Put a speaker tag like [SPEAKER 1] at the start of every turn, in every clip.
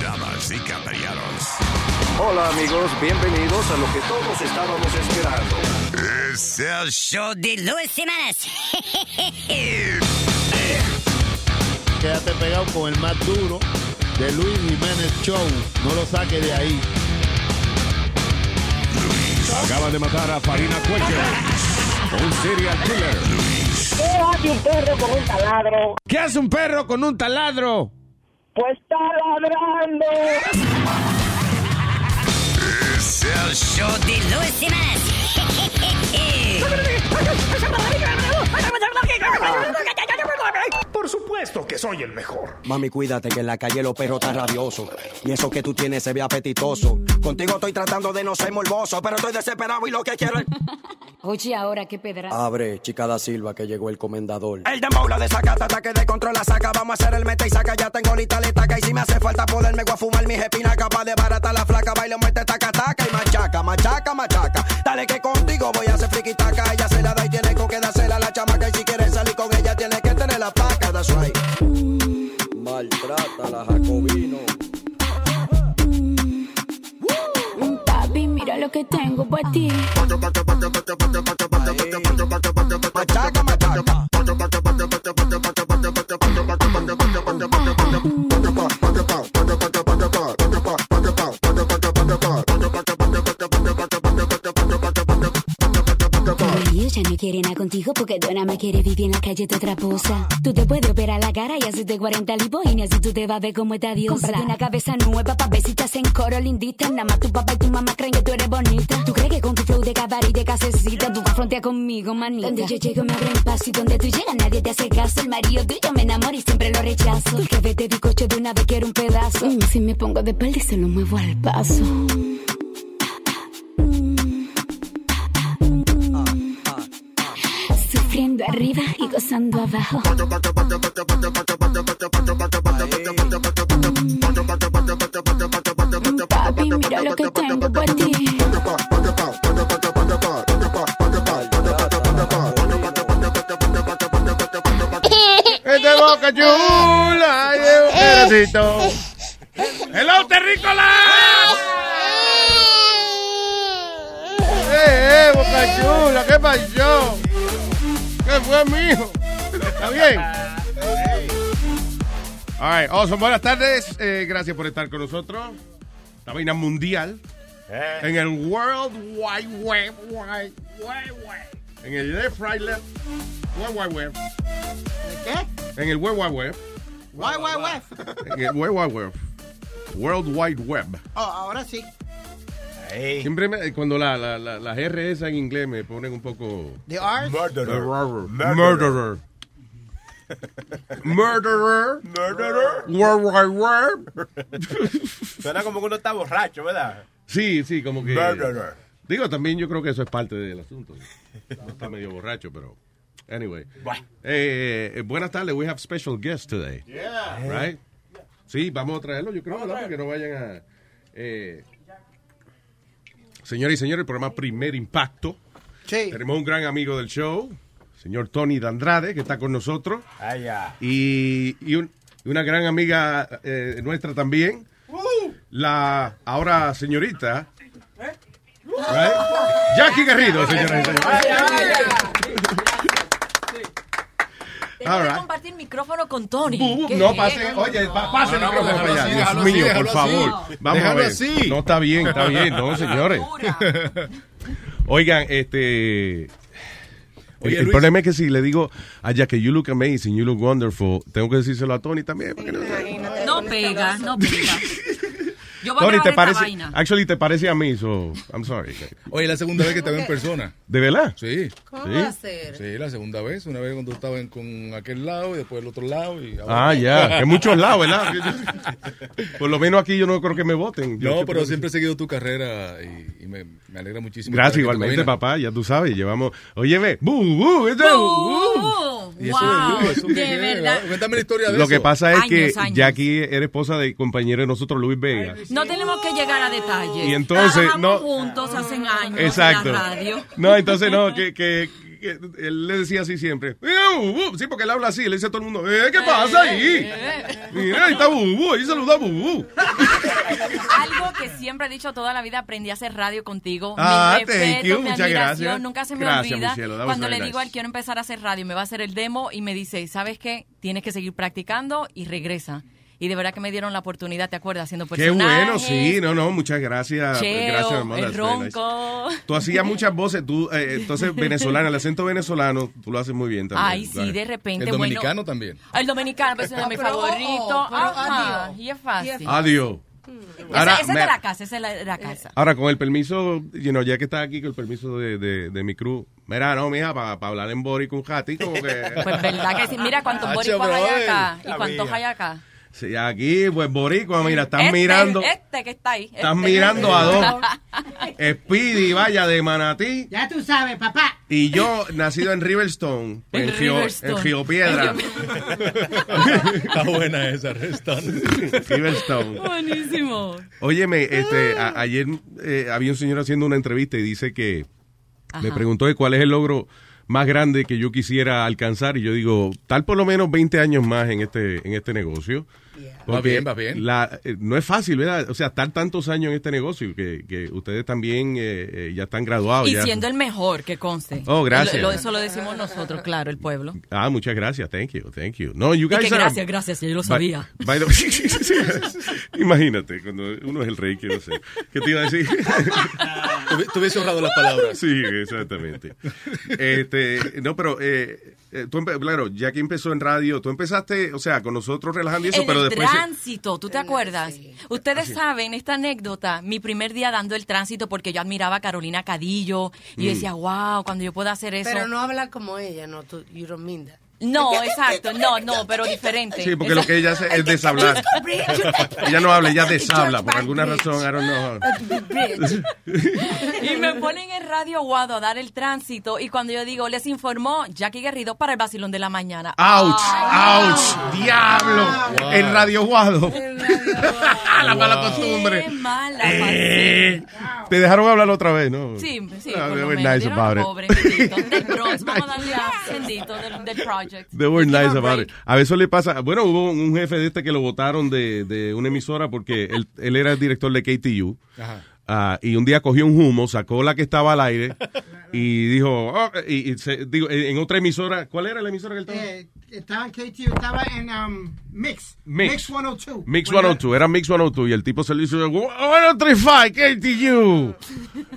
[SPEAKER 1] Caníbales y Capellanos.
[SPEAKER 2] Hola amigos, bienvenidos a lo que todos estábamos esperando.
[SPEAKER 1] Es el show de Luis Semanas.
[SPEAKER 3] Quédate pegado con el más duro de Luis Jiménez Show. No lo saques de ahí.
[SPEAKER 4] Acaban de matar a Farina Cuello, un serial killer.
[SPEAKER 5] ¿Qué hace un perro con un taladro?
[SPEAKER 4] ¿Qué hace un perro con un taladro?
[SPEAKER 5] Pues está ladrando.
[SPEAKER 1] Es el show de Luis
[SPEAKER 6] Por supuesto que soy el mejor.
[SPEAKER 2] Mami, cuídate que en la calle los perros están rabiosos. Y eso que tú tienes se ve apetitoso. Contigo estoy tratando de no ser morboso, pero estoy desesperado y lo que quiero es...
[SPEAKER 7] Oye, ahora qué
[SPEAKER 8] Ah.
[SPEAKER 7] pedra.
[SPEAKER 2] Abre, chica da Silva, que llegó el comendador. El dembow la desacata, ataque de control la saca. Vamos a hacer el meta y saca, ya tengo lista la estaca. Y si me hace falta ponerme, voy a fumar mis espinacas. Pa' de barata la flaca, baile muerte, taca, taca. Y machaca, machaca, machaca. Dale que contigo voy a hacer friki taca. Ella se la da y tiene con que dársela a la chamaca. Y si quieres salir con ella, tiene que tener la placa. That's right. Maltrata la Jacobino.
[SPEAKER 7] Mm. Papi, mira lo que tengo para ti.
[SPEAKER 2] Machaca, machaca.
[SPEAKER 7] Ellos ya no quieren a contigo porque Dona me quiere vivir en la calle de otra posa. Tú te puedes operar la cara y hacerte 40 lipoínas y tú te vas a ver como esta diosa. Cómprate una cabeza nueva pa' ver si te hacen coro lindita. Nada más tu papá y tu mamá creen que tú eres bonita. Tú crees que con tu flow de cabaret y de casecita tú vas a frontear conmigo, manita. Donde yo llego me abren paso y donde tú llegas nadie te hace caso. El marido tuyo me enamora y siempre lo rechazo. El jefe de bizcocho de una vez quiero un pedazo. Mm, si me pongo de espalda y se lo muevo al paso. Sufriendo arriba y gozando abajo. Mm, Papi, mira lo que tengo para ti.
[SPEAKER 3] ¡Este boca chula! ¡Ay, de pedacito! ¡Hello, terrícola! ¡Eh, eh, boca chula! ¿Qué pasó? ¿Qué fue, mijo? ¿Está bien? All right, awesome. Buenas tardes. Eh, gracias por estar con nosotros. La vaina mundial. En el World Wide Web. Wide, Wide Web. En el Left, Right, Left. World Wide Web. ¿Qué? En el World Wide Web.
[SPEAKER 9] Guay, guay, guay.
[SPEAKER 3] En el World Wide Web. World Wide Web.
[SPEAKER 9] Oh, ahora sí.
[SPEAKER 3] Siempre me- cuando la, la, la- las R esas en inglés me ponen un poco...
[SPEAKER 9] The R's.
[SPEAKER 3] Murderer. Murderer. Murderer.
[SPEAKER 10] Murderer.
[SPEAKER 3] War, war, war.
[SPEAKER 10] Suena como que uno está borracho, ¿verdad?
[SPEAKER 3] Sí, sí, como que.
[SPEAKER 10] Murderer.
[SPEAKER 3] Digo, también yo creo que eso es parte del asunto. No está medio borracho, pero. Anyway. Eh, eh, buenas tardes, we have special guests today. Right? Sí, vamos a traerlo, yo creo, ¿verdad? Porque no vayan a. Eh, señores y señores, el programa Primer Impacto.
[SPEAKER 9] Sí.
[SPEAKER 3] Tenemos un gran amigo del show, señor Tony Dandrade, que está con nosotros.
[SPEAKER 10] Ah, ya.
[SPEAKER 3] y, y un- y una gran amiga eh, nuestra también, la ahora señorita. Right? Jackie Garrido, señoras y señores.
[SPEAKER 11] Tengo
[SPEAKER 3] All
[SPEAKER 11] que
[SPEAKER 3] right.
[SPEAKER 11] compartir micrófono con Tony.
[SPEAKER 3] Bu-
[SPEAKER 11] ¿Qué
[SPEAKER 3] No,
[SPEAKER 11] es?
[SPEAKER 3] pase, oye, pa- pase el
[SPEAKER 4] No, no,
[SPEAKER 3] micrófono
[SPEAKER 4] déjalo
[SPEAKER 3] para
[SPEAKER 4] así,
[SPEAKER 3] allá.
[SPEAKER 4] déjalo así,
[SPEAKER 3] Dios mío, por
[SPEAKER 4] déjalo
[SPEAKER 3] favor.
[SPEAKER 4] así.
[SPEAKER 3] Vamos a
[SPEAKER 4] Déjalo
[SPEAKER 3] ver.
[SPEAKER 4] así.
[SPEAKER 3] No está bien, está bien, no, señores.
[SPEAKER 11] Locura.
[SPEAKER 3] Oigan, este. El,
[SPEAKER 4] Oye,
[SPEAKER 3] el
[SPEAKER 4] Luis.
[SPEAKER 3] problema es que si le digo a Jackie, you look amazing, you look wonderful, tengo que decírselo a Tony también. Porque no sé.
[SPEAKER 11] No pega, no pega. Yo voy
[SPEAKER 3] Tony,
[SPEAKER 11] a grabar
[SPEAKER 3] te
[SPEAKER 11] esta
[SPEAKER 3] parece.
[SPEAKER 11] vaina.
[SPEAKER 3] Actually, te parece a mí, so. I'm sorry.
[SPEAKER 4] Oye, la segunda vez que te veo en persona.
[SPEAKER 3] ¿De verdad?
[SPEAKER 4] Sí,
[SPEAKER 3] Sí.
[SPEAKER 4] sí, la segunda vez. Una vez cuando estaba en- con aquel lado y después el otro lado. Y ahora-
[SPEAKER 3] Ah, ya. En muchos lados, ¿verdad? Por lo menos aquí yo no creo que me voten. Yo
[SPEAKER 4] No, pero siempre he seguido tu carrera y, y me, me alegra muchísimo. estar
[SPEAKER 3] Gracias,
[SPEAKER 4] aquí en
[SPEAKER 3] igualmente,
[SPEAKER 4] tu cabina.
[SPEAKER 3] papá. Ya tú sabes, llevamos. Oye, ve. bu, bu, esto es bu, bu.
[SPEAKER 11] Uh,
[SPEAKER 4] Y eso
[SPEAKER 11] wow,
[SPEAKER 4] de, Luis, eso que-
[SPEAKER 11] de verdad.
[SPEAKER 4] Cuéntame la historia de
[SPEAKER 3] Lo
[SPEAKER 4] eso.
[SPEAKER 3] que pasa es que
[SPEAKER 11] Años, años.
[SPEAKER 3] Jackie era esposa de compañero de nosotros, Luis Vega.
[SPEAKER 11] No tenemos que llegar a detalles.
[SPEAKER 3] Y entonces,
[SPEAKER 11] Trabajamos
[SPEAKER 3] no-
[SPEAKER 11] juntos hace años
[SPEAKER 3] Exacto.
[SPEAKER 11] en la radio.
[SPEAKER 3] No, entonces no, que, que- que él le decía así siempre. "Eh, bubú". Sí, porque él habla así, "Eh,
[SPEAKER 11] Eh,
[SPEAKER 3] le dice a todo el mundo, "Eh, ¿qué pasa ahí? Mira, ahí está Bubú, ahí saluda a Bubú.
[SPEAKER 11] Algo que siempre he dicho toda la vida, aprendí a hacer radio contigo.
[SPEAKER 3] Ah,
[SPEAKER 11] mi
[SPEAKER 3] thank you,
[SPEAKER 11] respeto, mi
[SPEAKER 3] muchas
[SPEAKER 11] admiración,
[SPEAKER 3] gracias.
[SPEAKER 11] nunca se me
[SPEAKER 3] Gracias,
[SPEAKER 11] olvida.
[SPEAKER 3] Michelle, that was
[SPEAKER 11] cuando
[SPEAKER 3] very
[SPEAKER 11] le digo
[SPEAKER 3] nice.
[SPEAKER 11] al quiero empezar a hacer radio, me va a hacer el demo y me dice, ¿sabes qué? Tienes que seguir practicando y regresa. Y de verdad que me dieron la oportunidad, ¿te acuerdas? Haciendo
[SPEAKER 3] Qué
[SPEAKER 11] personajes.
[SPEAKER 3] bueno, sí, no, no, muchas gracias.
[SPEAKER 11] Pues
[SPEAKER 3] pues,
[SPEAKER 11] Cheo,
[SPEAKER 3] gracias, hermano,
[SPEAKER 11] el
[SPEAKER 3] that's very nice.
[SPEAKER 11] ronco.
[SPEAKER 3] Tú hacías muchas voces, tú, eh, entonces venezolano, el acento venezolano, tú lo haces muy bien también.
[SPEAKER 11] Ay, sí, de repente,
[SPEAKER 4] El dominicano también.
[SPEAKER 11] El dominicano, pues, es uno de mis
[SPEAKER 12] Ah, Pero, oh,
[SPEAKER 11] favoritos.
[SPEAKER 12] pero,
[SPEAKER 11] Ajá,
[SPEAKER 12] adiós.
[SPEAKER 11] y es fácil.
[SPEAKER 3] Adiós.
[SPEAKER 11] Ese-
[SPEAKER 3] Ahora,
[SPEAKER 11] ese es
[SPEAKER 3] me-
[SPEAKER 11] de la casa, ese es la- de la casa.
[SPEAKER 3] Ahora, con el permiso, you know, ya que estás aquí, con el permiso de, de- de mi crew. Mira, no, mija, para hablar en Boric un jatico, porque...
[SPEAKER 11] Pues verdad que sí. Mira cuántos
[SPEAKER 3] Hacho,
[SPEAKER 11] boricuas hay
[SPEAKER 3] brother.
[SPEAKER 11] acá y
[SPEAKER 3] La
[SPEAKER 11] cuántos
[SPEAKER 3] mía.
[SPEAKER 11] hay acá.
[SPEAKER 3] Sí, aquí, pues Boricua, mira, estás
[SPEAKER 11] Este,
[SPEAKER 3] mirando...
[SPEAKER 11] Este que está ahí.
[SPEAKER 3] Estás
[SPEAKER 11] este.
[SPEAKER 3] mirando a dos. Speedy, vaya, de Manatí.
[SPEAKER 12] Ya tú sabes, papá.
[SPEAKER 3] Y yo, nacido en Riverstone,
[SPEAKER 12] En
[SPEAKER 3] en, Río,
[SPEAKER 12] Riverstone.
[SPEAKER 3] en Río Piedra.
[SPEAKER 4] Está buena esa, Restón.
[SPEAKER 3] Riverstone.
[SPEAKER 11] Buenísimo.
[SPEAKER 3] Óyeme,
[SPEAKER 11] Ah.
[SPEAKER 3] este, a- ayer eh, había un señor haciendo una entrevista y dice que me preguntó de cuál es el logro más grande que yo quisiera alcanzar y yo digo, tal por lo menos 20 años más en este en este negocio.
[SPEAKER 4] Va
[SPEAKER 3] Porque
[SPEAKER 4] bien, va bien.
[SPEAKER 3] la- eh, no es fácil, ¿verdad? O sea, estar tantos años en este negocio que, que ustedes también eh, eh, ya están graduados.
[SPEAKER 11] y
[SPEAKER 3] ya.
[SPEAKER 11] siendo el mejor, que conste.
[SPEAKER 3] Oh, gracias.
[SPEAKER 11] Lo- lo- eso lo decimos nosotros, claro, el pueblo.
[SPEAKER 3] Ah, muchas gracias, thank you, thank you. No, you
[SPEAKER 11] Y que
[SPEAKER 3] guys are-
[SPEAKER 11] gracias, gracias, yo lo
[SPEAKER 3] By-
[SPEAKER 11] sabía.
[SPEAKER 3] by the- Imagínate, cuando uno es el rey, quiero ser. ¿Qué te iba a decir?
[SPEAKER 4] Te hubiese ahorrado las palabras.
[SPEAKER 3] Sí, exactamente. Este, no, pero eh, eh, tú, empe- claro, ya que empezó en radio, tú empezaste, o sea, con nosotros relajando y eso,
[SPEAKER 11] en
[SPEAKER 3] pero
[SPEAKER 11] el
[SPEAKER 3] después... se-
[SPEAKER 11] tránsito, ¿tú te acuerdas? Ustedes saben esta anécdota, mi primer día dando el tránsito porque yo admiraba a Carolina Cadillo
[SPEAKER 12] Mm.
[SPEAKER 11] y decía, wow, cuando yo pueda hacer eso.
[SPEAKER 12] Pero no habla como ella, no, tú, you don't mean that.
[SPEAKER 11] No, exacto, no, no, pero diferente.
[SPEAKER 3] Sí, porque lo que ella hace es deshablar. Ella no habla, ella deshabla, por alguna razón, I don't know.
[SPEAKER 11] Y me ponen en Radio Guado a dar el tránsito y cuando yo digo, les informó Jackie Guerrido para el vacilón de la mañana. Ah.
[SPEAKER 3] ¡Auch! ¡Auch! ¡Diablo!
[SPEAKER 11] Wow.
[SPEAKER 3] El Radio Guado. La mala costumbre.
[SPEAKER 11] ¡Qué mala
[SPEAKER 3] Eh, Te dejaron hablar otra vez, ¿no?
[SPEAKER 11] Sí, sí,
[SPEAKER 3] Ah,
[SPEAKER 11] por
[SPEAKER 3] they
[SPEAKER 11] lo
[SPEAKER 3] were
[SPEAKER 11] menos.
[SPEAKER 3] nice
[SPEAKER 11] Dieron
[SPEAKER 3] about it.
[SPEAKER 11] pobre, bendito, del Bronx, vamos a darle a bendito del, del project.
[SPEAKER 3] They were nice about it. A veces le pasa. Bueno, hubo un jefe de este que lo votaron de, de una emisora porque él, él era el director de KTU.
[SPEAKER 4] Ajá.
[SPEAKER 3] Ah, y un día cogió un humo, sacó la que estaba al aire y dijo. "Oh", y, y se- digo, en otra emisora. ¿Cuál era la emisora que él estaba?
[SPEAKER 13] Eh, estaba en KTU, estaba en um, Mix.
[SPEAKER 3] Mix.
[SPEAKER 13] 102.
[SPEAKER 3] Mix
[SPEAKER 13] Bueno,
[SPEAKER 3] 102, era Mix 102 y el tipo se le hizo oh 135 KTU.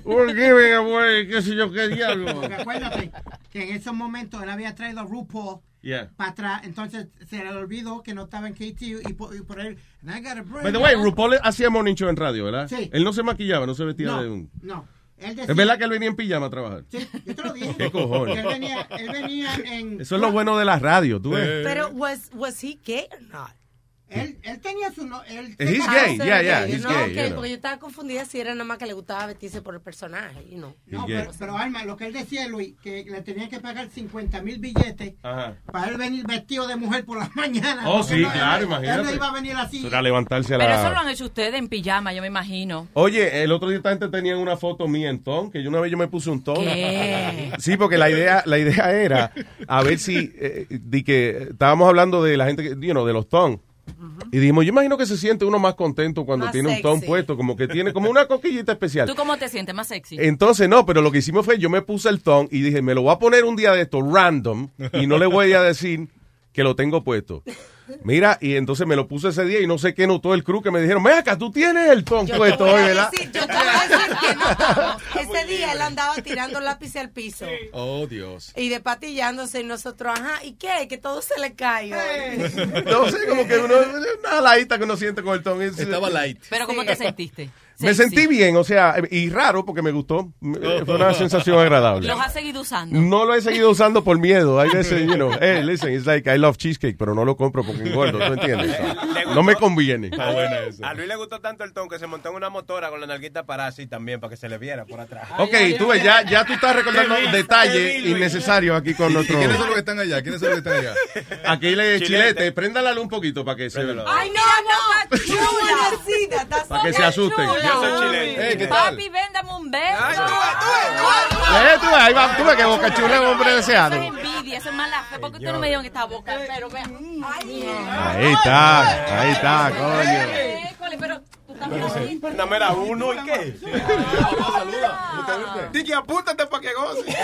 [SPEAKER 3] We're giving away, qué sé yo, qué diablo.
[SPEAKER 13] Porque acuérdate que en esos momentos él había traído a RuPaul
[SPEAKER 3] Yeah.
[SPEAKER 13] para atrás, entonces se le olvidó que no estaba en KTU y por, y por él. And I got a break.
[SPEAKER 3] By the way, RuPaul hacía morning show en radio, ¿verdad?
[SPEAKER 13] Sí.
[SPEAKER 3] Él no se maquillaba, no se vestía
[SPEAKER 13] No,
[SPEAKER 3] de un.
[SPEAKER 13] no. Él decía,
[SPEAKER 3] ¿Es verdad que él venía en pijama a trabajar?
[SPEAKER 13] Sí, yo te lo dije.
[SPEAKER 3] ¿Qué cojones?
[SPEAKER 13] Él venía, él venía en.
[SPEAKER 3] Eso es lo bueno de la radio, tú
[SPEAKER 11] Eh,
[SPEAKER 3] ves.
[SPEAKER 12] Pero, was, was he gay or not?
[SPEAKER 13] Él, él tenía su. No, él
[SPEAKER 3] He's
[SPEAKER 12] Ah,
[SPEAKER 3] gay,
[SPEAKER 12] so
[SPEAKER 3] yeah,
[SPEAKER 12] gay.
[SPEAKER 3] yeah, he's
[SPEAKER 12] no,
[SPEAKER 3] gay,
[SPEAKER 12] ok,
[SPEAKER 3] you know.
[SPEAKER 12] porque yo estaba confundida si era nada más que le gustaba vestirse por el personaje, you know.
[SPEAKER 13] No,
[SPEAKER 3] gay.
[SPEAKER 13] pero, pero Alma, lo que él decía, Luis, que le tenían que pagar 50 mil billetes
[SPEAKER 3] Ajá.
[SPEAKER 13] para él venir vestido de mujer por las mañanas.
[SPEAKER 3] Oh,
[SPEAKER 13] Porque
[SPEAKER 3] sí,
[SPEAKER 13] él-
[SPEAKER 3] claro,
[SPEAKER 13] Él no
[SPEAKER 3] imagínate.
[SPEAKER 13] iba a venir así.
[SPEAKER 3] Eso era levantarse a
[SPEAKER 11] Pero eso lo
[SPEAKER 3] la.
[SPEAKER 11] han hecho ustedes en pijama, yo me imagino.
[SPEAKER 3] Oye, el otro día esta gente tenía una foto mía en ton, que yo una vez yo me puse un ton.
[SPEAKER 11] ¿Qué?
[SPEAKER 3] Sí, porque la idea, la idea era a ver si eh, di que estábamos hablando de la gente que, you know, de los ton. Y dijimos, yo imagino que se siente uno más contento cuando
[SPEAKER 11] Más
[SPEAKER 3] tiene un ton
[SPEAKER 11] sexy.
[SPEAKER 3] puesto, como que tiene como una coquillita especial.
[SPEAKER 11] ¿Tú cómo te sientes más sexy?
[SPEAKER 3] Entonces, no, pero lo que hicimos fue, yo me puse el ton y dije, me lo voy a poner un día de esto, random, y no le voy a decir que lo tengo puesto. Mira, y entonces me lo puse ese día y no sé qué notó el crew que me dijeron, mira acá, tú tienes el ton
[SPEAKER 12] Yo te
[SPEAKER 3] puesto
[SPEAKER 12] voy a
[SPEAKER 3] hoy, ¿verdad?
[SPEAKER 12] decir, yo te voy a decir que no, vamos. Ese día él andaba tirando lápiz al piso.
[SPEAKER 4] Oh, Dios.
[SPEAKER 12] Y despatillándose y nosotros, ajá, ¿y qué? Que todo se le cae.
[SPEAKER 3] No sé, como que uno, una laita que uno siente con el ton. Es-
[SPEAKER 4] Estaba light.
[SPEAKER 11] Pero ¿cómo te sentiste?
[SPEAKER 3] Me
[SPEAKER 11] Sexy.
[SPEAKER 3] sentí bien, o sea, y raro porque me gustó. Me- Fue una sensación agradable.
[SPEAKER 11] ¿Los has seguido usando?
[SPEAKER 3] No lo he seguido usando por miedo. Hay veces, you know, hey, listen, it's like I love cheesecake, pero no lo compro porque engordo, ¿tú entiendes? No me conviene.
[SPEAKER 4] Está buena esa.
[SPEAKER 10] A Luis le gustó tanto el ton que se montó en una motora con la nalguita para así también, para que se le viera por atrás.
[SPEAKER 3] Ok, tú ves, ya, ya tú estás recordando
[SPEAKER 10] Qué vil, qué
[SPEAKER 3] detalles
[SPEAKER 10] vil, Luis.
[SPEAKER 3] innecesarios aquí con
[SPEAKER 4] ¿Y
[SPEAKER 3] nuestro...
[SPEAKER 4] quiénes son los que están allá? ¿Quiénes son los que están allá?
[SPEAKER 3] Aquí le
[SPEAKER 4] Chilete.
[SPEAKER 3] chilete, prenda la luz un poquito para que se vea.
[SPEAKER 12] Ay, no, no, chula, sí, that's
[SPEAKER 3] Para que
[SPEAKER 12] so
[SPEAKER 3] se asusten.
[SPEAKER 12] chula.
[SPEAKER 3] Yo soy
[SPEAKER 4] chilete. Eh, ¿qué tal?
[SPEAKER 11] Papi, véndame un beso.
[SPEAKER 3] Eh, tú ves, ahí va, tú ves que Boca Chula es un hombre deseado.
[SPEAKER 11] Eso es envidia, eso es mala fe. ¿Por qué ustedes no me dieron esta boca? Pero vean. Ay,
[SPEAKER 3] Ahí está, ahí está, coño.
[SPEAKER 11] École, pero tú estás
[SPEAKER 10] Nada más era uno y qué. Dije, apúntate para que goce.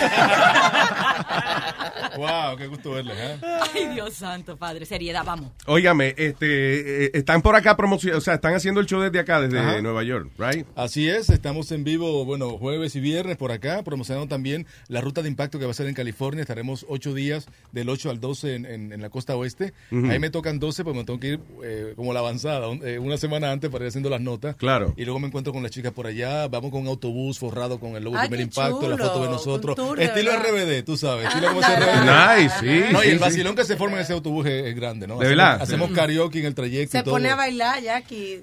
[SPEAKER 4] Wow, qué gusto verles, ¿eh?
[SPEAKER 11] Ay, Dios santo, padre. Seriedad, vamos.
[SPEAKER 3] Óigame, este, eh, están por acá promocionando, o sea, están haciendo el show desde acá, desde
[SPEAKER 4] Ajá.
[SPEAKER 3] Nueva York, right?
[SPEAKER 4] Así es, estamos en vivo, bueno, jueves y viernes por acá, promocionando también la ruta de impacto que va a ser en California. Estaremos ocho días, del 8 al 12 en, en- en la costa oeste.
[SPEAKER 3] Ujú.
[SPEAKER 4] Ahí me tocan 12, pues me tengo que ir eh, como la avanzada, un- eh, una semana antes para ir haciendo las notas.
[SPEAKER 3] Claro.
[SPEAKER 4] Y luego me encuentro con las chicas por allá, vamos con un autobús forrado con el logo
[SPEAKER 8] Ay,
[SPEAKER 4] de primer
[SPEAKER 8] qué
[SPEAKER 4] impacto, la
[SPEAKER 8] chulo,
[SPEAKER 4] foto de
[SPEAKER 8] un
[SPEAKER 4] nosotros.
[SPEAKER 8] tour de
[SPEAKER 4] Estilo
[SPEAKER 8] verdad.
[SPEAKER 4] RBD, tú sabes. Estilo como
[SPEAKER 8] Anda.
[SPEAKER 4] ese
[SPEAKER 3] Nice, sí,
[SPEAKER 4] No, y
[SPEAKER 3] sí,
[SPEAKER 4] el
[SPEAKER 3] sí.
[SPEAKER 4] vacilón que se forma en ese autobús es, es grande, ¿no?
[SPEAKER 3] De
[SPEAKER 4] Hacemos-
[SPEAKER 3] verdad.
[SPEAKER 4] Hacemos
[SPEAKER 3] Sí.
[SPEAKER 4] karaoke en el trayecto y
[SPEAKER 12] Se
[SPEAKER 4] todo.
[SPEAKER 12] pone a bailar, Jackie.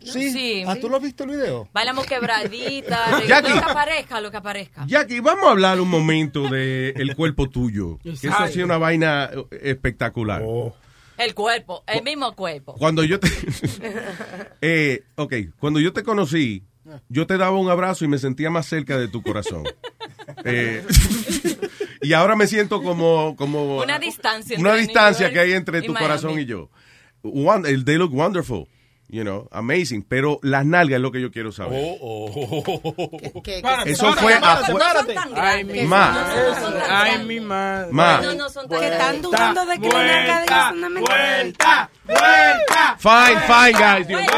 [SPEAKER 4] Sí. Ah, ¿tú lo has visto el video?
[SPEAKER 11] Bailamos quebradita, reggaetón,
[SPEAKER 3] Jackie.
[SPEAKER 11] lo que aparezca, lo que aparezca.
[SPEAKER 3] Ah. Jackie, vamos a hablar un momento de el cuerpo tuyo. Que eso ha sido una vaina eh, espectacular.
[SPEAKER 4] Oh.
[SPEAKER 11] El cuerpo, el mismo cuerpo.
[SPEAKER 3] Cuando yo te... Eh, ok, cuando yo te conocí, yo te daba un abrazo y me sentía más cerca de tu corazón. Eh, y ahora me siento como... como
[SPEAKER 11] Una distancia.
[SPEAKER 3] una
[SPEAKER 11] entre
[SPEAKER 3] distancia
[SPEAKER 11] New
[SPEAKER 3] que hay
[SPEAKER 11] York
[SPEAKER 3] entre
[SPEAKER 11] y
[SPEAKER 3] tu
[SPEAKER 11] Miami.
[SPEAKER 3] corazón y yo. One- el they look wonderful, you know, amazing. Pero las nalgas es lo que yo quiero saber.
[SPEAKER 4] Oh.
[SPEAKER 8] Párate,
[SPEAKER 3] Eso
[SPEAKER 8] párate,
[SPEAKER 3] fue
[SPEAKER 8] párate,
[SPEAKER 3] afu-
[SPEAKER 8] párate.
[SPEAKER 3] Ay, mi Ma. madre.
[SPEAKER 8] Ay, mi madre.
[SPEAKER 3] Ma.
[SPEAKER 8] No,
[SPEAKER 11] no son
[SPEAKER 8] tan Que están
[SPEAKER 12] dudando de que una nalga
[SPEAKER 8] una Vuelta, vuelta.
[SPEAKER 3] Fine, fine, guys. Dios mío.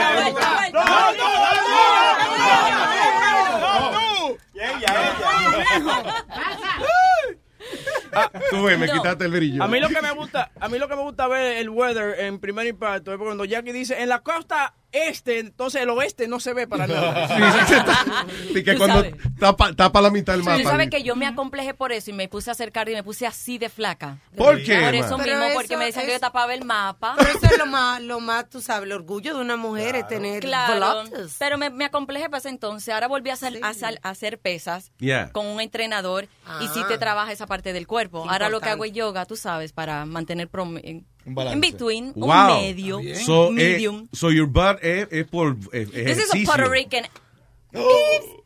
[SPEAKER 3] Ah, Tú ves, me
[SPEAKER 8] No.
[SPEAKER 3] quitaste el brillo.
[SPEAKER 8] A mí lo que me gusta, a mí lo que me gusta ver el weather en primer impacto es cuando Jackie dice en la costa este, entonces el oeste no se ve para nada.
[SPEAKER 3] Y que
[SPEAKER 11] Tú
[SPEAKER 3] cuando
[SPEAKER 11] sabes.
[SPEAKER 3] tapa, tapa la mitad del
[SPEAKER 11] Tú
[SPEAKER 3] mapa.
[SPEAKER 11] sabes que yo me acomplejé por eso y me puse a acercar y me puse así de flaca.
[SPEAKER 3] ¿Por qué,
[SPEAKER 11] Por eso
[SPEAKER 3] ma?
[SPEAKER 12] Pero
[SPEAKER 11] mismo,
[SPEAKER 12] eso
[SPEAKER 11] porque me decían que
[SPEAKER 12] es-
[SPEAKER 11] yo tapaba el mapa.
[SPEAKER 12] Pero eso es lo más, lo más, tú sabes, el orgullo de una mujer es tener
[SPEAKER 11] Claro,
[SPEAKER 12] voluptuous.
[SPEAKER 11] pero me, me acomplejé para ese entonces. Ahora volví a, sal- a sal- a hacer pesas
[SPEAKER 12] Yeah.
[SPEAKER 11] con un entrenador y sí
[SPEAKER 12] Ah.
[SPEAKER 11] te trabaja esa parte del cuerpo. Ahora lo que
[SPEAKER 12] Importante.
[SPEAKER 11] hago es yoga, tú sabes, para mantener prom- en,
[SPEAKER 4] Un balance.
[SPEAKER 11] en between, un
[SPEAKER 3] Wow.
[SPEAKER 11] medio,
[SPEAKER 3] So, eh,
[SPEAKER 11] medium.
[SPEAKER 3] so your butt es, es por eh,
[SPEAKER 11] This is a
[SPEAKER 3] ejercicio.
[SPEAKER 11] Puerto Rican.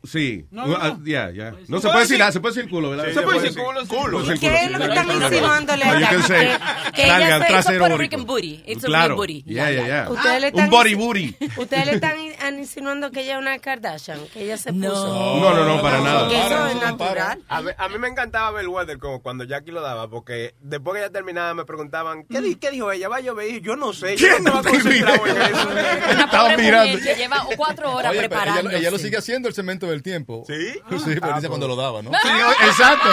[SPEAKER 3] Sí.
[SPEAKER 11] No, no,
[SPEAKER 3] Ah, ya, ya. No se puede decir nada, se puede decir culo, ¿verdad?
[SPEAKER 10] Sí,
[SPEAKER 3] se
[SPEAKER 10] se
[SPEAKER 3] puede
[SPEAKER 10] puede
[SPEAKER 3] decir
[SPEAKER 10] decir
[SPEAKER 3] culo.
[SPEAKER 10] ¿Qué es lo que están
[SPEAKER 12] insinuándole
[SPEAKER 3] Ah,
[SPEAKER 12] a
[SPEAKER 3] you
[SPEAKER 12] Jackie?
[SPEAKER 3] can say,
[SPEAKER 12] Que- que
[SPEAKER 3] nalga,
[SPEAKER 12] ella soy-
[SPEAKER 3] trasero
[SPEAKER 12] it's a Puerto
[SPEAKER 3] bórico.
[SPEAKER 12] Rican booty.
[SPEAKER 11] It's a real
[SPEAKER 3] Claro.
[SPEAKER 11] booty.
[SPEAKER 3] Yeah, yeah, yeah.
[SPEAKER 12] Ustedes le
[SPEAKER 3] Un
[SPEAKER 12] están
[SPEAKER 3] body
[SPEAKER 12] diciendo-
[SPEAKER 3] booty.
[SPEAKER 12] Ustedes le están in- an- insinuando que ella es una Kardashian, que ella se puso.
[SPEAKER 3] No, no, no, para nada.
[SPEAKER 12] Que eso es natural.
[SPEAKER 10] A mí, a mí me encantaba ver el weather como cuando Jackie lo daba, porque después que ya terminaba me preguntaban, ¿qué, di- qué dijo ella? Va a llover. Yo no sé. Yo no estaba concentrado en eso.
[SPEAKER 4] Estaba mirando.
[SPEAKER 11] que lleva cuatro horas
[SPEAKER 4] Oye, pero ella,
[SPEAKER 11] preparando.
[SPEAKER 4] ella lo sigue haciendo el cemento del tiempo. ¿Sí? Sí, pero dice cuando lo daba, ¿no?
[SPEAKER 3] Sí, o- exacto.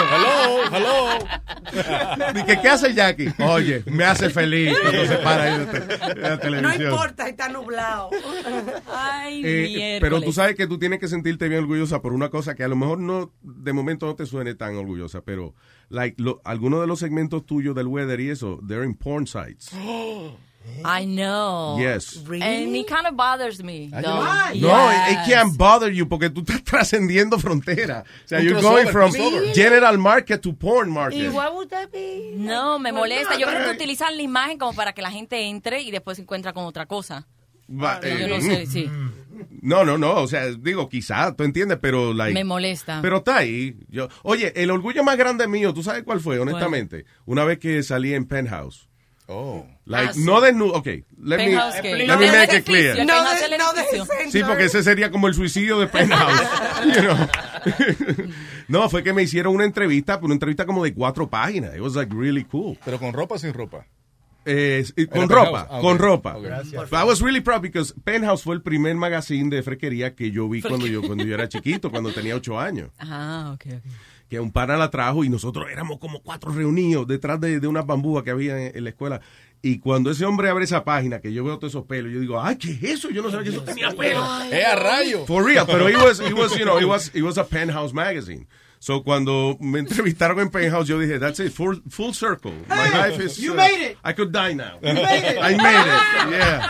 [SPEAKER 4] Hello, hello.
[SPEAKER 3] ¿Y que, qué hace Jackie? Oye, me hace feliz cuando se para ahí de la te- de la
[SPEAKER 12] No
[SPEAKER 3] televisión.
[SPEAKER 12] importa, está nublado.
[SPEAKER 11] Ay,
[SPEAKER 3] Eh, pero tú sabes que tú tienes que sentirte bien orgullosa por una cosa que a lo mejor no de momento no te suene tan orgullosa, pero like lo- algunos de los segmentos tuyos del weather y eso, they're in porn sites.
[SPEAKER 11] I know.
[SPEAKER 3] Yes.
[SPEAKER 11] And it kind of bothers me. though.
[SPEAKER 3] No,
[SPEAKER 11] Yes.
[SPEAKER 3] it can't bother you porque tú estás trascendiendo frontera. O sea,
[SPEAKER 4] Un
[SPEAKER 3] you're
[SPEAKER 4] crossover,
[SPEAKER 3] going from
[SPEAKER 4] crossover.
[SPEAKER 3] general market to porn market.
[SPEAKER 11] No, me molesta. Yo creo que utilizan la imagen como para que la gente entre y después se encuentra con otra cosa.
[SPEAKER 3] Va-
[SPEAKER 11] Yo
[SPEAKER 3] eh,
[SPEAKER 11] no sé, sí.
[SPEAKER 3] No, no, no, o sea, digo, quizá, tú entiendes, pero like,
[SPEAKER 11] Me molesta.
[SPEAKER 3] Pero está ahí. Yo, oye, el orgullo más grande mío, ¿tú sabes cuál fue, honestamente? Una vez que salí en Penthouse.
[SPEAKER 4] Oh.
[SPEAKER 3] Like,
[SPEAKER 11] Ah, sí.
[SPEAKER 3] no desnudo. Ok, let me,
[SPEAKER 11] Penthouse, ¿qué?
[SPEAKER 3] let me
[SPEAKER 11] No
[SPEAKER 3] make it
[SPEAKER 11] del edificio,
[SPEAKER 3] clear.
[SPEAKER 11] no
[SPEAKER 12] No,
[SPEAKER 11] del
[SPEAKER 12] de- no de
[SPEAKER 11] edificio.
[SPEAKER 3] Sí, porque ese sería como el suicidio de Penthouse. you know. no, fue que me hicieron una entrevista, una entrevista como de cuatro páginas. It was like really cool.
[SPEAKER 4] Pero con ropa o sin ropa.
[SPEAKER 3] Eh, y con
[SPEAKER 4] Era
[SPEAKER 3] ropa,
[SPEAKER 4] Penthouse. Ah,
[SPEAKER 3] con
[SPEAKER 4] ok.
[SPEAKER 3] ropa.
[SPEAKER 4] Ok. Gracias.
[SPEAKER 3] But I was really proud because Penthouse fue el primer magazine de fresquería que yo vi cuando yo, cuando yo era chiquito, cuando tenía ocho años.
[SPEAKER 11] Ah, ok, ok.
[SPEAKER 3] Que un pana la trajo y nosotros éramos como cuatro reunidos detrás de, de una bambúa que había en, en la escuela. Y cuando ese hombre abre esa página, que yo veo todos esos pelos, yo digo, ay, ¿qué es eso? Yo no sabía que eso tenía pelo.
[SPEAKER 4] ¡Eh, a rayo!
[SPEAKER 3] For real, pero it was, it was, you know, it was, it was a penthouse magazine. So cuando me entrevistaron en penthouse, yo dije, that's it, full, full circle. My
[SPEAKER 8] Hey,
[SPEAKER 3] life is.
[SPEAKER 8] you
[SPEAKER 3] uh,
[SPEAKER 8] made it.
[SPEAKER 3] I could die now.
[SPEAKER 8] You made it.
[SPEAKER 3] I made it. Yeah.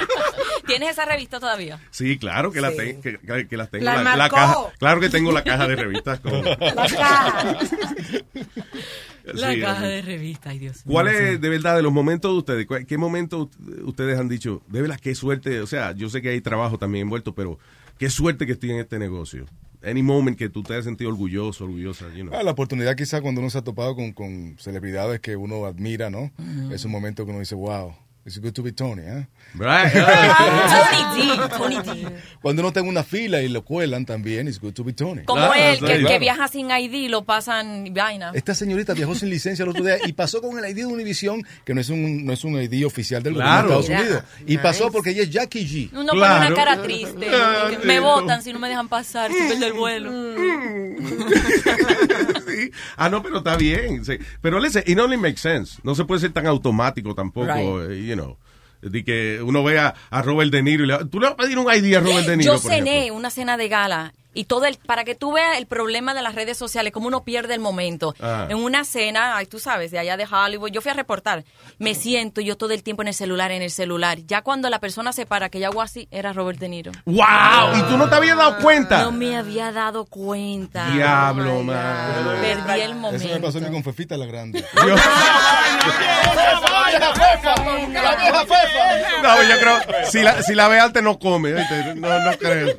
[SPEAKER 11] ¿Tienes esa revista todavía?
[SPEAKER 3] Sí, claro que, la te- que, que- que las tengo.
[SPEAKER 11] La marcó.
[SPEAKER 3] caja, claro que tengo la caja de revistas. Con,
[SPEAKER 11] La caja. La
[SPEAKER 3] Sí,
[SPEAKER 11] caja
[SPEAKER 3] así.
[SPEAKER 11] de revista, ay Dios.
[SPEAKER 3] ¿Cuál
[SPEAKER 11] mío,
[SPEAKER 3] es,
[SPEAKER 11] sí.
[SPEAKER 3] de verdad, de los momentos de ustedes? cuál- ¿Qué momentos ustedes han dicho? De verdad, qué suerte. O sea, yo sé que hay trabajo también envuelto, pero qué suerte que estoy en este negocio. Any moment que tú te hayas sentido orgulloso, orgullosa, you know.
[SPEAKER 4] Ah, la oportunidad quizá cuando uno se ha topado con, con celebridades que uno admira, ¿no?
[SPEAKER 11] Mm.
[SPEAKER 3] Ujú.
[SPEAKER 4] Es un momento que uno dice, wow. It's good to be Tony, ¿eh?
[SPEAKER 3] Right.
[SPEAKER 11] Tony D, Tony D.
[SPEAKER 4] Cuando uno está en una fila y lo cuelan también, it's good to be Tony.
[SPEAKER 11] Como él, que, que viaja sin ID, lo pasan vaina.
[SPEAKER 4] Esta señorita viajó sin licencia el otro día y pasó con el ID de Univision, que no es un, no es un ID oficial del
[SPEAKER 11] Claro.
[SPEAKER 4] gobierno de
[SPEAKER 11] Mira.
[SPEAKER 4] Estados Unidos. Y pasó porque ella es Jackie G.
[SPEAKER 11] Uno pone una cara triste. me botan si no me dejan pasar, si pierdo el vuelo. Mm.
[SPEAKER 3] Ah, no, pero está bien. sí. Pero listen, it only makes sense. No se puede ser tan automático tampoco,
[SPEAKER 11] Right.
[SPEAKER 3] eh, you know. De que uno vea a Robert De Niro y le Tú le vas a pedir un ID a Robert De Niro,
[SPEAKER 11] Yo
[SPEAKER 3] Este por ejemplo?
[SPEAKER 11] cené una cena de gala y todo el para que tú veas el problema de las redes sociales, cómo uno pierde el momento.
[SPEAKER 1] Ah.
[SPEAKER 11] En una cena, ay, tú sabes, de allá de Hollywood, yo fui a reportar. Me siento yo todo el tiempo en el celular, en el celular. Ya cuando la persona se para, que ya hago así, era Robert De Niro.
[SPEAKER 3] ¡Wow! ¿Y tú no te habías dado cuenta?
[SPEAKER 11] No me había dado cuenta.
[SPEAKER 3] Diablo, man.
[SPEAKER 11] Perdí el momento.
[SPEAKER 4] Eso me pasó a mí con Fefita la Grande.
[SPEAKER 2] La vieja fefa.
[SPEAKER 3] No, yo creo, si la, si la ve antes no come, ¿oíste? no, no creo.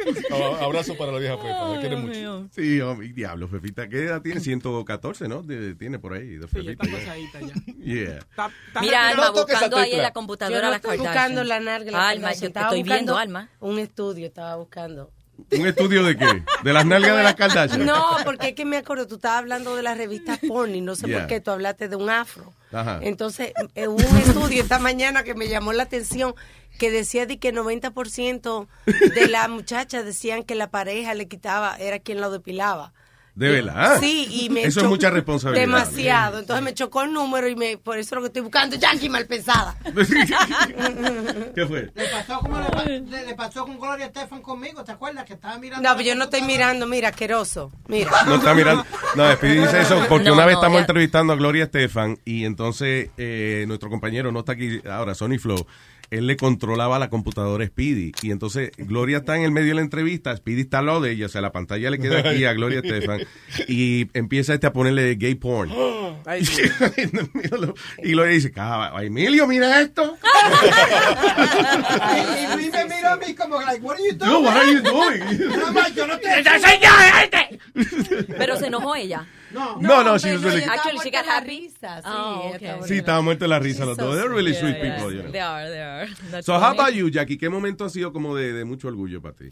[SPEAKER 4] Abrazo para la vieja Pepa, la quiere mucho.
[SPEAKER 3] Sí, hombre, diablo, Fefita, ¿qué edad tiene? 114, ¿no? De- tiene por ahí, de Fefita. ya. Yeah.
[SPEAKER 11] Mira, Alma,
[SPEAKER 12] No toques esa
[SPEAKER 11] buscando ahí en
[SPEAKER 12] tecla.
[SPEAKER 11] la computadora
[SPEAKER 14] Yo no
[SPEAKER 11] las
[SPEAKER 14] estoy
[SPEAKER 11] Kardashian.
[SPEAKER 14] buscando la narga. de la
[SPEAKER 11] Alma,
[SPEAKER 14] Kardashian.
[SPEAKER 11] yo te
[SPEAKER 14] Estaba
[SPEAKER 11] estoy
[SPEAKER 14] buscando
[SPEAKER 11] viendo, Alma.
[SPEAKER 14] Un estudio estaba buscando.
[SPEAKER 3] ¿Un estudio de qué? ¿De las nalgas de las Kardashian?
[SPEAKER 14] No, porque es que me acuerdo, tú estabas hablando de la revista Pony, no sé
[SPEAKER 3] Yeah.
[SPEAKER 14] por qué tú hablaste de un afro.
[SPEAKER 3] Ajá.
[SPEAKER 14] Entonces, eh, hubo un estudio esta mañana que me llamó la atención que decía de que 90% de las muchachas decían que la pareja le quitaba, era quien lo depilaba.
[SPEAKER 3] De verdad.
[SPEAKER 14] Sí, y me
[SPEAKER 3] Ah. Eso es
[SPEAKER 14] cho-
[SPEAKER 3] mucha responsabilidad.
[SPEAKER 14] Demasiado. Entonces me chocó el número y me, por eso lo que estoy buscando, Yankee mal pensada.
[SPEAKER 3] ¿Qué fue?
[SPEAKER 13] Le pasó, como le, pa- le- le pasó con Gloria Estefan conmigo, ¿te acuerdas? Que estaba mirando.
[SPEAKER 14] No, pero yo no estoy mirando, mira, asqueroso. Mira.
[SPEAKER 3] No está mirando. No, Speedy dice eso porque
[SPEAKER 14] No,
[SPEAKER 3] una vez
[SPEAKER 14] no,
[SPEAKER 3] estamos
[SPEAKER 14] ya-
[SPEAKER 3] entrevistando a Gloria Estefan y entonces eh, nuestro compañero no está aquí ahora, Sony Flow. Él le controlaba la computadora a Speedy. Y entonces Gloria está en el medio de la entrevista. Speedy está al lado de ella. O sea, la pantalla le queda aquí a Gloria Estefan. Y empieza este a ponerle gay porn.
[SPEAKER 8] Ay, sí.
[SPEAKER 3] Y Gloria dice: "Cava- Emilio, mira esto.
[SPEAKER 13] Y Luis me miró a mí como, like, what are you doing?
[SPEAKER 3] Dude, what are you doing?
[SPEAKER 13] No, ma, yo no te.
[SPEAKER 11] Pero se enojó ella.
[SPEAKER 3] No, no, no, she was really-
[SPEAKER 11] Actually, she got happy.
[SPEAKER 14] risa, sí,
[SPEAKER 11] Oh, okay.
[SPEAKER 3] Sí, estaba muerto de la risa los dos. They're really sweet people, you know.
[SPEAKER 11] They are, they are. That's
[SPEAKER 3] So, how
[SPEAKER 11] funny.
[SPEAKER 3] about you, Jackie? ¿Qué momento ha sido como de, de mucho orgullo para ti?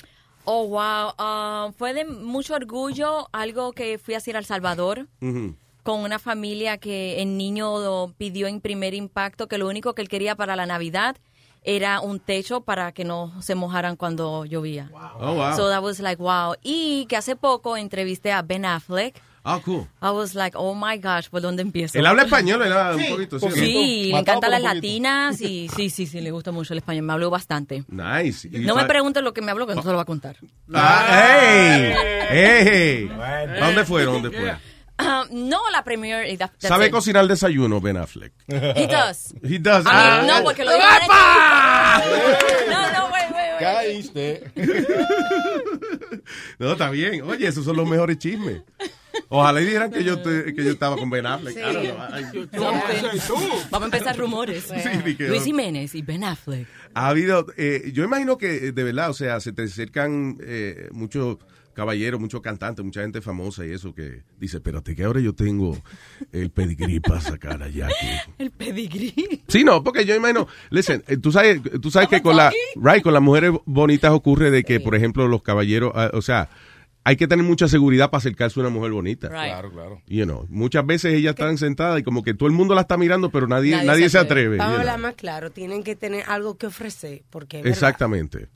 [SPEAKER 11] Oh, wow. Ah, fue de mucho orgullo algo que fui a hacer a El Salvador
[SPEAKER 3] Ujú.
[SPEAKER 11] con una familia que el niño do- pidió en primer impacto que lo único que él quería para la Navidad era un techo para que no se mojaran cuando llovía.
[SPEAKER 3] Oh, wow.
[SPEAKER 11] So that was like, wow. Y que hace poco entrevisté a Ben Affleck.
[SPEAKER 3] Ah, cool.
[SPEAKER 11] I was like, oh my gosh, ¿por dónde empiezo?
[SPEAKER 3] Él habla español, él habla un Sí. poquito, sí, ¿no?
[SPEAKER 11] Sí, le
[SPEAKER 3] Matado
[SPEAKER 11] encantan
[SPEAKER 3] por
[SPEAKER 11] las
[SPEAKER 3] un poquito.
[SPEAKER 11] latinas y sí, sí, sí, le gusta mucho el español. Me habló bastante.
[SPEAKER 3] Nice. Y
[SPEAKER 11] No me
[SPEAKER 3] pa-
[SPEAKER 11] preguntes lo que me habló, que no se lo va a contar.
[SPEAKER 3] Ah, ¡Hey! ¡Hey! ¿A ¿Dónde fueron después?
[SPEAKER 11] Ah, no, la premier. eh, that- that's
[SPEAKER 3] ¿Sabe
[SPEAKER 11] it.
[SPEAKER 3] cocinar el desayuno, Ben Affleck?
[SPEAKER 11] He does.
[SPEAKER 3] He does.
[SPEAKER 11] I
[SPEAKER 3] Ah.
[SPEAKER 11] mean, no, porque lo dijo en el- No, no, wait, wait, wait.
[SPEAKER 4] Caíste.
[SPEAKER 3] No, está bien. Oye, esos son los mejores chismes. Ojalá y dijeran que yo, te- que yo estaba con Ben Affleck.
[SPEAKER 11] Sí.
[SPEAKER 3] I don't know. I-
[SPEAKER 11] Vamos a empezar rumores.
[SPEAKER 3] di que-
[SPEAKER 11] Luis Jiménez y Ben Affleck.
[SPEAKER 3] Ha habido, eh, yo imagino que eh, de verdad, o sea, se te acercan eh, muchos caballeros, muchos cantantes, mucha gente famosa y eso que dice, espérate que ahora yo tengo el pedigrí para sacar allá.
[SPEAKER 11] El pedigrí.
[SPEAKER 3] Sí, no, porque yo imagino, listen, eh, tú sabes, tú sabes que con la, right, con las mujeres bonitas ocurre de que, por ejemplo, los caballeros, ah, o sea, hay que tener mucha seguridad para acercarse a una mujer bonita.
[SPEAKER 4] Claro, claro.
[SPEAKER 3] You know, muchas veces ellas están sentadas y como que todo el mundo la está mirando, pero nadie, nadie, se atreve.
[SPEAKER 14] Vamos a
[SPEAKER 3] you know.
[SPEAKER 14] hablar más claro, tienen que tener algo que ofrecer, porque es verdad,
[SPEAKER 3] Exactamente.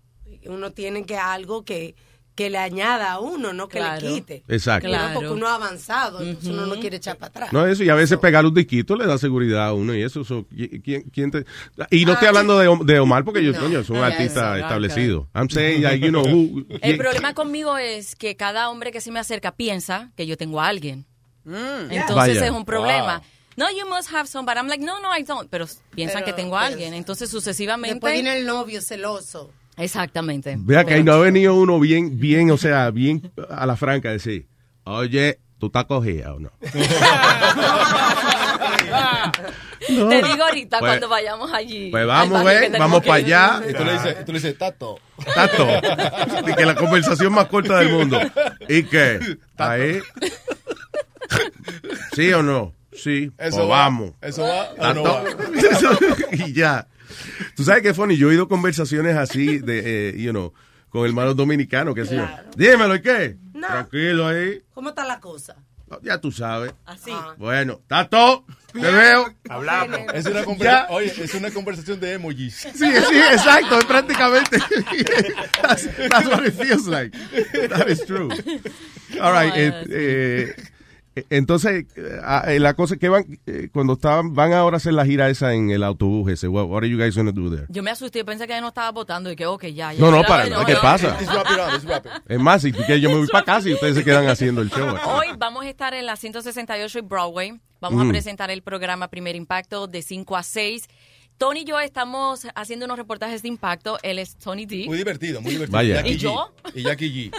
[SPEAKER 14] uno tiene que algo que, que le añada a uno, no que
[SPEAKER 11] Claro.
[SPEAKER 14] le quite.
[SPEAKER 3] Exacto.
[SPEAKER 14] Uno,
[SPEAKER 3] Claro.
[SPEAKER 14] Porque uno ha avanzado, entonces uno no quiere echar para atrás.
[SPEAKER 3] No, eso, y a veces pegar un disquito le da seguridad a uno y eso. so, ¿qui- quién, quién te- y no estoy hablando de, Om- de Omar porque yo, coño, es un
[SPEAKER 11] Ah, no,
[SPEAKER 3] artista
[SPEAKER 11] eso, no,
[SPEAKER 3] establecido. I'm saying, like, you know, who-
[SPEAKER 11] El
[SPEAKER 3] quién-
[SPEAKER 11] problema conmigo es que cada hombre que se me acerca piensa que yo tengo a alguien. Entonces
[SPEAKER 3] Vaya.
[SPEAKER 11] es un problema.
[SPEAKER 3] Wow.
[SPEAKER 11] No, you must have somebody. I'm like, no, no, I don't. Pero piensan
[SPEAKER 14] Pero, pues,
[SPEAKER 11] que tengo a alguien. Entonces sucesivamente.
[SPEAKER 14] Después viene el novio celoso.
[SPEAKER 11] Exactamente.
[SPEAKER 3] Vea que ahí no ha venido uno bien, bien, o sea, bien a la franca a decir, oye, ¿tú estás cogida o no? No.
[SPEAKER 11] Te digo ahorita
[SPEAKER 3] Pues-
[SPEAKER 11] cuando vayamos allí.
[SPEAKER 3] Pues vamos,
[SPEAKER 11] al barrio que
[SPEAKER 3] ven,
[SPEAKER 11] tenemos
[SPEAKER 3] vamos
[SPEAKER 11] que
[SPEAKER 3] para
[SPEAKER 11] ir.
[SPEAKER 3] allá.
[SPEAKER 4] Y tú le dices, y tú le dices Tato.
[SPEAKER 3] Tato. Y que la conversación más corta del mundo. ¿Y qué? Ahí. ¿Sí o no? Sí.
[SPEAKER 4] Eso
[SPEAKER 3] Pues
[SPEAKER 4] va,
[SPEAKER 3] vamos.
[SPEAKER 4] eso va o no
[SPEAKER 3] Tato.
[SPEAKER 4] va.
[SPEAKER 3] y ya. Tú sabes que funny, yo he oído conversaciones así de, eh, you know, con hermanos dominicanos, que sé yo. Dímelo, ¿y qué?
[SPEAKER 14] No.
[SPEAKER 3] Tranquilo ahí.
[SPEAKER 14] ¿Cómo está la cosa?
[SPEAKER 3] Ya tú sabes.
[SPEAKER 14] Así.
[SPEAKER 3] Bueno, Tato, te veo.
[SPEAKER 14] Hablamos.
[SPEAKER 4] Es una,
[SPEAKER 3] Ya.
[SPEAKER 4] conversa- Oye, es una conversación de emojis.
[SPEAKER 3] Sí, sí, exacto, es prácticamente. that's, that's what it feels like. That is true. All right. eh, eh, eh, entonces, eh, ah, eh, la cosa que van, eh, cuando estaban, van ahora a hacer la gira esa en el autobús ese, what, what are you guys going to do there?
[SPEAKER 11] Yo me asusté, pensé que ya no estaba votando y que, ok, ya. ya
[SPEAKER 3] No, no,
[SPEAKER 11] Ya,
[SPEAKER 3] para
[SPEAKER 11] ya,
[SPEAKER 3] nada,
[SPEAKER 11] ya.
[SPEAKER 3] ¿qué pasa?
[SPEAKER 4] rápido.
[SPEAKER 3] Es más, si tú quieres, yo me voy para casa y ustedes se quedan haciendo el show. aquí.
[SPEAKER 11] Hoy vamos a estar en la 168 y Broadway. Vamos
[SPEAKER 3] Mm.
[SPEAKER 11] a presentar el programa Primer Impacto de 5 a 6. Tony y yo estamos haciendo unos reportajes de impacto. Él es Tony D.
[SPEAKER 4] Muy divertido, muy divertido.
[SPEAKER 3] Vaya.
[SPEAKER 4] Jackie
[SPEAKER 11] ¿Y yo?
[SPEAKER 4] G. Y Jackie G.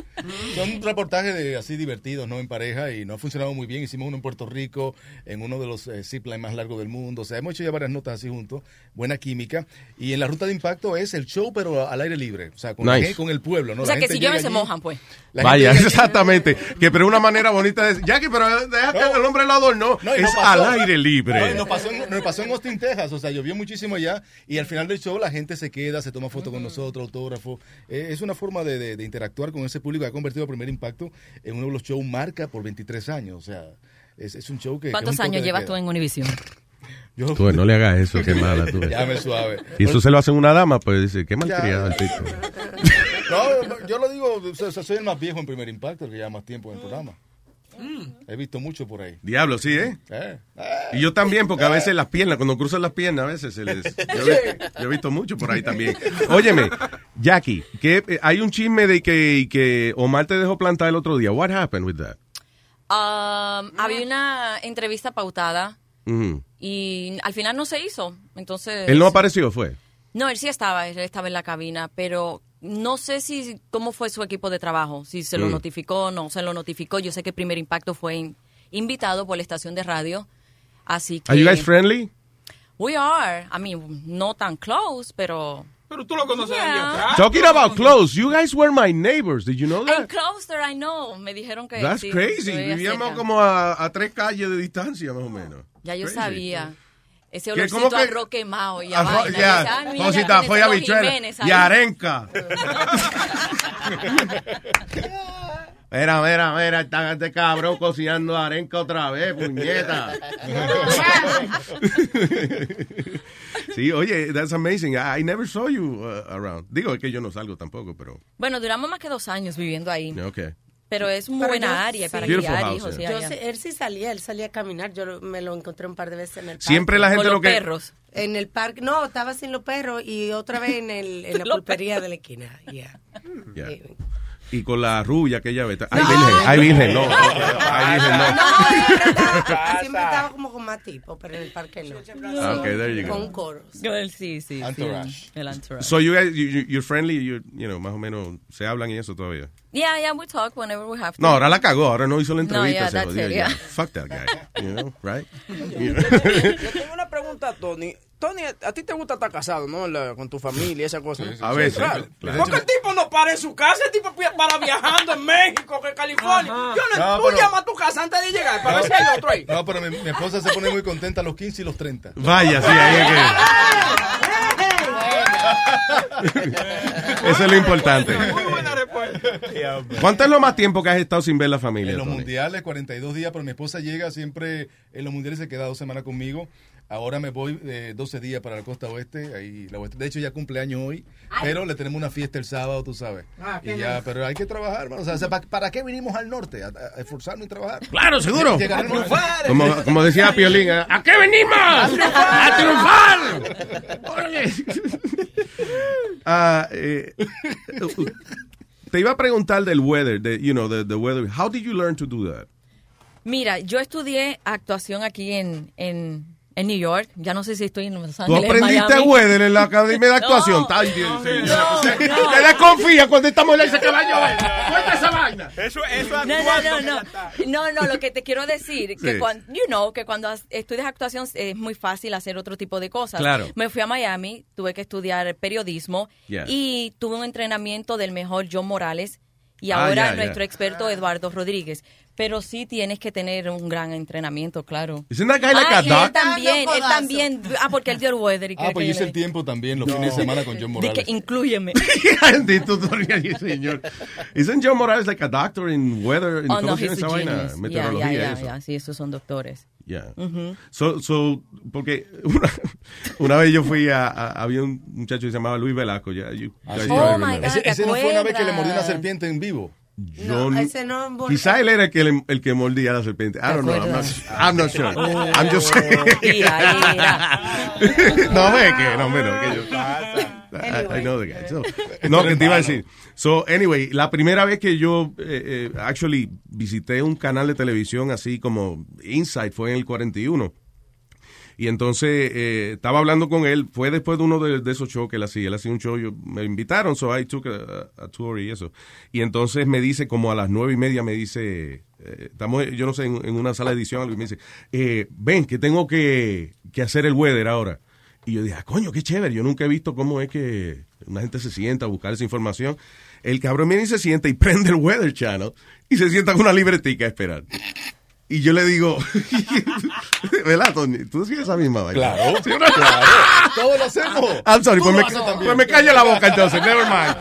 [SPEAKER 4] Son reportajes de, así divertidos, ¿no? En pareja y no ha funcionado muy bien. Hicimos uno en Puerto Rico, en uno de los eh, ziplines más largos del mundo. O sea, hemos hecho ya varias notas así juntos. Buena química. Y en la ruta de impacto es el show, pero al aire libre. O sea, con, la
[SPEAKER 3] Nice.
[SPEAKER 4] gente- con el pueblo, ¿no?
[SPEAKER 11] o
[SPEAKER 4] La
[SPEAKER 11] sea que
[SPEAKER 4] gente
[SPEAKER 11] si llueve
[SPEAKER 4] llega
[SPEAKER 11] se
[SPEAKER 4] allí.
[SPEAKER 11] mojan, pues.
[SPEAKER 4] La
[SPEAKER 3] Vaya,
[SPEAKER 4] gente-
[SPEAKER 3] exactamente. Que pero una manera bonita de decir, Jackie, pero déjate el hombre al adorno.
[SPEAKER 4] No, y
[SPEAKER 3] es
[SPEAKER 4] nos pasó.
[SPEAKER 3] al aire
[SPEAKER 4] No, y
[SPEAKER 3] libre.
[SPEAKER 4] nos, pasó en, nos pasó en Austin, Texas. O sea, llovió muchísimo allá y al final del show la gente se queda, se toma foto
[SPEAKER 3] Mm.
[SPEAKER 4] con nosotros, autógrafo. Eh, es una forma de, de- de interactuar con ese público. Ha convertido a Primer Impacto en uno de los shows marca por 23 años. O sea, es, es un show que... que es
[SPEAKER 11] ¿Cuántos
[SPEAKER 4] un toque
[SPEAKER 11] años
[SPEAKER 4] de
[SPEAKER 11] llevas
[SPEAKER 4] queda.
[SPEAKER 11] tú en Univision?
[SPEAKER 3] Tú, no le hagas eso, qué mala tú. eres.
[SPEAKER 4] Ya me suave.
[SPEAKER 3] Y eso se lo hacen una dama, pues dice, qué malcriado el
[SPEAKER 4] Ya.
[SPEAKER 3] tipo.
[SPEAKER 4] No, no, yo lo digo, o sea, soy el más viejo en Primer Impacto, el que lleva más tiempo en el programa. He visto mucho por ahí.
[SPEAKER 3] Diablo, sí, ¿eh?
[SPEAKER 4] Eh,
[SPEAKER 3] Y yo también, porque a veces las piernas, cuando cruzan las piernas, a veces se les... Yo, he- yo he visto mucho por ahí también. Óyeme, Jackie, que eh, hay un chisme de que, que Omar te dejó plantar el otro día. What happened with that?
[SPEAKER 11] Um, Había una entrevista pautada
[SPEAKER 3] Ujú.
[SPEAKER 11] y al final no se hizo. Entonces.
[SPEAKER 3] Él no apareció, fue.
[SPEAKER 11] No, él sí estaba, él estaba en la cabina, pero no sé si cómo fue su equipo de trabajo, si se lo
[SPEAKER 3] Mm.
[SPEAKER 11] notificó, no se lo notificó. Yo sé que Primer Impacto fue in- invitado por la estación de radio, así que.
[SPEAKER 3] Are you guys friendly?
[SPEAKER 11] We are. I mean, no tan close, pero.
[SPEAKER 1] Pero tú lo conoces
[SPEAKER 11] de años atrás.
[SPEAKER 3] Talking about clothes, you guys were my neighbors. Did you know
[SPEAKER 11] I'm
[SPEAKER 3] that?
[SPEAKER 11] closer, I know. Me dijeron que.
[SPEAKER 3] That's
[SPEAKER 11] sí,
[SPEAKER 3] crazy.
[SPEAKER 11] estoy
[SPEAKER 3] Vivíamos
[SPEAKER 11] cerca.
[SPEAKER 3] como a, a tres calles de distancia, más o menos.
[SPEAKER 11] Ya yo
[SPEAKER 3] Crazy.
[SPEAKER 11] sabía. Ese
[SPEAKER 3] Que
[SPEAKER 11] olorcito
[SPEAKER 3] como que-
[SPEAKER 11] a arroz quemado y a
[SPEAKER 3] Ah,
[SPEAKER 11] vaina.
[SPEAKER 3] jo-
[SPEAKER 11] Yo
[SPEAKER 3] ya,
[SPEAKER 11] decía, "Ay, mira,
[SPEAKER 3] Josita,
[SPEAKER 11] tiene
[SPEAKER 3] fue
[SPEAKER 11] todos los
[SPEAKER 3] habichuela
[SPEAKER 11] Jiménez
[SPEAKER 3] y
[SPEAKER 11] ahí".
[SPEAKER 3] arenca. Mira, mira, mira, está este cabrón cocinando arenca otra vez, puñeta. sí, oye, that's amazing. I, I never saw you uh, around. Digo, es que yo no salgo tampoco, pero...
[SPEAKER 11] Bueno, duramos más que dos años viviendo ahí.
[SPEAKER 3] Okay.
[SPEAKER 11] Pero es muy
[SPEAKER 14] Pero
[SPEAKER 11] buena
[SPEAKER 14] yo-
[SPEAKER 11] área para
[SPEAKER 3] Beautiful
[SPEAKER 11] criar
[SPEAKER 3] house,
[SPEAKER 11] hijos.
[SPEAKER 3] yeah.
[SPEAKER 11] y
[SPEAKER 14] Yo
[SPEAKER 11] allá.
[SPEAKER 14] sé- él sí salía, él salía a caminar. Yo lo- me lo encontré un par de veces en el parque.
[SPEAKER 3] Siempre la gente Con los lo que-
[SPEAKER 11] perros.
[SPEAKER 14] En el parque. No, estaba sin los perros y otra vez en, el, en la pulpería de la esquina. yeah.
[SPEAKER 3] Yeah. Y con la rubia que ella ve. Ay, virgen, ay, virgen, no. Ay, virgen, no.
[SPEAKER 14] Siempre estaba como con más tipo, pero en el parque no.
[SPEAKER 3] Ah, ok, there you go.
[SPEAKER 14] Con un coro.
[SPEAKER 11] Sí, sí.
[SPEAKER 4] Entourage.
[SPEAKER 11] El entourage.
[SPEAKER 3] So you guys, you, you- you're friendly, you, you know, más o menos, se hablan y eso todavía.
[SPEAKER 11] Yeah, yeah, we talk whenever we have to.
[SPEAKER 3] No, ahora la cagó, ahora no hizo la
[SPEAKER 11] No,
[SPEAKER 3] entrevista,
[SPEAKER 11] yeah,
[SPEAKER 3] se
[SPEAKER 11] that's
[SPEAKER 3] jodió
[SPEAKER 11] it,
[SPEAKER 3] ya.
[SPEAKER 11] yeah.
[SPEAKER 3] Fuck that guy, you know, right? You know.
[SPEAKER 8] Yo tengo una pregunta a Tony. Tony, a ti te gusta estar casado, ¿no? La- con tu familia, esa cosa.
[SPEAKER 3] sí, A sí, veces,
[SPEAKER 8] Claro.
[SPEAKER 3] claro.
[SPEAKER 8] Porque el tipo no para en su casa, el tipo pi- para viajando en México, que en California.
[SPEAKER 4] Ajá.
[SPEAKER 8] Yo no,
[SPEAKER 4] No,
[SPEAKER 8] tú
[SPEAKER 4] pero-
[SPEAKER 8] llamas a tu casa antes de llegar para ver si hay otro ahí.
[SPEAKER 4] No, pero mi, mi esposa se pone muy contenta a los 15 y los 30.
[SPEAKER 3] Vaya, sí, ahí es que... Eso es lo importante. ¿Cuánto es lo más tiempo que has estado sin ver la familia?
[SPEAKER 4] En los
[SPEAKER 3] Tony?
[SPEAKER 4] mundiales, 42 días, pero mi esposa llega siempre, en los mundiales se queda dos semanas conmigo. Ahora me voy eh, 12 días para la costa oeste. Ahí, la oeste. De hecho, ya cumpleaños hoy, pero le tenemos una fiesta el sábado, tú sabes.
[SPEAKER 13] Ah, qué
[SPEAKER 4] y ya,
[SPEAKER 13] nice.
[SPEAKER 4] pero hay que trabajar, hermano. O sea, ¿para, para qué vinimos al norte? ¿A, a esforzarnos y trabajar?
[SPEAKER 3] Claro, seguro.
[SPEAKER 4] Llegaremos-
[SPEAKER 3] Como, como decía Piolín, ¿eh? ¿a qué venimos?
[SPEAKER 4] ¡A
[SPEAKER 3] ¡A triunfar! Órale. Ah, eh, te iba a preguntar del weather, de, you know, the, the weather. How did you learn to do that?
[SPEAKER 11] Mira, yo estudié actuación aquí en, en, en New York. Ya no sé si estoy en Los
[SPEAKER 3] Tú
[SPEAKER 11] Ángeles.
[SPEAKER 3] aprendiste
[SPEAKER 11] Miami.
[SPEAKER 3] weather en la academia de actuación. Está
[SPEAKER 11] No,
[SPEAKER 3] bien, señora.
[SPEAKER 11] no,
[SPEAKER 3] Usted-
[SPEAKER 11] no.
[SPEAKER 3] usted desconfía cuando estamos en la que va a llover. Suelta esa vaina.
[SPEAKER 1] Eso, eso
[SPEAKER 11] No, no, no, no. No, no, lo que te quiero decir,
[SPEAKER 3] Sí.
[SPEAKER 11] que cuando, you know, que cuando has- estudias actuación es muy fácil hacer otro tipo de cosas.
[SPEAKER 15] Claro.
[SPEAKER 11] Me fui a Miami, tuve que estudiar periodismo
[SPEAKER 15] Yeah.
[SPEAKER 11] y tuve un entrenamiento del mejor John Morales y
[SPEAKER 15] Ah,
[SPEAKER 11] ahora
[SPEAKER 15] yeah,
[SPEAKER 11] nuestro
[SPEAKER 15] yeah.
[SPEAKER 11] experto Eduardo Rodríguez. Pero sí tienes que tener un gran entrenamiento, claro.
[SPEAKER 3] Isn't that guy like
[SPEAKER 11] Ah,
[SPEAKER 3] a
[SPEAKER 11] y
[SPEAKER 3] doc?
[SPEAKER 11] Él también,
[SPEAKER 12] Dando
[SPEAKER 11] él también. Ah, porque él dio el weather. y
[SPEAKER 4] Ah,
[SPEAKER 11] que-
[SPEAKER 4] pues
[SPEAKER 11] que
[SPEAKER 4] yo
[SPEAKER 11] yo
[SPEAKER 4] hice
[SPEAKER 11] le-
[SPEAKER 4] el tiempo también los fines de semana con John
[SPEAKER 11] Di que
[SPEAKER 4] Morales.
[SPEAKER 11] incluyeme.
[SPEAKER 3] Bendito Dorian, señor. Isn't John Morales like a doctor in weather? In
[SPEAKER 11] Oh, no,
[SPEAKER 3] ¿cómo se
[SPEAKER 11] he's
[SPEAKER 3] llama esa
[SPEAKER 11] a
[SPEAKER 3] vaina?
[SPEAKER 11] genius. Yeah,
[SPEAKER 3] Meteorología.
[SPEAKER 11] yeah, yeah,
[SPEAKER 3] eso.
[SPEAKER 11] yeah. Sí, esos son doctores.
[SPEAKER 3] Yeah.
[SPEAKER 11] Ujú.
[SPEAKER 3] so, so, porque una, una vez yo fui a, a- Había un muchacho que se llamaba Luis Velasco. ya, you guys
[SPEAKER 4] sí.
[SPEAKER 3] probably
[SPEAKER 4] Oh, my
[SPEAKER 3] remember.
[SPEAKER 4] God, Ese- ¿te ese no fue una vez que le mordió una acuerdas? serpiente en vivo.
[SPEAKER 3] Yo
[SPEAKER 14] No,
[SPEAKER 3] no-
[SPEAKER 14] ese no envolvió.
[SPEAKER 3] Quizá él era el que, le- el que mordía a la serpiente. I don't know. I'm not,
[SPEAKER 14] acuerdas?
[SPEAKER 3] I'm not sure. I'm just
[SPEAKER 14] Mira,
[SPEAKER 3] no, ve que, no, menos que yo. I, I know the guy. So, no, que te iba a decir. So, anyway, la primera vez que yo, eh, eh, actually, visité un canal de televisión así como Insight fue en el 41. Y entonces eh, estaba hablando con él. Fue después de uno de, de esos shows que él hacía. Él hacía un show, yo- me invitaron, so I took a, a tour y eso. Y entonces me dice, como a las nueve y media, me dice, eh, estamos, yo no sé, en, en una sala de edición, algo, y me dice, eh, ven, que tengo que, que hacer el weather ahora. Y yo dije, ah, coño, qué chévere. Yo nunca he visto cómo es que una gente se sienta a buscar esa información. El cabrón viene y se sienta y prende el Weather Channel y se sienta con una libretica a esperar. Y yo le digo, ¿verdad, Tony? Tú sigues esa misma vaina.
[SPEAKER 4] Claro,
[SPEAKER 3] ¿Sí o no?
[SPEAKER 4] claro. Todos lo hacemos.
[SPEAKER 3] I'm sorry,
[SPEAKER 4] Tú
[SPEAKER 3] pues
[SPEAKER 4] lo
[SPEAKER 3] me,
[SPEAKER 4] haces también.
[SPEAKER 3] pues me calla la boca entonces, never mind.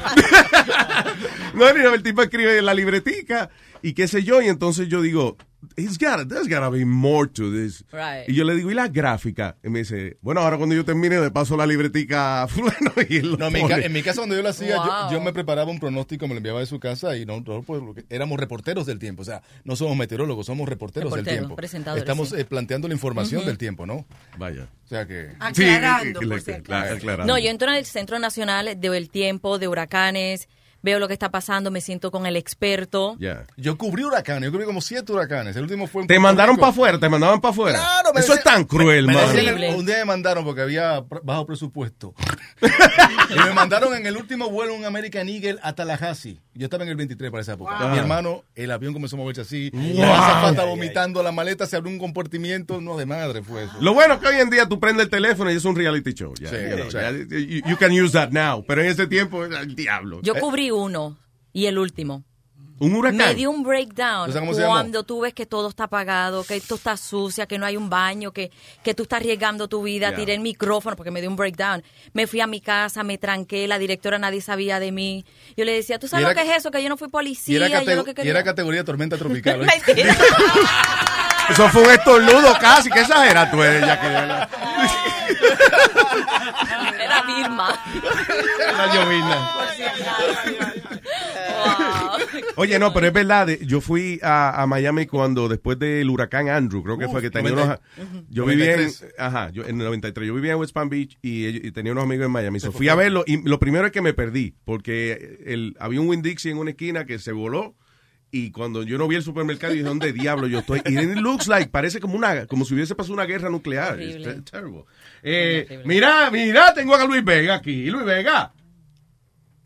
[SPEAKER 3] no, no, el tipo escribe en la libretica y qué sé yo, y entonces yo digo, It's gotta, there's gotta be more to this.
[SPEAKER 2] Right.
[SPEAKER 3] Y yo le digo, ¿y la gráfica? Y me dice, bueno, ahora cuando yo termine le paso la libretica a fulano y él lo
[SPEAKER 4] No, en mi, ca-
[SPEAKER 3] pone.
[SPEAKER 4] en mi casa cuando yo lo hacía, yo-
[SPEAKER 3] Wow.
[SPEAKER 4] yo, me preparaba un pronóstico, me lo enviaba de su casa y nosotros pues, lo que- éramos reporteros del tiempo. O sea, no somos meteorólogos, somos reporteros del
[SPEAKER 11] Reporteros,
[SPEAKER 4] tiempo.
[SPEAKER 11] presentadores,
[SPEAKER 4] Estamos
[SPEAKER 11] sí.
[SPEAKER 4] eh, planteando la información
[SPEAKER 11] Ujú.
[SPEAKER 4] del tiempo, ¿no?
[SPEAKER 3] Vaya. eh,
[SPEAKER 4] O sea que...
[SPEAKER 14] Aclarando, Sí, por si
[SPEAKER 3] acaso.
[SPEAKER 11] No, yo entro en el Centro Nacional del Tiempo, de huracanes, veo lo que está pasando, me siento con el experto.
[SPEAKER 3] Ya.
[SPEAKER 4] Yo cubrí huracanes, yo cubrí como siete huracanes. El último fue en
[SPEAKER 3] Te
[SPEAKER 4] Puerto
[SPEAKER 3] mandaron
[SPEAKER 4] Rico.
[SPEAKER 3] para afuera, te mandaban para afuera.
[SPEAKER 4] Claro, me
[SPEAKER 3] Eso es
[SPEAKER 4] decían-
[SPEAKER 3] tan cruel,
[SPEAKER 4] me- me
[SPEAKER 3] mano.
[SPEAKER 4] decían el- un día me mandaron porque había pr- bajo presupuesto. y me mandaron en el último vuelo un American Eagle a Tallahassee. Yo estaba en el 23 para esa época.
[SPEAKER 3] Wow.
[SPEAKER 4] Mi hermano, el avión comenzó a moverse así.
[SPEAKER 3] Wow.
[SPEAKER 4] La zapata vomitando, la maleta se abrió un compartimiento. No, de madre fue eso.
[SPEAKER 3] Lo bueno es que hoy en día tú prendes el teléfono y es un reality show. Ya,
[SPEAKER 4] Sí,
[SPEAKER 3] you know,
[SPEAKER 4] sí.
[SPEAKER 3] ya, you, you can use that now. Pero en ese tiempo era el diablo.
[SPEAKER 11] Yo
[SPEAKER 3] Eh,
[SPEAKER 11] cubrí uno y el último.
[SPEAKER 3] un huracán.
[SPEAKER 11] Me dio un breakdown
[SPEAKER 3] ¿Tú sabes cómo se llamó?
[SPEAKER 11] cuando tú ves que todo está apagado, que esto está sucia, que no hay un baño, que, que tú estás arriesgando tu vida.
[SPEAKER 1] Ya.
[SPEAKER 11] Tiré el micrófono porque me dio un breakdown. Me fui a mi casa, me tranqué, la directora nadie sabía de mí. Yo le decía, ¿tú sabes
[SPEAKER 4] Y
[SPEAKER 11] lo
[SPEAKER 4] era-
[SPEAKER 11] que es eso? Que yo no fui
[SPEAKER 4] Y
[SPEAKER 11] policía,
[SPEAKER 4] era,
[SPEAKER 11] yo
[SPEAKER 4] categ-
[SPEAKER 11] lo que
[SPEAKER 4] y era
[SPEAKER 11] quería...
[SPEAKER 4] categoría tormenta tropical. ¿oíste?
[SPEAKER 11] Mentira.
[SPEAKER 3] Eso fue un estornudo casi. Que exagera tú eres, ya que
[SPEAKER 11] Era Vilma.
[SPEAKER 3] la llovina. Oye, no, pero es verdad. de- Yo fui a, a Miami cuando después del huracán Andrew, creo que
[SPEAKER 4] Uf,
[SPEAKER 3] fue que tenía
[SPEAKER 4] 90.
[SPEAKER 3] unos.
[SPEAKER 4] Ujú.
[SPEAKER 3] Yo vivía en,
[SPEAKER 4] 93.
[SPEAKER 3] ajá, yo, en el 93. Yo vivía en West Palm Beach y, ellos- y tenía unos amigos en Miami. So, fui a verlo y lo primero es que me perdí porque el, había un Winn Dixie en una esquina que se voló. Y cuando yo no vi el supermercado, dije, ¿dónde diablo yo estoy? Y then it looks like, parece como una como si hubiese pasado una guerra nuclear.
[SPEAKER 2] Horrible.
[SPEAKER 3] It's terrible. Eh, mira, mira, tengo a Luis Vega aquí. Luis Vega.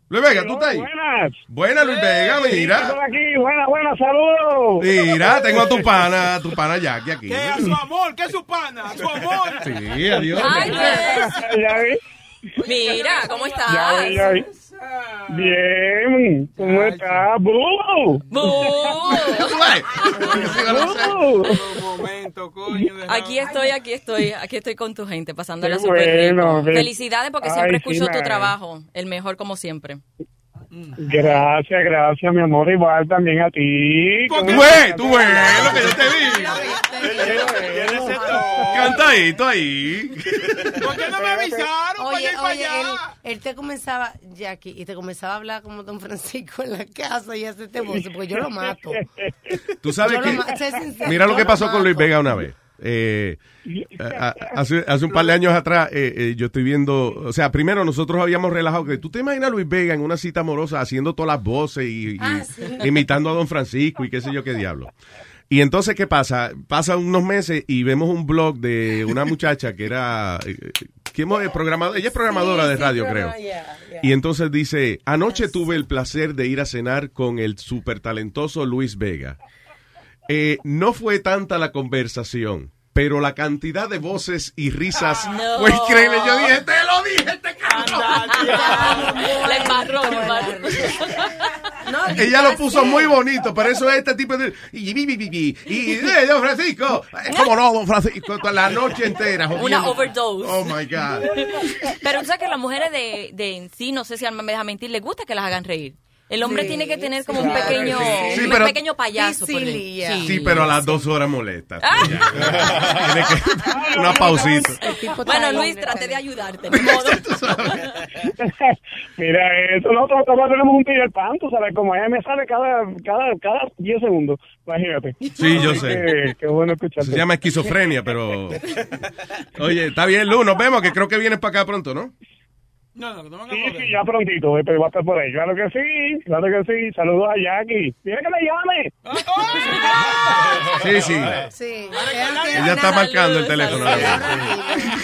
[SPEAKER 3] Luis Vega, ¿tú estás ahí?
[SPEAKER 15] Buenas.
[SPEAKER 3] Buenas, Luis Vega, mira.
[SPEAKER 15] Estoy aquí, buena, buena, saludos.
[SPEAKER 3] Mira, tengo a tu pana, a tu pana Jackie aquí.
[SPEAKER 15] A su amor, que es su pana, a su amor.
[SPEAKER 3] Sí, adiós.
[SPEAKER 11] Ay, pues.
[SPEAKER 15] Ya vi,
[SPEAKER 11] Mira, ¿cómo estás?
[SPEAKER 15] ya vi, ya vi. Bien, ¿cómo estás, Boo? Boo.
[SPEAKER 11] Aquí estoy, aquí estoy, aquí estoy con tu gente, pasándola
[SPEAKER 15] Qué
[SPEAKER 11] súper
[SPEAKER 15] bueno,
[SPEAKER 11] rico.
[SPEAKER 15] ve.
[SPEAKER 11] Felicidades porque
[SPEAKER 15] Ay,
[SPEAKER 11] siempre
[SPEAKER 15] sí,
[SPEAKER 11] escucho tu
[SPEAKER 15] man.
[SPEAKER 11] trabajo, el mejor como siempre.
[SPEAKER 15] Gracias, gracias, mi amor, igual también a ti.
[SPEAKER 3] Tú ves, tú ves lo que yo te vi. Cantadito ahí.
[SPEAKER 14] no me avisaron? pues, Oye, oye, él, él te comenzaba, Jackie, y te comenzaba a hablar como Don Francisco en la casa y hacerte voces, porque pues yo lo mato.
[SPEAKER 3] Tú sabes
[SPEAKER 14] Yo lo ma- sé
[SPEAKER 3] que.
[SPEAKER 14] sincero,
[SPEAKER 3] Mira lo
[SPEAKER 14] yo
[SPEAKER 3] que
[SPEAKER 14] lo
[SPEAKER 3] pasó con
[SPEAKER 14] mato.
[SPEAKER 3] Luis Vega una vez. Eh, a- a- hace, hace un par de años atrás, eh, eh, yo estoy viendo. O sea, primero nosotros habíamos relajado que tú te imaginas a Luis Vega en una cita amorosa haciendo todas las voces y, y
[SPEAKER 2] Ah, sí.
[SPEAKER 3] imitando a Don Francisco y qué sé yo qué diablo. Y entonces, ¿qué pasa? Pasan unos meses y vemos un blog de una muchacha que era. eh, ¿Quién es programadora? Ella es programadora de radio, creo. Y entonces dice, anoche tuve el placer de ir a cenar con el súper talentoso Luis Vega. Eh, no fue tanta la conversación, pero la cantidad de voces y risas
[SPEAKER 2] Ah.
[SPEAKER 3] fue increíble. Yo dije, te lo dije, te
[SPEAKER 2] cabrón.
[SPEAKER 11] La embarró, la embarró.
[SPEAKER 14] No,
[SPEAKER 3] Ella lo puso
[SPEAKER 14] sí.
[SPEAKER 3] muy bonito, pero eso es este tipo de. Y, y, y, y, y, y, eh, don Francisco. eh, ¿Cómo no, don Francisco? Toda la noche entera.
[SPEAKER 11] Una
[SPEAKER 3] jodiendo.
[SPEAKER 11] overdose.
[SPEAKER 3] Oh my God.
[SPEAKER 11] Pero tú sabes que las mujeres de, de en sí, no sé si Alma me deja mentir, les gusta que las hagan reír. El hombre tiene que tener como un
[SPEAKER 3] claro,
[SPEAKER 11] pequeño,
[SPEAKER 3] sí. Sí,
[SPEAKER 11] un
[SPEAKER 3] pero-
[SPEAKER 11] pequeño payaso. por él.
[SPEAKER 3] Sí, pero a las dos horas molesta. Tiene que- Una pausita.
[SPEAKER 11] Bueno, Luis, traté de ayudarte.
[SPEAKER 15] Mira, eso, nosotros acá tenemos un pillo al pan, tú sabes, como ella me sale cada, cada, cada 10 segundos, imagínate.
[SPEAKER 3] Sí, yo sé.
[SPEAKER 15] Qué, qué bueno escucharte.
[SPEAKER 3] Se llama esquizofrenia, pero. Oye, está bien, Lu. Nos vemos, que creo que vienes para acá pronto, ¿no?
[SPEAKER 15] Sí, sí, ya prontito, eh, pero va a estar por ahí. Claro que sí, claro que sí. Saludos a Jackie. Tiene que me llame.
[SPEAKER 3] Sí, sí.
[SPEAKER 14] Sí.
[SPEAKER 3] Ella está marcando el teléfono.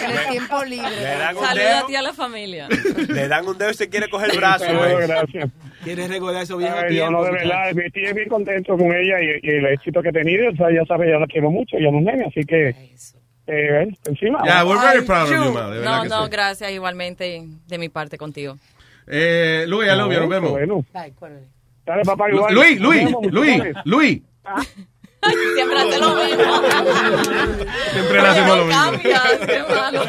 [SPEAKER 14] El tiempo libre.
[SPEAKER 10] Le dan un
[SPEAKER 11] Saluda a
[SPEAKER 10] dedo,
[SPEAKER 11] ti a la familia.
[SPEAKER 10] le dan un dedo y se quiere coger el brazo. pues.
[SPEAKER 15] Todo,
[SPEAKER 10] güey.
[SPEAKER 15] gracias.
[SPEAKER 8] ¿Quieres recordar eso
[SPEAKER 10] viejos
[SPEAKER 15] Ay, yo no,
[SPEAKER 10] tiempos,
[SPEAKER 15] de verdad,
[SPEAKER 10] muchachos?
[SPEAKER 15] me estoy bien contento con ella y, y el éxito que ha tenido. O sea, ya sabes, ya la quiero mucho, ya nos nene, así que. Eh, encima.
[SPEAKER 3] Yeah, we're very proud of you, ma, de verdad
[SPEAKER 11] No,
[SPEAKER 3] que
[SPEAKER 11] no,
[SPEAKER 3] sí.
[SPEAKER 11] gracias igualmente de mi parte contigo.
[SPEAKER 3] Eh, Luis, I love you, nos vemos.
[SPEAKER 15] Dale, papá,
[SPEAKER 3] Lu-
[SPEAKER 15] igual.
[SPEAKER 3] Luis,
[SPEAKER 15] Nos
[SPEAKER 3] Luis,
[SPEAKER 15] vemos,
[SPEAKER 3] Luis,
[SPEAKER 15] muchachones.
[SPEAKER 3] Luis.
[SPEAKER 11] Siempre hace lo mismo.
[SPEAKER 3] Siempre le hacemos lo mismo.
[SPEAKER 11] Cambias, qué malo.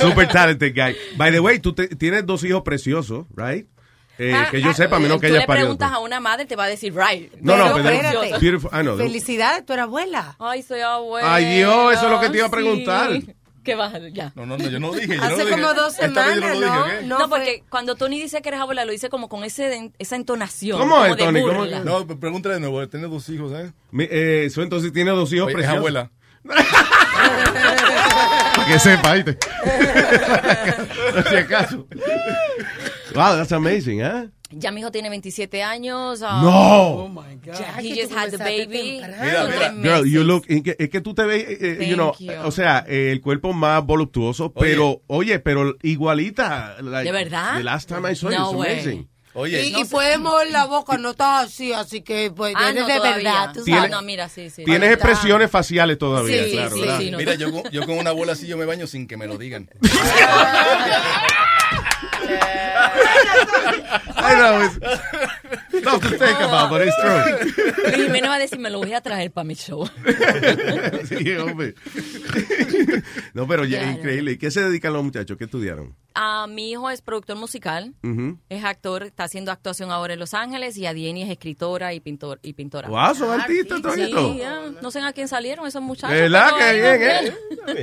[SPEAKER 3] Super talented guy. By the way, tú te- tienes dos hijos preciosos, right? Eh, que yo sepa, a menos que
[SPEAKER 11] Tú
[SPEAKER 3] hayas
[SPEAKER 11] le
[SPEAKER 3] parido.
[SPEAKER 11] preguntas a una madre, te va a decir, right.
[SPEAKER 3] No, no,
[SPEAKER 14] Pero
[SPEAKER 3] pero-
[SPEAKER 14] espérate.
[SPEAKER 3] beautiful, ah, I know.
[SPEAKER 14] Felicidades, tu era abuela.
[SPEAKER 11] Ay, soy abuela.
[SPEAKER 3] Ay, Dios, eso es lo que te iba a
[SPEAKER 11] Sí.
[SPEAKER 3] preguntar.
[SPEAKER 11] ¿Qué vas a- ya?
[SPEAKER 4] No, no, no, yo no dije. Yo no
[SPEAKER 14] Hace
[SPEAKER 4] dije.
[SPEAKER 14] como dos
[SPEAKER 4] Esta vez
[SPEAKER 14] semanas,
[SPEAKER 4] yo no lo dije, ¿ok?
[SPEAKER 14] ¿no?
[SPEAKER 11] No, porque cuando Tony dice que eres abuela, lo dice como con ese, esa entonación.
[SPEAKER 4] ¿Cómo es,
[SPEAKER 11] como de
[SPEAKER 4] Tony? ¿Cómo
[SPEAKER 11] burla.
[SPEAKER 4] es? No, pero pregúntale de nuevo. Tiene dos hijos, ¿sabes?
[SPEAKER 3] Mi- eh, eso entonces tiene dos hijos
[SPEAKER 4] Oye, es
[SPEAKER 3] preciosos.
[SPEAKER 4] abuela.
[SPEAKER 3] Para que sepa, ¿viste? Por si acaso. Wow, that's amazing, ¿eh?
[SPEAKER 11] Ya mi hijo tiene 27 años. ah,
[SPEAKER 3] No. Oh, my
[SPEAKER 11] Ya, He just had the baby.
[SPEAKER 3] Mira, mira, girl, you look, es que, es que tú te ves, eh, eh, you know,
[SPEAKER 11] Thank you.
[SPEAKER 3] o sea, eh, el cuerpo más voluptuoso, pero, oye, pero igualita. like,
[SPEAKER 14] ¿De verdad?
[SPEAKER 3] The last time I saw you,
[SPEAKER 14] No
[SPEAKER 3] it's
[SPEAKER 14] way.
[SPEAKER 3] amazing.
[SPEAKER 14] y, y puedes mover la boca, no estás así, así que pues
[SPEAKER 11] Ah,
[SPEAKER 14] eres
[SPEAKER 11] no,
[SPEAKER 14] de
[SPEAKER 11] todavía. Ah,
[SPEAKER 14] verdad. tú
[SPEAKER 3] Tiene-
[SPEAKER 14] sabes.
[SPEAKER 11] No, mira, sí, sí.
[SPEAKER 3] Tienes
[SPEAKER 11] Ahí está.
[SPEAKER 3] expresiones faciales todavía,
[SPEAKER 11] Sí,
[SPEAKER 3] claro,
[SPEAKER 11] sí,
[SPEAKER 3] ¿verdad?
[SPEAKER 11] sí, no.
[SPEAKER 4] Mira, yo, con- yo con una bola así yo me baño sin que me lo digan.
[SPEAKER 3] I know, it's tough to think about, but it's true.
[SPEAKER 11] Luis Jiménez va a decir, me lo voy a traer para mi show.
[SPEAKER 3] Sí, hombre. No, pero ya,
[SPEAKER 11] Claro.
[SPEAKER 3] increíble. ¿Y qué se dedican los muchachos? ¿Qué estudiaron?
[SPEAKER 11] Ah, mi hijo es productor
[SPEAKER 3] Mm.
[SPEAKER 11] musical,
[SPEAKER 3] Ujú.
[SPEAKER 11] es actor, está haciendo actuación ahora en Los Ángeles y Adieni es escritora y, pintor, y pintora.
[SPEAKER 3] Guau, son artistas
[SPEAKER 11] Ah, Sí,
[SPEAKER 3] toditos.
[SPEAKER 11] ya. no sé a quién salieron esos muchachos.
[SPEAKER 3] ¿Verdad?
[SPEAKER 11] pero-
[SPEAKER 3] Qué bien,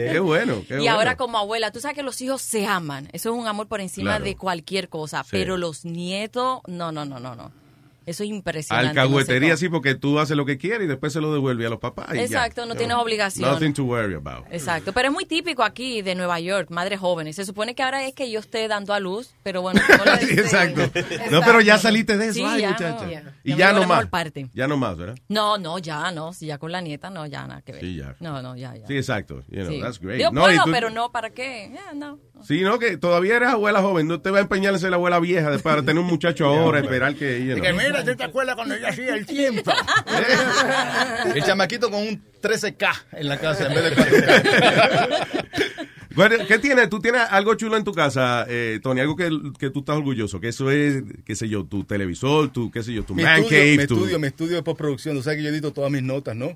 [SPEAKER 3] ¿eh? Qué bueno, qué
[SPEAKER 11] y
[SPEAKER 3] bueno.
[SPEAKER 11] ahora como abuela, tú sabes que los hijos se aman, eso es un amor por encima
[SPEAKER 3] Claro.
[SPEAKER 11] de cualquier cosa,
[SPEAKER 3] Sí.
[SPEAKER 11] pero los nietos, no, no, no, no, no. Eso es impresionante.
[SPEAKER 3] Alcahuetería,
[SPEAKER 11] no sé
[SPEAKER 3] sí, porque tú haces lo que quieres y después se lo devuelve a los papás. y ya.
[SPEAKER 11] Exacto, no tienes obligación.
[SPEAKER 3] Nothing to worry about.
[SPEAKER 11] cómo. Exacto, pero es muy típico aquí de Nueva York, madres jóvenes. Se supone que ahora es que yo esté dando a luz, pero bueno, no lo
[SPEAKER 3] Sí, exacto. No, pero ya saliste de eso,
[SPEAKER 11] Sí,
[SPEAKER 3] ay,
[SPEAKER 11] ya,
[SPEAKER 3] muchacha.
[SPEAKER 11] ya.
[SPEAKER 3] Y
[SPEAKER 11] Ya
[SPEAKER 3] ya
[SPEAKER 11] me
[SPEAKER 3] no
[SPEAKER 11] llegó la
[SPEAKER 3] más.
[SPEAKER 11] mejor parte.
[SPEAKER 3] Ya no más, ¿verdad?
[SPEAKER 11] No, no, ya no. Si ya con la nieta, no, ya nada que ver.
[SPEAKER 3] Sí, ya.
[SPEAKER 11] No, no, ya, ya.
[SPEAKER 3] Sí, exacto. You know,
[SPEAKER 11] Sí.
[SPEAKER 3] that's great.
[SPEAKER 11] Digo,
[SPEAKER 3] No, y
[SPEAKER 11] puedo,
[SPEAKER 3] tú-
[SPEAKER 11] pero no, ¿para qué? Eh, no.
[SPEAKER 3] Sí, no, que todavía eres abuela joven. No te va a empeñar en ser la abuela vieja de- para tener un muchacho ahora, esperar que... you know.
[SPEAKER 4] Que mira, ¿tú te acuerdas cuando yo hacía el tiempo? el chamaquito con un 13K en la casa en vez de 4K.
[SPEAKER 3] Bueno, ¿Qué tienes? ¿Tú tienes algo chulo en tu casa, eh, Tony? Algo que, que tú estás orgulloso. Que eso es, qué sé yo, tu televisor, tu, qué sé yo, tu
[SPEAKER 4] mi
[SPEAKER 3] man
[SPEAKER 4] estudio,
[SPEAKER 3] cave,
[SPEAKER 4] mi
[SPEAKER 3] tu-
[SPEAKER 4] estudio, mi estudio de postproducción. Tú sabes que yo edito todas mis notas, ¿no?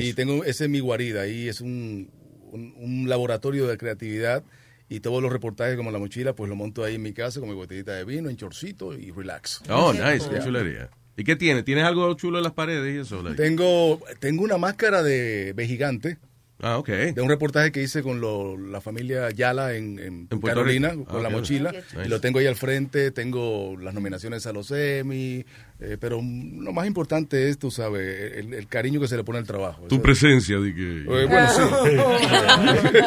[SPEAKER 4] Y tengo, ese es mi guarida. Y es un, un, un laboratorio de creatividad. Y todos los reportajes, como la mochila, pues lo monto ahí en mi casa con mi botellita de vino, en chorcito y relax.
[SPEAKER 3] Oh, nice, qué
[SPEAKER 4] Yeah.
[SPEAKER 3] chulería. ¿Y qué tienes? ¿Tienes algo chulo en las paredes y eso? like?
[SPEAKER 4] Tengo, tengo una máscara de, de gigante.
[SPEAKER 3] Ah, ok.
[SPEAKER 4] De un reportaje que hice con lo- la familia Yala en, en
[SPEAKER 3] En Puerto
[SPEAKER 4] Carolina,
[SPEAKER 3] Rico.
[SPEAKER 4] con
[SPEAKER 3] Ah,
[SPEAKER 4] la
[SPEAKER 3] ok.
[SPEAKER 4] mochila.
[SPEAKER 3] Nice.
[SPEAKER 4] Y lo tengo ahí al frente, tengo las nominaciones a los Emmy, eh, pero mm, lo más importante es, tú sabes, el, el cariño que se le pone al trabajo.
[SPEAKER 3] Tu
[SPEAKER 4] Eso-
[SPEAKER 3] presencia, di que...
[SPEAKER 4] Eh, bueno, sí.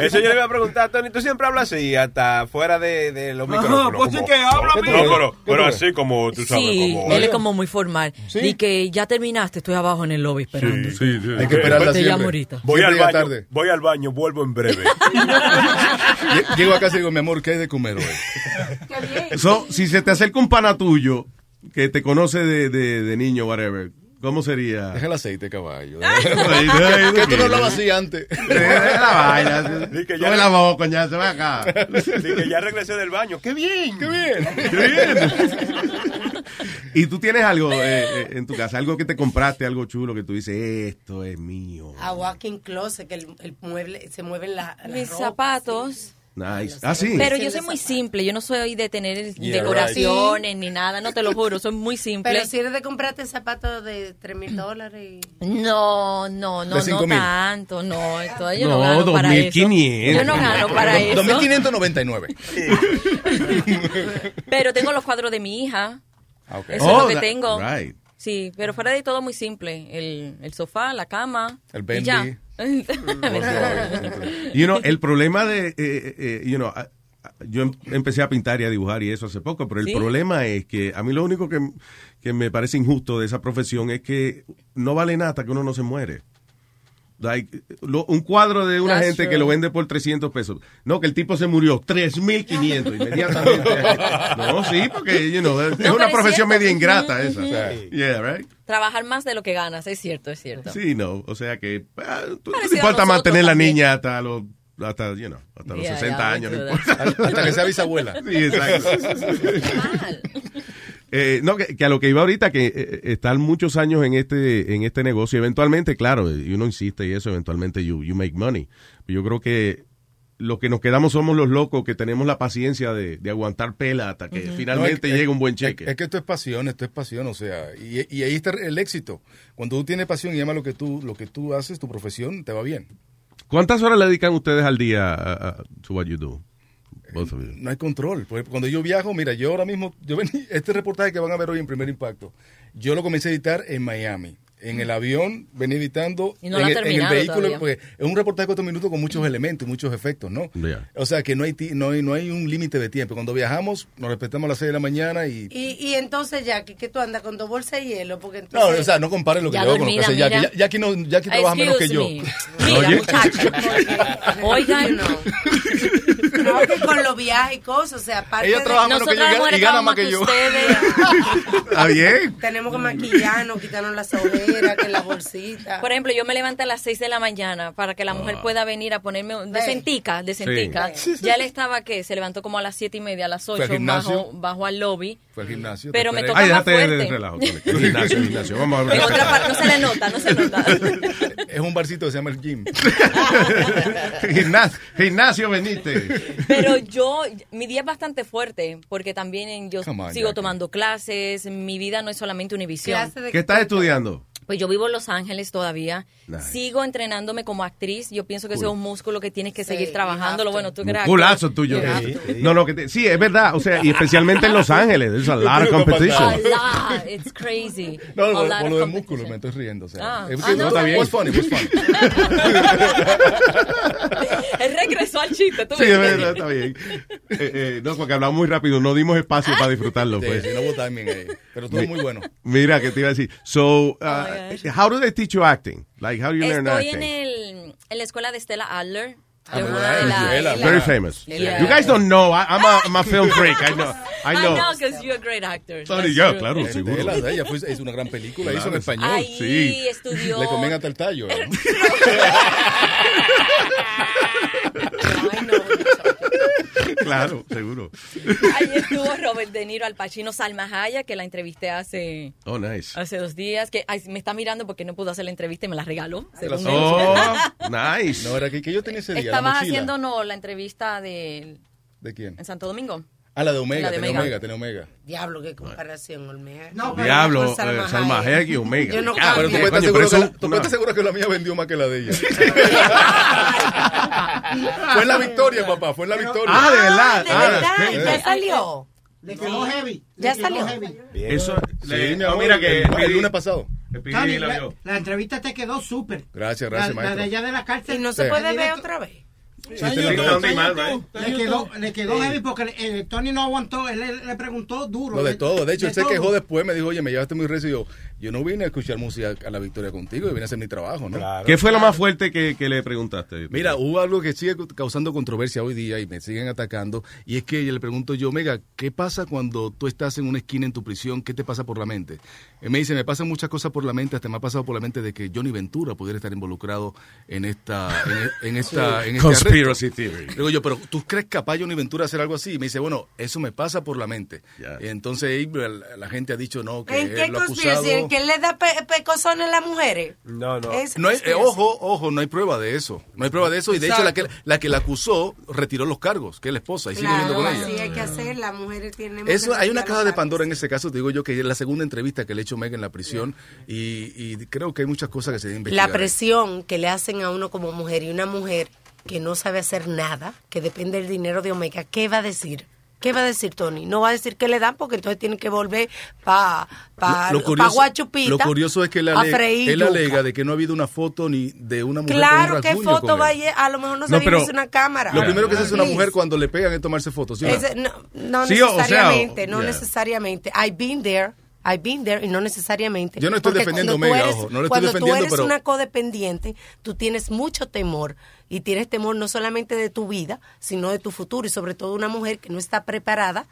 [SPEAKER 10] Eso yo le iba a preguntar, Tony. Tú siempre hablas así, hasta fuera de, de los micrófonos.
[SPEAKER 8] pues
[SPEAKER 10] como-
[SPEAKER 8] sí que habla,
[SPEAKER 10] No,
[SPEAKER 8] mira.
[SPEAKER 10] pero,
[SPEAKER 8] ¿Qué
[SPEAKER 10] pero
[SPEAKER 8] tal?
[SPEAKER 10] así como tú sabes.
[SPEAKER 11] sí,
[SPEAKER 10] como,
[SPEAKER 11] él es como muy formal.
[SPEAKER 10] Sí.
[SPEAKER 11] Y que ya terminaste, estoy abajo en el lobby esperando.
[SPEAKER 3] Sí, sí.
[SPEAKER 4] Hay
[SPEAKER 10] Pues
[SPEAKER 4] que esperarla
[SPEAKER 11] Te llamo
[SPEAKER 4] siempre.
[SPEAKER 11] ahorita.
[SPEAKER 10] Voy al
[SPEAKER 4] Siempre
[SPEAKER 10] baño,
[SPEAKER 4] llega tarde.
[SPEAKER 10] voy al baño, vuelvo en breve.
[SPEAKER 4] Lle- Llego a casa y digo, mi amor, ¿qué hay de comer hoy?
[SPEAKER 3] So, si se te acerca un pana tuyo que te conoce de, de, de niño, whatever, ¿cómo sería?
[SPEAKER 4] Deja el aceite, caballo.
[SPEAKER 3] que
[SPEAKER 4] que tú no hablabas así antes.
[SPEAKER 3] la vaina.
[SPEAKER 10] Di que ya-
[SPEAKER 3] Come la boca, ya se va acá.
[SPEAKER 10] Así que ya regresé del baño. ¡Qué bien! ¡Qué
[SPEAKER 4] bien!
[SPEAKER 3] Qué bien. Y tú tienes algo eh, eh, en tu casa, algo que te compraste, algo chulo que tú dices, esto es mío.
[SPEAKER 14] A walking closet, que el, el mueble se mueven la, la
[SPEAKER 11] Mis
[SPEAKER 14] ropa,
[SPEAKER 11] zapatos.
[SPEAKER 3] Nice. Ah, sí.
[SPEAKER 11] Pero yo soy muy simple, yo no soy de tener
[SPEAKER 3] Yeah,
[SPEAKER 11] decoraciones ni nada, no te lo juro, soy muy simple.
[SPEAKER 14] Pero si eres de comprarte zapatos de 3 mil dólares. y-
[SPEAKER 11] No, no, no,
[SPEAKER 4] De
[SPEAKER 11] no
[SPEAKER 4] 5,000.
[SPEAKER 11] tanto, no, esto- yo no,
[SPEAKER 4] No,
[SPEAKER 11] gano para eso.
[SPEAKER 4] 2.500.
[SPEAKER 11] Yo no gano para eso.
[SPEAKER 4] 2.599.
[SPEAKER 11] Pero tengo los cuadros de mi hija,
[SPEAKER 4] Ah, ok.
[SPEAKER 11] eso es
[SPEAKER 4] Oh,
[SPEAKER 11] lo que
[SPEAKER 4] that-
[SPEAKER 11] tengo.
[SPEAKER 4] right.
[SPEAKER 11] Sí, pero fuera de todo muy simple, el, el sofá, la cama,
[SPEAKER 3] El
[SPEAKER 11] y
[SPEAKER 3] Bendy.
[SPEAKER 11] ya.
[SPEAKER 3] You know, el problema de, eh, eh, eh, you know, a- a- yo em- empecé a pintar y a dibujar y eso hace poco, pero el
[SPEAKER 1] Sí.
[SPEAKER 3] problema es que a mí lo único que, que me parece injusto de esa profesión es que no vale nada hasta que uno no se muere. Like, lo- un cuadro de una
[SPEAKER 1] That's
[SPEAKER 3] gente
[SPEAKER 1] true.
[SPEAKER 3] que lo vende por 300 pesos. No, que el tipo se murió, 3.500 inmediatamente. no, sí, porque you know, es
[SPEAKER 11] pero
[SPEAKER 3] una
[SPEAKER 11] es
[SPEAKER 3] profesión
[SPEAKER 11] cierto.
[SPEAKER 3] media ingrata esa.
[SPEAKER 11] Ujú, ujú.
[SPEAKER 3] Yeah, right?
[SPEAKER 11] Trabajar más de lo que ganas, es cierto, es cierto.
[SPEAKER 3] Sí, no, o sea que ah, tú- no
[SPEAKER 11] Parecido
[SPEAKER 3] importa
[SPEAKER 11] a nosotros
[SPEAKER 3] mantener la
[SPEAKER 11] también.
[SPEAKER 3] niña hasta los hasta, you know, hasta los
[SPEAKER 11] Yeah,
[SPEAKER 3] 60
[SPEAKER 11] yeah,
[SPEAKER 3] años,
[SPEAKER 11] we
[SPEAKER 3] no
[SPEAKER 11] do
[SPEAKER 3] importa.
[SPEAKER 4] that. Hasta que sea bisabuela.
[SPEAKER 3] Sí, exacto. Eh, no, que, que a lo que iba ahorita, que eh, están muchos años en este en este negocio, eventualmente, claro, y uno insiste y eso, eventualmente you, you make money. Yo creo que los que nos quedamos somos los locos que tenemos la paciencia de, de aguantar pela hasta que
[SPEAKER 4] Ujú.
[SPEAKER 3] finalmente
[SPEAKER 4] No, es-
[SPEAKER 3] llega un buen cheque.
[SPEAKER 4] Es que esto es pasión, esto es pasión, o sea, y, y ahí está el éxito. Cuando tú tienes pasión y amas lo que tú lo que tú haces, tu profesión te va bien.
[SPEAKER 3] ¿Cuántas horas le dedican ustedes al día a, a- to what you do? Both of you.
[SPEAKER 4] No hay control. Por ejemplo, Cuando yo viajo, mira, yo ahora mismo, yo vení- este reportaje que van a ver hoy en Primer Impacto, yo lo comencé a editar en Miami. En el avión venía editando
[SPEAKER 1] Y no lo
[SPEAKER 4] en, el,
[SPEAKER 1] ha
[SPEAKER 4] en el
[SPEAKER 1] terminado
[SPEAKER 4] vehículo,
[SPEAKER 1] todavía. Mm.
[SPEAKER 4] porque es un reportaje de cuatro minutos con muchos elementos y muchos efectos, ¿no? O sea que no hay, ti- no hay, no hay un límite de tiempo. Cuando viajamos, nos respetamos a las 6 de la mañana y
[SPEAKER 14] Y, y entonces, Jackie, que tú andas con dos bolsas de hielo. Porque
[SPEAKER 4] No,
[SPEAKER 14] entonces,
[SPEAKER 4] o sea, no compares lo que
[SPEAKER 14] Ya
[SPEAKER 4] yo hago con lo que
[SPEAKER 14] dormida,
[SPEAKER 4] hace Jackie.
[SPEAKER 14] mira.
[SPEAKER 4] Ya- Jackie, no, Jackie trabaja menos que yo.
[SPEAKER 14] Excuse
[SPEAKER 4] Oye.
[SPEAKER 11] Oigan,
[SPEAKER 14] no, que con los viajes y cosas, o sea, aparte
[SPEAKER 4] Ella
[SPEAKER 14] de-
[SPEAKER 4] trabaja menos que yo y Nosotras gana- y gana más que yo.
[SPEAKER 3] Está bien.
[SPEAKER 14] Tenemos que maquillarnos, quitarnos las ojeras, que la bolsita.
[SPEAKER 11] Por ejemplo, yo me levanto a las 6 de la mañana para que la mujer pueda venir a ponerme un- de sentica, de sentica.
[SPEAKER 4] Ah. Sí.
[SPEAKER 11] Ya le estaba que se levantó como a las siete y media, a las
[SPEAKER 4] al
[SPEAKER 11] 8,
[SPEAKER 4] gimnasio.
[SPEAKER 11] bajo, bajo al lobby.
[SPEAKER 4] Fue al gimnasio.
[SPEAKER 11] Pero
[SPEAKER 4] te
[SPEAKER 11] me
[SPEAKER 4] esperé.
[SPEAKER 11] toca Ay, más déjate de- fuerte. de
[SPEAKER 3] relajo, Ignacio, Ignacio, vamos a
[SPEAKER 11] En otra parte, no se le nota, no se le nota.
[SPEAKER 4] Es un barcito que se llama el gym.
[SPEAKER 3] Gimnasio, gimnasio veniste.
[SPEAKER 11] Pero yo, mi día es bastante fuerte porque también en- yo
[SPEAKER 3] Come on,
[SPEAKER 11] sigo
[SPEAKER 3] Jackie.
[SPEAKER 11] tomando clases, mi vida no es solamente Univisión.
[SPEAKER 3] ¿Qué estás estudiando?
[SPEAKER 11] Pues yo vivo en Los Ángeles todavía.
[SPEAKER 3] Nice.
[SPEAKER 11] Sigo entrenándome como actriz. Yo pienso que ese
[SPEAKER 3] Cool.
[SPEAKER 11] es un músculo que tienes que seguir trabajándolo. Bueno, tú que eres
[SPEAKER 3] Culazo
[SPEAKER 11] actor.
[SPEAKER 3] tuyo.
[SPEAKER 11] Yeah.
[SPEAKER 3] No, no, que te- sí, es verdad. O sea, y especialmente en Los Ángeles. There's a lot of
[SPEAKER 11] A
[SPEAKER 3] competition.
[SPEAKER 11] lot. It's crazy.
[SPEAKER 4] No,
[SPEAKER 11] A
[SPEAKER 4] por, por
[SPEAKER 11] lot
[SPEAKER 4] lo
[SPEAKER 11] of
[SPEAKER 4] de
[SPEAKER 11] competition.
[SPEAKER 4] músculos me estoy riendo. O sea,
[SPEAKER 11] Ah.
[SPEAKER 3] Eh,
[SPEAKER 4] es-
[SPEAKER 11] Ah, no, está bien.
[SPEAKER 4] was funny, was funny.
[SPEAKER 11] Él regresó al chiste. ¿tú
[SPEAKER 3] Sí,
[SPEAKER 11] ves?
[SPEAKER 3] es verdad, está bien. Eh, eh, no, porque hablamos muy rápido. No dimos espacio para disfrutarlo.
[SPEAKER 4] Sí,
[SPEAKER 3] Pues.
[SPEAKER 4] sí, no hubo timing ahí. Pero todo
[SPEAKER 3] Mi-
[SPEAKER 4] muy bueno.
[SPEAKER 3] Mira, que te iba a decir. So, uh, how do they teach you acting? Like, how do you learn
[SPEAKER 11] Oh, Estoy
[SPEAKER 3] acting?
[SPEAKER 11] en, el, en la escuela de Stella Adler.
[SPEAKER 4] Ah,
[SPEAKER 11] Yo-
[SPEAKER 4] muy
[SPEAKER 11] de
[SPEAKER 4] bueno.
[SPEAKER 11] la-
[SPEAKER 4] Estela.
[SPEAKER 3] Very famous.
[SPEAKER 11] Yeah.
[SPEAKER 3] You guys don't know. I, I'm, a, I'm a film freak. I know. I
[SPEAKER 11] I
[SPEAKER 3] know.
[SPEAKER 11] know, because Ah, you're a great actor.
[SPEAKER 3] Sorry,
[SPEAKER 11] That's
[SPEAKER 3] ya,
[SPEAKER 11] true.
[SPEAKER 3] claro, seguro.
[SPEAKER 4] Estela, ella fue- hizo una gran película, hizo en español.
[SPEAKER 11] Ahí estudió-
[SPEAKER 4] Le comen hasta el tallo. ¿eh?
[SPEAKER 3] Claro, seguro.
[SPEAKER 11] Ahí estuvo Robert De Niro, Al Pacino, Salma Hayek, que la entrevisté hace...
[SPEAKER 3] Oh, nice.
[SPEAKER 11] Hace dos días que ay, me está mirando porque no pudo hacer la entrevista y me la regaló. según él.
[SPEAKER 3] Oh, nice.
[SPEAKER 4] No, era que, que yo tenía ese día. la
[SPEAKER 11] Estabas
[SPEAKER 4] mochila.
[SPEAKER 11] haciendo no la entrevista de
[SPEAKER 4] ¿De quién?
[SPEAKER 11] en Santo Domingo.
[SPEAKER 4] Ah, la de Omega,
[SPEAKER 11] La de
[SPEAKER 4] tenía
[SPEAKER 11] Omega.
[SPEAKER 4] Omega, tenía Omega.
[SPEAKER 14] Diablo, qué comparación, Olmega.
[SPEAKER 3] Diablo,
[SPEAKER 14] Con Salma
[SPEAKER 3] eh, Salma
[SPEAKER 14] Hayek.
[SPEAKER 3] Hayek y Omega.
[SPEAKER 14] Yo no
[SPEAKER 3] Ah,
[SPEAKER 4] pero tú
[SPEAKER 3] bien.
[SPEAKER 4] puedes estar
[SPEAKER 3] Coño, pero
[SPEAKER 4] seguro, que
[SPEAKER 3] eso-
[SPEAKER 4] la- tú puedes estar seguro que la mía vendió más que la de ella. fue en la victoria, papá, fue en la victoria.
[SPEAKER 3] Ah, de verdad.
[SPEAKER 4] de
[SPEAKER 3] Ah,
[SPEAKER 4] verdad,
[SPEAKER 3] sí.
[SPEAKER 4] ya
[SPEAKER 3] Eh,
[SPEAKER 14] salió.
[SPEAKER 13] Le quedó heavy.
[SPEAKER 14] Ya
[SPEAKER 13] le quedó
[SPEAKER 14] salió.
[SPEAKER 13] heavy.
[SPEAKER 3] Eso,
[SPEAKER 4] Sí,
[SPEAKER 3] le-
[SPEAKER 4] mi
[SPEAKER 3] no,
[SPEAKER 4] amor,
[SPEAKER 3] mira que
[SPEAKER 4] el- el
[SPEAKER 3] Pidi-
[SPEAKER 4] lunes pasado.
[SPEAKER 13] Tony, la, la entrevista te quedó súper.
[SPEAKER 4] Gracias,
[SPEAKER 13] La,
[SPEAKER 4] gracias,
[SPEAKER 13] la de
[SPEAKER 4] maestro.
[SPEAKER 13] allá de la cárcel.
[SPEAKER 14] Y no se
[SPEAKER 4] Sí.
[SPEAKER 14] puede ver otra vez.
[SPEAKER 4] Sí, te digo, no, ni mal, ¿eh?
[SPEAKER 13] Le quedó, le quedó
[SPEAKER 4] Sí.
[SPEAKER 13] heavy porque el, el Tony no aguantó. Él le, le preguntó duro.
[SPEAKER 4] No, de todo. De hecho, él se
[SPEAKER 13] todo.
[SPEAKER 4] quejó después, me dijo, oye, me llevaste muy recio. Y yo, yo no vine a escuchar música a la victoria contigo, yo vine a hacer mi trabajo, ¿no?
[SPEAKER 3] ¿Qué fue lo más fuerte que, que le preguntaste?
[SPEAKER 4] Mira, hubo algo que sigue causando controversia hoy día y me siguen atacando. Y es que yo le pregunto yo, Mega, ¿qué pasa cuando tú estás en una esquina en tu prisión? ¿Qué te pasa por la mente? Él me dice, me pasan muchas cosas por la mente. Hasta me ha pasado por la mente de que Johnny Ventura pudiera estar involucrado en e, esta, en, en esta, en este arresto.
[SPEAKER 3] Conspiracy theory.
[SPEAKER 4] Le digo yo, pero ¿tú crees capaz Johnny Ventura hacer algo así? Y me dice, bueno, eso me pasa por la mente. Y entonces ahí la, la gente ha dicho, no, que
[SPEAKER 12] ¿En
[SPEAKER 4] él
[SPEAKER 12] qué
[SPEAKER 4] lo ha acusado.
[SPEAKER 12] conspiración? ¿Que él le da pe- pecozón a las mujeres?
[SPEAKER 10] No, no.
[SPEAKER 12] Es-
[SPEAKER 4] No hay-
[SPEAKER 12] es-
[SPEAKER 4] eh, ojo, ojo, no hay prueba de eso. No hay prueba de eso. Y de hecho, la que, la que la acusó retiró los cargos, que es la esposa, y sigue viviendo
[SPEAKER 12] Claro,
[SPEAKER 4] con
[SPEAKER 12] así
[SPEAKER 4] ella.
[SPEAKER 12] hay que hacer. Las mujeres tienen.
[SPEAKER 4] Eso,
[SPEAKER 12] que
[SPEAKER 4] hay una
[SPEAKER 12] respetar
[SPEAKER 4] caja de Pandora en ese caso, te digo yo, que es la segunda entrevista que le he hecho Meg en la prisión. Y, y creo que hay muchas cosas que se deben investigar.
[SPEAKER 12] La presión que le hacen a uno como mujer y una mujer que no sabe hacer nada, que depende del dinero de Omega, ¿qué va a decir? ¿Qué va a decir Tony? No va a decir que le dan porque entonces tiene que volver para pa,
[SPEAKER 4] Lo- lo
[SPEAKER 12] pa
[SPEAKER 4] curioso-
[SPEAKER 12] Guachupita
[SPEAKER 4] Lo curioso es que él
[SPEAKER 12] a
[SPEAKER 4] alega,
[SPEAKER 12] freír
[SPEAKER 4] él
[SPEAKER 12] yuca.
[SPEAKER 4] alega de que no ha habido una foto ni de una mujer con
[SPEAKER 12] Claro,
[SPEAKER 4] un
[SPEAKER 12] ¿qué
[SPEAKER 4] rasguño con
[SPEAKER 12] foto
[SPEAKER 4] él.
[SPEAKER 12] va a lle- A lo mejor no,
[SPEAKER 4] No,
[SPEAKER 12] sabía
[SPEAKER 4] pero
[SPEAKER 12] ni una cámara.
[SPEAKER 4] Lo primero que se hace una
[SPEAKER 12] Please.
[SPEAKER 4] mujer cuando le pegan es tomarse fotos, ¿sí o no?
[SPEAKER 12] Ese- no, no
[SPEAKER 4] Sí, o- o sea,
[SPEAKER 12] necesariamente, no
[SPEAKER 4] yeah.
[SPEAKER 12] necesariamente. I've been there. I've been there y no necesariamente.
[SPEAKER 4] Yo no estoy
[SPEAKER 12] Porque
[SPEAKER 4] defendiendo
[SPEAKER 12] cuando tú
[SPEAKER 4] Omega,
[SPEAKER 12] eres-
[SPEAKER 4] ojo, no lo estoy
[SPEAKER 12] Cuando
[SPEAKER 4] defendiendo,
[SPEAKER 12] tú eres
[SPEAKER 4] pero-
[SPEAKER 12] una codependiente, tú tienes mucho temor. Y tienes temor no solamente de tu vida, sino de tu futuro. Y sobre todo una mujer que no está preparada,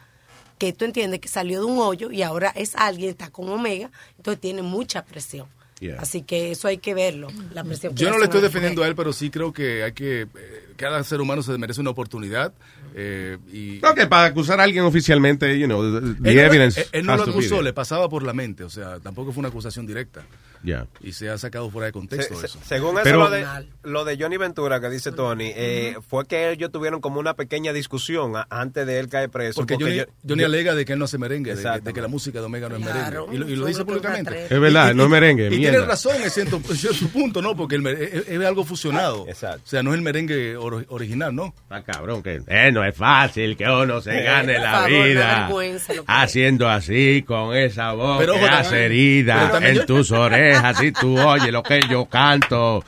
[SPEAKER 12] que tú entiendes que salió de un hoyo y ahora es alguien, está con Omega, entonces tiene mucha presión.
[SPEAKER 4] Yeah.
[SPEAKER 12] Así que eso hay que verlo, la presión. que
[SPEAKER 4] Yo no
[SPEAKER 12] hacen
[SPEAKER 4] le
[SPEAKER 12] a
[SPEAKER 4] estoy
[SPEAKER 12] la
[SPEAKER 4] defendiendo a él, pero sí creo que hay que eh, cada ser humano se merece una oportunidad eh, y
[SPEAKER 3] No, que para acusar a alguien oficialmente, you know, the, the
[SPEAKER 4] él, no-
[SPEAKER 3] evidence.
[SPEAKER 4] él- él no
[SPEAKER 3] has
[SPEAKER 4] lo
[SPEAKER 3] to be
[SPEAKER 4] acusó,
[SPEAKER 3] there.
[SPEAKER 4] le pasaba por la mente, o sea, tampoco fue una acusación directa
[SPEAKER 3] Yeah.
[SPEAKER 4] y se ha sacado fuera de contexto
[SPEAKER 10] Se- se-
[SPEAKER 4] eso.
[SPEAKER 10] según eso, lo, de, lo de Johnny Ventura que dice Tony, eh, fue que ellos tuvieron como una pequeña discusión a- antes de él caer preso.
[SPEAKER 4] porque, Johnny,
[SPEAKER 10] yo-
[SPEAKER 4] Johnny alega de que él no hace merengue, de, que- de que
[SPEAKER 10] Exactamente.
[SPEAKER 4] la música de Omega no es
[SPEAKER 10] Claro,
[SPEAKER 4] merengue. Y lo, y lo dice públicamente.
[SPEAKER 3] Es verdad, no es merengue,
[SPEAKER 4] Y tiene
[SPEAKER 3] mierda.
[SPEAKER 4] razón en cierto, en cierto punto, ¿no? Porque el mere- es, es algo fusionado. O sea, no es el merengue or- original, ¿no?
[SPEAKER 3] Está cabrón, que eh, no es fácil que uno se gane
[SPEAKER 4] Eh, Por
[SPEAKER 3] la
[SPEAKER 4] favor, no
[SPEAKER 3] vida
[SPEAKER 4] avergüence lo que
[SPEAKER 3] haciendo así con esa voz
[SPEAKER 4] Pero
[SPEAKER 3] que
[SPEAKER 4] ojo,
[SPEAKER 3] hace
[SPEAKER 4] también- pero
[SPEAKER 3] herida
[SPEAKER 4] también
[SPEAKER 3] en
[SPEAKER 4] yo-
[SPEAKER 3] tus orejas y tú oyes lo que yo canto.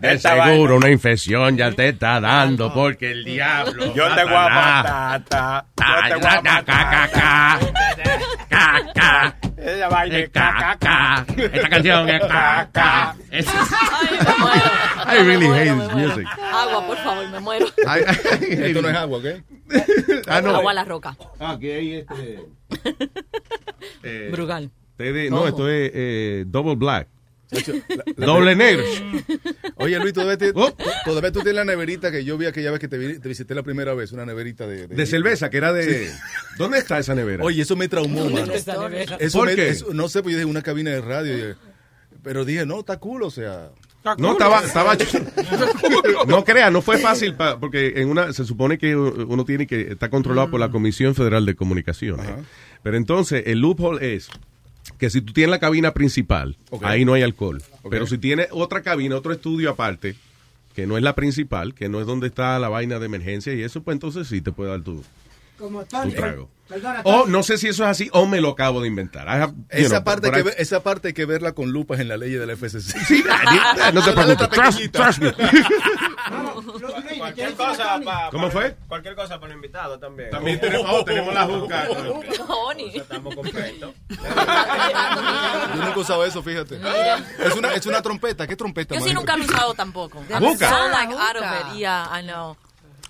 [SPEAKER 3] De
[SPEAKER 10] Esta
[SPEAKER 3] seguro
[SPEAKER 10] vaina.
[SPEAKER 3] una infección ya te está dando porque el diablo.
[SPEAKER 10] Yo te voy a
[SPEAKER 3] Satanás,
[SPEAKER 10] matar, ta,
[SPEAKER 3] ta,
[SPEAKER 10] yo te voy a
[SPEAKER 3] ta, ta, ca, ca, ca, ca, ca.
[SPEAKER 10] Ella baila
[SPEAKER 3] Eh, ca, ca. Esta canción es ca, ca. Es- I really hate this music.
[SPEAKER 11] Agua, por favor, me muero.
[SPEAKER 3] I-
[SPEAKER 4] Esto no es agua, ¿ok?
[SPEAKER 3] Ah, no.
[SPEAKER 11] Agua a la roca.
[SPEAKER 3] Ah, que hay este. Eh,
[SPEAKER 11] Brugal.
[SPEAKER 3] te de- no,
[SPEAKER 4] Ojo.
[SPEAKER 3] esto es eh, double black.
[SPEAKER 4] la- Mm.
[SPEAKER 3] Doble Oh. negro.
[SPEAKER 4] Oye, Luis, todavía, te- todavía tú tienes la neverita que yo vi aquella vez que te, vi- te visité la primera vez, una neverita de...
[SPEAKER 3] De cerveza, que era de. ¿Dónde está esa nevera?
[SPEAKER 4] Oye, eso me traumó, mano. Eso
[SPEAKER 3] ¿Por
[SPEAKER 4] me-
[SPEAKER 3] qué?
[SPEAKER 4] eso- no sé, pues yo dije una cabina de radio. y- pero dije, no, está cool, o sea...
[SPEAKER 3] No, estaba, estaba No crea, no fue fácil pa- porque en una se supone que uno tiene que está controlado
[SPEAKER 4] Mm.
[SPEAKER 3] por la Comisión Federal de Comunicaciones. Pero entonces el loophole es que si tú tienes la cabina principal,
[SPEAKER 4] Ok.
[SPEAKER 3] ahí no hay alcohol.
[SPEAKER 4] Ok.
[SPEAKER 3] Pero si tienes otra cabina, otro estudio aparte, que no es la principal, que no es donde está la vaina de emergencia y eso, pues entonces sí te puede dar tu,
[SPEAKER 9] Como Tony.
[SPEAKER 3] tu trago.
[SPEAKER 9] Perdona, Tony.
[SPEAKER 3] O Oh, no sé si eso es así o me lo acabo de inventar. I have- you
[SPEAKER 4] Esa
[SPEAKER 3] know,
[SPEAKER 4] parte,
[SPEAKER 3] but
[SPEAKER 4] que,
[SPEAKER 3] I-
[SPEAKER 4] ve- esa parte hay que verla con lupas en la ley del FCC.
[SPEAKER 3] no te
[SPEAKER 4] La letra
[SPEAKER 3] preocupes. Trust,
[SPEAKER 4] pequeñita.
[SPEAKER 3] trust me.
[SPEAKER 10] Cualquier cosa pa-
[SPEAKER 3] ¿Cómo
[SPEAKER 10] pa-
[SPEAKER 3] fue?
[SPEAKER 10] Cualquier cosa para los invitados también.
[SPEAKER 3] También tenemos- oh, tenemos la juca.
[SPEAKER 11] Tony.
[SPEAKER 10] Estamos completos.
[SPEAKER 4] Yo nunca usaba eso, fíjate. Es una, es una trompeta. ¿Qué trompeta?
[SPEAKER 11] Yo sí
[SPEAKER 4] manito?
[SPEAKER 11] nunca lo he usado tampoco.
[SPEAKER 4] ¿La
[SPEAKER 11] I'm
[SPEAKER 4] boca?
[SPEAKER 11] so like out of it. Yeah, I know.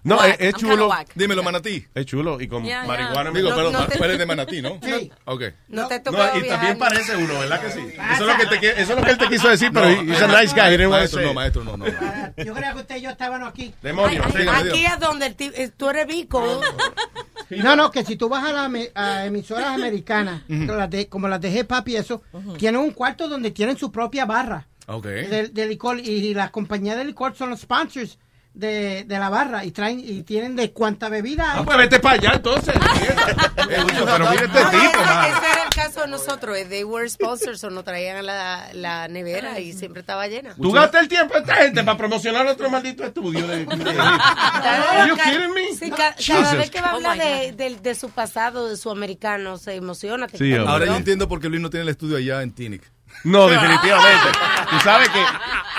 [SPEAKER 3] No,
[SPEAKER 11] Whack.
[SPEAKER 3] es, es
[SPEAKER 11] I'm kinda
[SPEAKER 3] chulo.
[SPEAKER 11] whack.
[SPEAKER 4] Dímelo, manatí.
[SPEAKER 3] Es chulo y con
[SPEAKER 11] Yeah, yeah.
[SPEAKER 3] marihuana.
[SPEAKER 4] Digo,
[SPEAKER 11] No,
[SPEAKER 4] pero
[SPEAKER 11] no te-
[SPEAKER 4] tú eres de manatí, ¿no?
[SPEAKER 9] Sí.
[SPEAKER 4] Ok.
[SPEAKER 12] No te
[SPEAKER 3] No,
[SPEAKER 12] tocó
[SPEAKER 3] y también
[SPEAKER 12] viajar.
[SPEAKER 3] parece uno, ¿verdad que sí? Eso es lo que, te, qui- eso es lo eh, que él te quiso decir, pero
[SPEAKER 4] No,
[SPEAKER 3] he's a nice guy. he didn't wanna
[SPEAKER 4] maestro,
[SPEAKER 3] say
[SPEAKER 4] no,
[SPEAKER 3] it.
[SPEAKER 4] maestro, no, no.
[SPEAKER 9] Yo creo que usted y yo estábamos aquí.
[SPEAKER 3] Demonio.
[SPEAKER 9] Ay, ay,
[SPEAKER 3] Dígame,
[SPEAKER 9] ay.
[SPEAKER 3] dígame.
[SPEAKER 12] Aquí es donde el ti- eh, tú eres bico.
[SPEAKER 9] No, no, que si tú vas a las ame- a emisoras americanas,
[SPEAKER 4] Ujú.
[SPEAKER 9] las de- como las de Hip Hop y eso, tienen un cuarto donde tienen su propia barra
[SPEAKER 4] Ok.
[SPEAKER 9] de, de licor y, y las compañías de licor son los sponsors de, de la barra y traen y tienen de cuánta bebida.
[SPEAKER 3] Ah, pues vete para allá entonces. Eh, Wilson, pero mira este
[SPEAKER 12] No,
[SPEAKER 3] tipo,
[SPEAKER 12] ese,
[SPEAKER 3] mano.
[SPEAKER 12] ese era el caso de nosotros. eh, They were sponsors o nos traían la, la nevera y siempre estaba llena.
[SPEAKER 3] Tú gastas el tiempo de esta gente para promocionar otro maldito estudio. De, de- Are you kidding me?
[SPEAKER 12] Sí, ca- cada
[SPEAKER 3] Jesus.
[SPEAKER 12] vez que va a
[SPEAKER 11] Oh,
[SPEAKER 12] hablar
[SPEAKER 11] my
[SPEAKER 12] de, del- de su pasado, de su americano, se emociona. te-
[SPEAKER 4] Ahora yo entiendo por qué Luis no tiene el estudio allá en Tinic.
[SPEAKER 3] No, definitivamente. Tú sabes que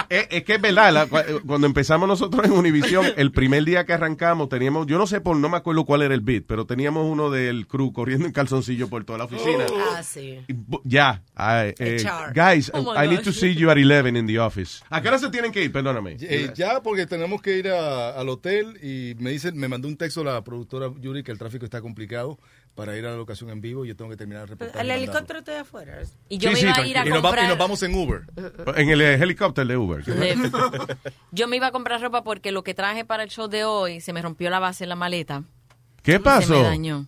[SPEAKER 3] eh, es, es que es verdad, la- cu- cuando empezamos nosotros en Univisión, el primer día que arrancamos teníamos, yo no sé por, no me acuerdo cuál era el beat, pero teníamos uno del crew corriendo en calzoncillo por toda la oficina.
[SPEAKER 12] Ah, sí.
[SPEAKER 3] Y bu- Ya, I, eh,
[SPEAKER 12] HR.
[SPEAKER 3] guys,
[SPEAKER 12] Oh my
[SPEAKER 3] I need
[SPEAKER 12] gosh.
[SPEAKER 3] to see you at 11 in the office. ¿A qué hora se tienen que ir? Perdóname.
[SPEAKER 4] Eh, ya, porque tenemos que ir a- al hotel y me dicen, me mandó un texto la productora Yuri que el tráfico está complicado. para ir a la locación en vivo. Yo tengo que terminar de reportar.
[SPEAKER 14] El
[SPEAKER 4] y mandarlo.
[SPEAKER 14] helicóptero está afuera.
[SPEAKER 11] Y yo me iba a ir a
[SPEAKER 4] y nos va-
[SPEAKER 11] comprar... Uh,
[SPEAKER 4] y nos vamos en Uber.
[SPEAKER 3] En el eh, helicóptero de Uber.
[SPEAKER 11] Yo me iba a comprar ropa porque lo que traje para el show de hoy se me rompió la base en la maleta.
[SPEAKER 3] ¿Qué
[SPEAKER 11] Se me
[SPEAKER 3] pasó?
[SPEAKER 11] dañó.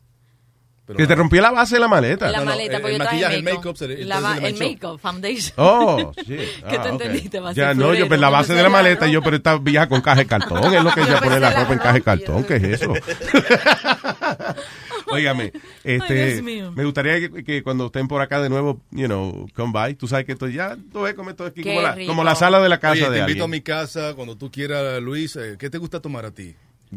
[SPEAKER 3] Que te rompió la base de la maleta. eh,
[SPEAKER 11] La maleta, pues yo traje
[SPEAKER 4] maquillaje, el make-up se le-
[SPEAKER 11] La
[SPEAKER 4] entonces
[SPEAKER 11] ba-
[SPEAKER 4] se le
[SPEAKER 11] el
[SPEAKER 4] manchó.
[SPEAKER 11] make-up, foundation.
[SPEAKER 3] Oh, sí.
[SPEAKER 11] ¿Qué
[SPEAKER 3] Ah,
[SPEAKER 11] tú
[SPEAKER 3] ok.
[SPEAKER 11] entendiste? Base
[SPEAKER 3] Ya, no,
[SPEAKER 11] florero.
[SPEAKER 3] yo pues la base de la maleta, yo, pero esta vieja con caja de cartón, es lo que ella pone la ropa en caja de cartón, ¿qué es eso? Óigame, este,
[SPEAKER 1] Ay, Dios mío.
[SPEAKER 3] me gustaría que, que cuando estén por acá de nuevo, you know, come by, tú sabes que estoy ya, tú ves comer todo aquí, como la, como la sala de la casa
[SPEAKER 4] Oye,
[SPEAKER 3] de
[SPEAKER 4] te invito
[SPEAKER 3] alguien.
[SPEAKER 4] a mi casa cuando tú quieras, Luis. eh, ¿Qué te gusta tomar a ti?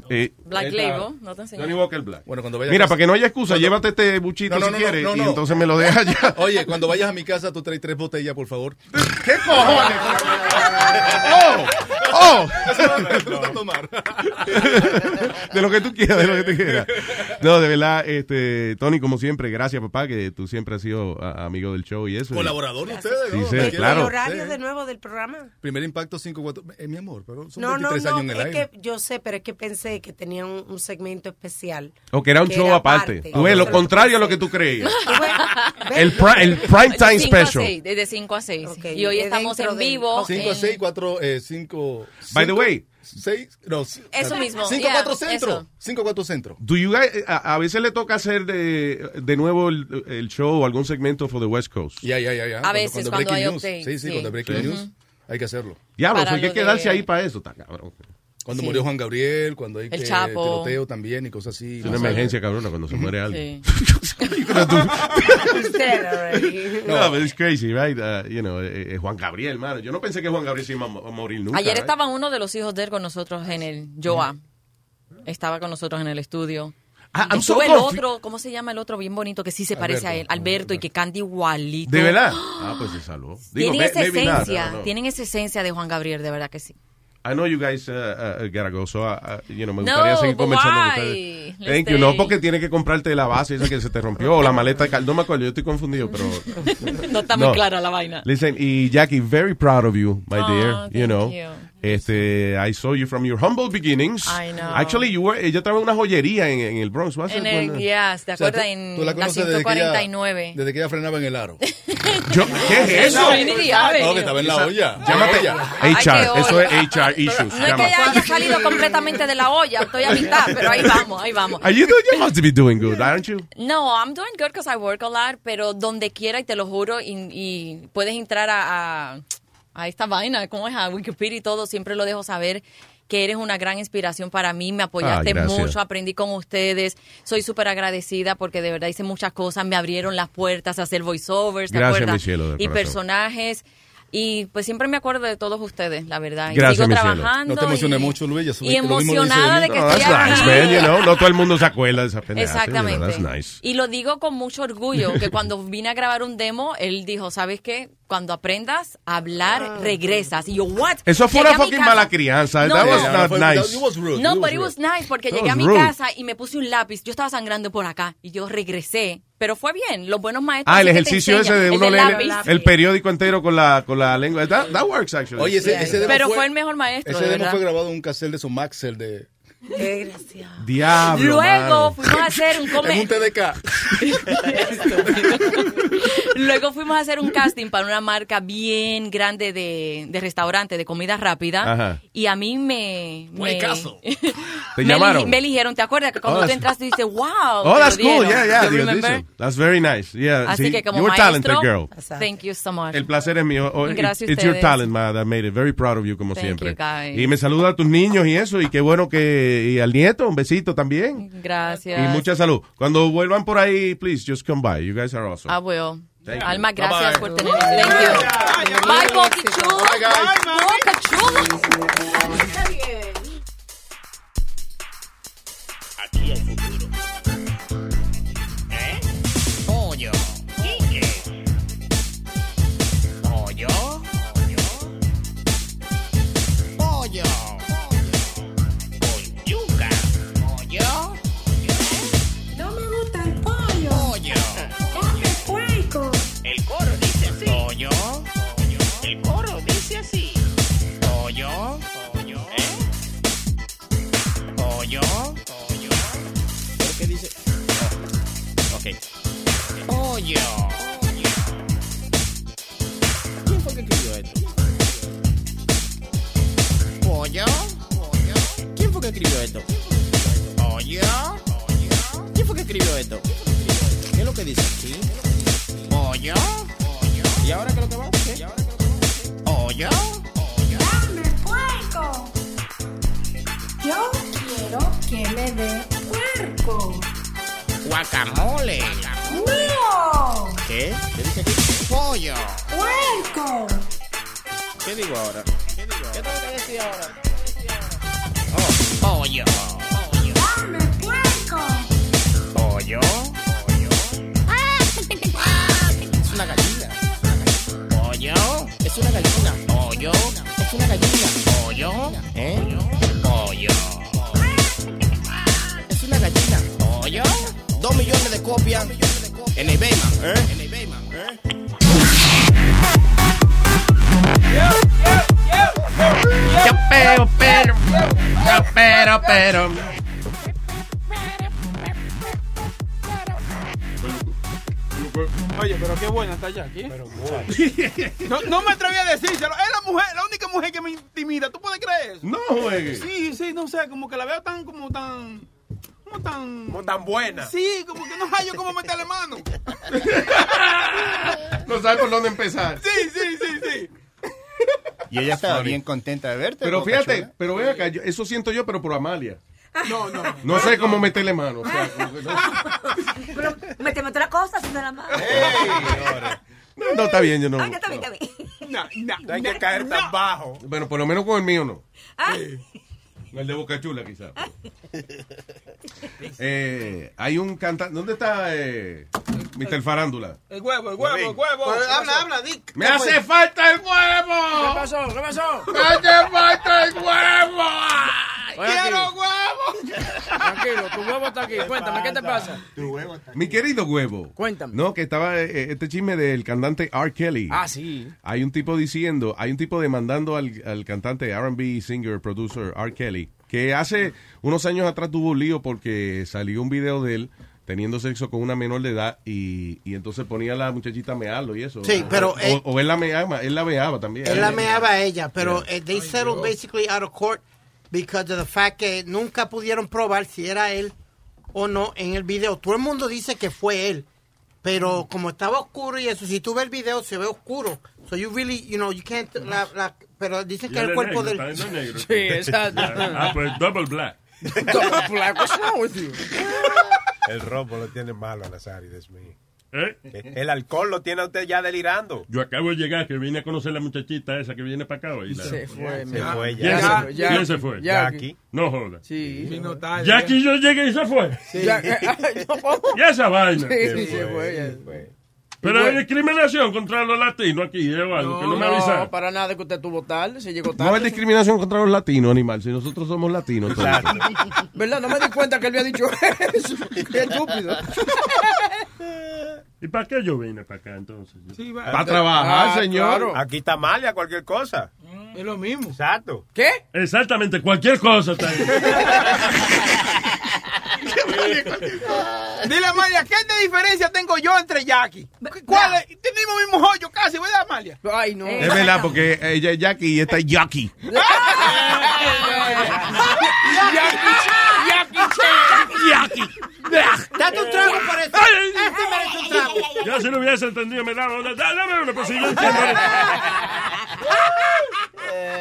[SPEAKER 3] Eh,
[SPEAKER 11] Black Label, no te enseñé.
[SPEAKER 3] Johnny Walker Black.
[SPEAKER 4] Bueno, cuando vayas
[SPEAKER 3] Mira,
[SPEAKER 4] a casa-
[SPEAKER 3] para que no haya excusa,
[SPEAKER 4] Cuando-
[SPEAKER 3] llévate este buchito
[SPEAKER 4] No, no,
[SPEAKER 3] si
[SPEAKER 4] no, no,
[SPEAKER 3] quieres
[SPEAKER 4] no, no.
[SPEAKER 3] y entonces me lo dejas ya.
[SPEAKER 4] Oye, cuando vayas a mi casa, tú traes tres botellas, por favor.
[SPEAKER 3] ¿Qué cojones? ¡Oh! ¡Oh! de lo que tú quieras, de lo que tú quieras. No, de verdad, este, Tony, como siempre, gracias, papá, que tú siempre has sido a- amigo del show y eso.
[SPEAKER 4] Colaborador de ustedes,
[SPEAKER 3] Sí,
[SPEAKER 4] ¿no?
[SPEAKER 3] sí,
[SPEAKER 4] Me quiero
[SPEAKER 3] claro.
[SPEAKER 14] El horario
[SPEAKER 4] Sí.
[SPEAKER 14] de nuevo del programa.
[SPEAKER 4] Primer impacto 5-4. Eh, mi amor, pero son
[SPEAKER 14] No, no,
[SPEAKER 4] 23
[SPEAKER 14] no,
[SPEAKER 4] años en el
[SPEAKER 14] es
[SPEAKER 4] aire.
[SPEAKER 14] que yo sé, pero es que pensé que tenía un, un segmento especial.
[SPEAKER 3] O que era un show aparte. Tú ves, lo contrario a lo que tú creías. El, pri- el prime time
[SPEAKER 11] Cinco a
[SPEAKER 3] special.
[SPEAKER 11] seis, Desde 5 a 6. y hoy
[SPEAKER 14] de
[SPEAKER 11] estamos
[SPEAKER 14] Eh, dentro
[SPEAKER 11] en
[SPEAKER 14] del-
[SPEAKER 11] vivo.
[SPEAKER 4] 5 a
[SPEAKER 11] en-
[SPEAKER 4] 6, 4, 5.
[SPEAKER 3] By the way.
[SPEAKER 4] 6, no. Eso
[SPEAKER 11] Eso mismo,
[SPEAKER 4] 5
[SPEAKER 11] yeah,
[SPEAKER 4] 4 centro.
[SPEAKER 11] eso.
[SPEAKER 4] 5 4 centro.
[SPEAKER 3] Do you guys- a, a veces le toca hacer de, de nuevo el, el show o algún segmento for the West Coast.
[SPEAKER 4] Ya, ya, ya, ya.
[SPEAKER 11] A veces, cuando
[SPEAKER 4] ah, breaking
[SPEAKER 11] hay
[SPEAKER 4] news.
[SPEAKER 11] updates,
[SPEAKER 4] Sí, sí,
[SPEAKER 11] sí.
[SPEAKER 4] cuando breaking
[SPEAKER 3] Sí.
[SPEAKER 4] news. Hay que hacerlo.
[SPEAKER 3] Diablo,
[SPEAKER 11] Para
[SPEAKER 3] hay
[SPEAKER 11] lo
[SPEAKER 3] que
[SPEAKER 11] de-
[SPEAKER 3] quedarse ahí para eso, está cabrón.
[SPEAKER 4] Cuando
[SPEAKER 11] Sí.
[SPEAKER 4] murió Juan Gabriel, cuando hay
[SPEAKER 11] El
[SPEAKER 4] que,
[SPEAKER 11] Chapo.
[SPEAKER 4] tiroteo también y cosas así.
[SPEAKER 3] Es una emergencia, cabrona, cuando se muere alguien.
[SPEAKER 11] Sí.
[SPEAKER 3] No, but it's crazy, right? Uh, you know, eh, eh, Juan Gabriel, mano. Yo no pensé que Juan Gabriel se iba a mo- a morir nunca.
[SPEAKER 11] Ayer
[SPEAKER 3] right?
[SPEAKER 11] estaba uno de los hijos de él con nosotros en el Joa. Estaba con nosotros en el estudio.
[SPEAKER 3] Ah,
[SPEAKER 11] Y
[SPEAKER 3] I'm so
[SPEAKER 11] estuvo el
[SPEAKER 3] confu-
[SPEAKER 11] otro, ¿cómo se llama el otro bien bonito que sí se parece a
[SPEAKER 3] Alberto.
[SPEAKER 11] él? Alberto y que canta igualito.
[SPEAKER 3] ¿De verdad? Ah, pues se salvó.
[SPEAKER 11] Tienen
[SPEAKER 3] may-
[SPEAKER 11] esa
[SPEAKER 3] maybe not, I
[SPEAKER 11] esencia,
[SPEAKER 3] don't know.
[SPEAKER 11] tienen esa esencia de Juan Gabriel, de verdad que sí.
[SPEAKER 3] I know you guys uh, uh, gotta go, so, uh, you know, me
[SPEAKER 11] No,
[SPEAKER 3] gustaría seguir
[SPEAKER 11] but
[SPEAKER 3] conversando con
[SPEAKER 11] why?
[SPEAKER 3] ustedes.
[SPEAKER 11] Let's
[SPEAKER 3] Thank you. No,
[SPEAKER 11] stay.
[SPEAKER 3] porque tienes que comprarte la base esa que se te rompió o la maleta de cal- No me acuerdo, yo estoy confundido, pero...
[SPEAKER 11] No está muy clara la vaina.
[SPEAKER 3] Listen, y Jackie, very proud of you, my
[SPEAKER 11] Aw,
[SPEAKER 3] dear. You
[SPEAKER 11] thank
[SPEAKER 3] know,
[SPEAKER 11] you.
[SPEAKER 3] este, I saw you from your humble beginnings.
[SPEAKER 11] I know.
[SPEAKER 3] Actually, you were, ella estaba en una joyería en, en el Bronx.
[SPEAKER 4] Ah,
[SPEAKER 3] wasn't
[SPEAKER 11] En
[SPEAKER 3] it?
[SPEAKER 11] el,
[SPEAKER 3] Cuando-
[SPEAKER 11] yes, ¿te
[SPEAKER 4] pues, O sea,
[SPEAKER 11] acuerdas?
[SPEAKER 4] tú-
[SPEAKER 11] en
[SPEAKER 4] tú la
[SPEAKER 11] la
[SPEAKER 4] conoces desde que ella-
[SPEAKER 11] 149.
[SPEAKER 4] Desde que ella frenaba en el aro.
[SPEAKER 3] Yo- ¿Qué es eso?
[SPEAKER 11] No, ni idea, a ver.
[SPEAKER 4] No, que estaba en la
[SPEAKER 3] Esa-
[SPEAKER 4] olla.
[SPEAKER 3] Llámate
[SPEAKER 4] Olla.
[SPEAKER 11] Ay, qué
[SPEAKER 3] HR, eso
[SPEAKER 11] olla.
[SPEAKER 3] es HR issues.
[SPEAKER 11] No es que
[SPEAKER 3] Llámate.
[SPEAKER 11] ella haya salido completamente de la olla, estoy a mitad, pero ahí vamos, ahí vamos.
[SPEAKER 3] Are you doing? You must be doing good, aren't you?
[SPEAKER 11] No, I'm doing good because I work a lot, pero donde quiera, y te lo juro, y, y puedes entrar a, a, a esta vaina, ¿cómo es? A Wikipedia y todo, siempre lo dejo saber que eres una gran inspiración para mí, me apoyaste
[SPEAKER 3] Ah,
[SPEAKER 6] Ay, gracias.
[SPEAKER 11] mucho, aprendí con ustedes, soy súper agradecida porque de verdad hice muchas cosas, me abrieron las puertas a hacer voiceovers, ¿te
[SPEAKER 3] Gracias,
[SPEAKER 11] acuerdas?
[SPEAKER 3] mi cielo, del
[SPEAKER 11] y
[SPEAKER 3] corazón.
[SPEAKER 11] personajes, y pues siempre me acuerdo de todos ustedes, la verdad. y
[SPEAKER 3] Gracias,
[SPEAKER 11] sigo
[SPEAKER 3] mi cielo.
[SPEAKER 11] trabajando.
[SPEAKER 4] No te emociones
[SPEAKER 11] y-
[SPEAKER 4] mucho, Luis. ya subí-
[SPEAKER 11] y
[SPEAKER 4] lo mismo dice
[SPEAKER 11] emocionada de
[SPEAKER 4] mí.
[SPEAKER 11] que
[SPEAKER 3] No, that's
[SPEAKER 11] estoy aquí.
[SPEAKER 3] nice, man, you know. No todo el mundo se acuerda de esa pendeja.
[SPEAKER 11] Exactamente.
[SPEAKER 3] You know, that's nice.
[SPEAKER 11] Y lo digo con mucho orgullo, que cuando vine a grabar un demo, él dijo, ¿sabes qué? Cuando aprendas a hablar, regresas. Y yo, ¿what?
[SPEAKER 3] Eso fue una
[SPEAKER 11] Llegué a mi
[SPEAKER 3] fucking
[SPEAKER 11] casa-
[SPEAKER 3] mala crianza.
[SPEAKER 11] No,
[SPEAKER 3] That
[SPEAKER 11] no.
[SPEAKER 3] was not
[SPEAKER 4] Fue-
[SPEAKER 3] nice.
[SPEAKER 4] it was rude,
[SPEAKER 11] No,
[SPEAKER 4] it was
[SPEAKER 11] but it
[SPEAKER 4] rude.
[SPEAKER 11] was nice, porque
[SPEAKER 3] That
[SPEAKER 11] llegué a
[SPEAKER 3] was
[SPEAKER 11] mi
[SPEAKER 3] rude.
[SPEAKER 11] casa y me puse un lápiz. Yo estaba sangrando por acá y yo regresé. Pero fue bien, los buenos maestros.
[SPEAKER 3] Ah, el
[SPEAKER 11] sí que te
[SPEAKER 3] ejercicio ese
[SPEAKER 11] enseñan,
[SPEAKER 3] de
[SPEAKER 11] el
[SPEAKER 3] uno
[SPEAKER 11] del
[SPEAKER 3] leer
[SPEAKER 11] lápiz.
[SPEAKER 3] el periódico entero con la, con la lengua. That, that works, actually.
[SPEAKER 4] Oye, ese, ese demo
[SPEAKER 11] Pero
[SPEAKER 4] fue,
[SPEAKER 11] fue el mejor maestro,
[SPEAKER 4] Ese
[SPEAKER 11] de
[SPEAKER 4] demo
[SPEAKER 11] verdad.
[SPEAKER 4] fue grabado en un casel de Somaxel de...
[SPEAKER 3] Diablo,
[SPEAKER 11] Ah. Luego
[SPEAKER 3] mano.
[SPEAKER 11] fuimos a hacer un come-
[SPEAKER 4] En un TDK.
[SPEAKER 11] Luego fuimos a hacer un casting para una marca bien grande de, de restaurante, de comida rápida.
[SPEAKER 3] Ajá.
[SPEAKER 11] Y a mí me... me
[SPEAKER 4] Huecazo.
[SPEAKER 3] Te
[SPEAKER 11] me eligi-
[SPEAKER 3] llamaron.
[SPEAKER 11] Me eligieron, ¿te acuerdas? Que
[SPEAKER 3] Oh,
[SPEAKER 11] cuando tú
[SPEAKER 3] that's-
[SPEAKER 11] entraste dices, wow.
[SPEAKER 3] Oh,
[SPEAKER 11] te lo
[SPEAKER 3] that's cool.
[SPEAKER 11] dieron.
[SPEAKER 3] Yeah, yeah.
[SPEAKER 11] You
[SPEAKER 3] the
[SPEAKER 11] remember?
[SPEAKER 3] audition. That's very nice. Yeah.
[SPEAKER 11] Así
[SPEAKER 3] see,
[SPEAKER 11] que como
[SPEAKER 3] you were
[SPEAKER 11] maestro,
[SPEAKER 3] talented, girl.
[SPEAKER 11] thank you so much.
[SPEAKER 3] El placer es mío. Oh,
[SPEAKER 11] Gracias
[SPEAKER 3] it's your
[SPEAKER 11] ustedes.
[SPEAKER 3] talent, ma, that made it. Very proud of you, como
[SPEAKER 11] Thank
[SPEAKER 3] siempre.
[SPEAKER 11] you, guys.
[SPEAKER 3] Y me saluda a tus niños y eso. Y qué bueno que. Y al nieto, un besito también.
[SPEAKER 11] Gracias.
[SPEAKER 3] Y mucha salud. Cuando vuelvan por ahí, please, just come by. You guys are awesome.
[SPEAKER 11] Ah, bueno.
[SPEAKER 3] Thank you.
[SPEAKER 11] Alma,
[SPEAKER 3] Bye-bye.
[SPEAKER 11] gracias por tenerme. Thank you. Bye, Boquichulo. Bye, Boquichulo.
[SPEAKER 2] Aquí hay futuro. ¿Eh? Pollo. Quique. Pollo. Pollo. Pollo. Con yuca. Pollo. No me gusta el pollo. Pollo. Come puerco. El coro dice así. Pollo. El coro dice así. Pollo. Pollo. ¿Eh? Pollo. Pollo. Porque Oh, Pollo.
[SPEAKER 1] ¿Quién fue que escribió esto?
[SPEAKER 2] Pollo.
[SPEAKER 1] ¿Quién fue que escribió esto?
[SPEAKER 2] Pollo.
[SPEAKER 1] ¿Quién fue que escribió esto? ¿Qué es lo que dice aquí?
[SPEAKER 2] Pollo.
[SPEAKER 1] ¿Y ahora qué es lo que va? ¿Qué?
[SPEAKER 2] Pollo.
[SPEAKER 12] ¡Dame puerco! Yo quiero que me dé puerco.
[SPEAKER 2] Guacamole.
[SPEAKER 12] ¡Mío!
[SPEAKER 1] ¿Qué? ¿Qué dice aquí?
[SPEAKER 2] Pollo.
[SPEAKER 12] ¡Puerco!
[SPEAKER 1] ¿Qué digo ahora? ¿Qué digo ahora? ¡Oh!
[SPEAKER 2] Pollo.
[SPEAKER 12] ¡Dame puerco!
[SPEAKER 2] Pollo.
[SPEAKER 1] Es una gallina. Pollo. Es una gallina. Pollo. Es una gallina. Pollo. ¿Eh? Pollo. Es una gallina. Pollo. Dos millones de copias en eBay, man. ¿Eh? En eBay, man. ¿Eh?
[SPEAKER 2] Yo pero, pero. Yo pero, pero.
[SPEAKER 8] Oye, pero qué buena está Jackie. no, no me atreví a decírselo. Es la mujer, la única mujer que me intimida. ¿Tú puedes creer eso?
[SPEAKER 3] No juegues.
[SPEAKER 8] Sí, sí, no sé. Como que la veo tan, como tan. Como tan. Como
[SPEAKER 10] tan buena.
[SPEAKER 8] Sí, como que no hallo cómo meterle mano.
[SPEAKER 3] No sabes por dónde empezar.
[SPEAKER 8] Sí, sí, sí, sí.
[SPEAKER 6] Y ella estaba bien contenta de verte.
[SPEAKER 3] Pero
[SPEAKER 6] Boca
[SPEAKER 3] fíjate,
[SPEAKER 6] Chula.
[SPEAKER 3] pero ven acá, yo- eso siento yo, pero por Amalia.
[SPEAKER 8] No, no.
[SPEAKER 3] No sé cómo meterle mano. o sea,
[SPEAKER 12] Pero méteme otra cosa, haciendo la mano.
[SPEAKER 3] no, no, está bien, yo no.
[SPEAKER 12] Ah, ya está bien, está bien.
[SPEAKER 8] No, no,
[SPEAKER 10] No
[SPEAKER 2] Ah.
[SPEAKER 10] hay que caer tan bajo.
[SPEAKER 3] Bueno, por lo menos con el mío no.
[SPEAKER 12] Ah.
[SPEAKER 3] Con el de Boca Chula, quizás. Eh, hay un cantante. ¿Dónde está eh, Mr. Farándula?
[SPEAKER 8] El huevo, el huevo, el huevo.
[SPEAKER 2] Pero habla,
[SPEAKER 8] habla, Dick.
[SPEAKER 3] ¡Me hace falta el huevo!
[SPEAKER 8] ¿Qué pasó? ¿Qué pasó?
[SPEAKER 2] ¡Me hace falta el huevo!
[SPEAKER 8] ¡Quiero
[SPEAKER 2] huevo!
[SPEAKER 8] Tranquilo, tu huevo está aquí. Cuéntame, ¿qué te pasa?
[SPEAKER 3] Mi querido huevo.
[SPEAKER 8] Cuéntame.
[SPEAKER 3] No, que estaba eh, este chisme del cantante R. Kelly.
[SPEAKER 8] Ah, sí.
[SPEAKER 3] Hay un tipo diciendo, hay un tipo demandando al, al cantante RB singer producer R. Kelly, que hace unos años atrás tuvo un lío porque salió un video de él teniendo sexo con una menor de edad y, y entonces ponía a la muchachita a mearlo y eso.
[SPEAKER 9] Sí,
[SPEAKER 3] O-
[SPEAKER 9] pero
[SPEAKER 3] O,
[SPEAKER 9] él-
[SPEAKER 3] o él la meaba, él la meaba también. Eh,
[SPEAKER 9] Él la meaba a ella, pero eh, they settled basically out of court because of the fact que nunca pudieron probar si era él o no en el video. Todo el mundo dice que fue él, pero como estaba oscuro y eso, si tú ves el video se ve oscuro. So you really, you know, you can't, la- la- pero dicen que el cuerpo del...
[SPEAKER 8] Sí, exacto.
[SPEAKER 16] Ah, pues.
[SPEAKER 3] Pues, double black.
[SPEAKER 8] What's wrong with you?
[SPEAKER 10] El robo lo tiene malo, Nazario, Dios mío.
[SPEAKER 3] ¿Eh?
[SPEAKER 10] El alcohol lo tiene a usted ya delirando.
[SPEAKER 16] Yo acabo de llegar, que vine a conocer la muchachita esa que viene para acá hoy. La-
[SPEAKER 10] Se
[SPEAKER 16] Ya,
[SPEAKER 10] fue, mi
[SPEAKER 16] se
[SPEAKER 10] amor.
[SPEAKER 16] fue,
[SPEAKER 10] Ya,
[SPEAKER 16] ya. ¿Quién se-
[SPEAKER 10] ya,
[SPEAKER 16] ¿Quién se fue?
[SPEAKER 10] Jackie.
[SPEAKER 16] No joda.
[SPEAKER 8] Sí. Vino tarde.
[SPEAKER 16] Jackie yo llegué y se fue. y esa vaina.
[SPEAKER 8] Sí, se fue, ya se fue.
[SPEAKER 16] Pero
[SPEAKER 8] Y
[SPEAKER 16] hay
[SPEAKER 8] bueno.
[SPEAKER 16] discriminación contra los latinos aquí, eh, o algo, que no me avisaron.
[SPEAKER 8] para nada que usted estuvo tarde, se llegó
[SPEAKER 3] No es
[SPEAKER 8] tarde.
[SPEAKER 3] discriminación contra los latinos, animal. Si nosotros somos latinos. entonces.
[SPEAKER 8] ¿Verdad? No me di cuenta que él había dicho eso. Qué estúpido.
[SPEAKER 16] ¿Y para qué yo vine para acá entonces?
[SPEAKER 3] Para trabajar, señor.
[SPEAKER 10] Ah, Aquí está mal a cualquier cosa.
[SPEAKER 8] Es lo mismo.
[SPEAKER 10] Exacto.
[SPEAKER 8] ¿Qué?
[SPEAKER 16] Exactamente, cualquier cosa. está bien.
[SPEAKER 8] Dile a Amalia, ¿qué de diferencia tengo yo entre Jackie? ¿Cuál es? Tenemos el mismo hoyo casi, ¿verdad, Amalia? Ay, no.
[SPEAKER 9] Eh.
[SPEAKER 3] Es verdad, porque ella es Jackie y esta es Jackie.
[SPEAKER 16] Jackie.
[SPEAKER 2] Date un trago por eso. Este merece un trago.
[SPEAKER 16] Yo si lo hubiese entendido me daba una... da- Dame una, pues si yo entiendo.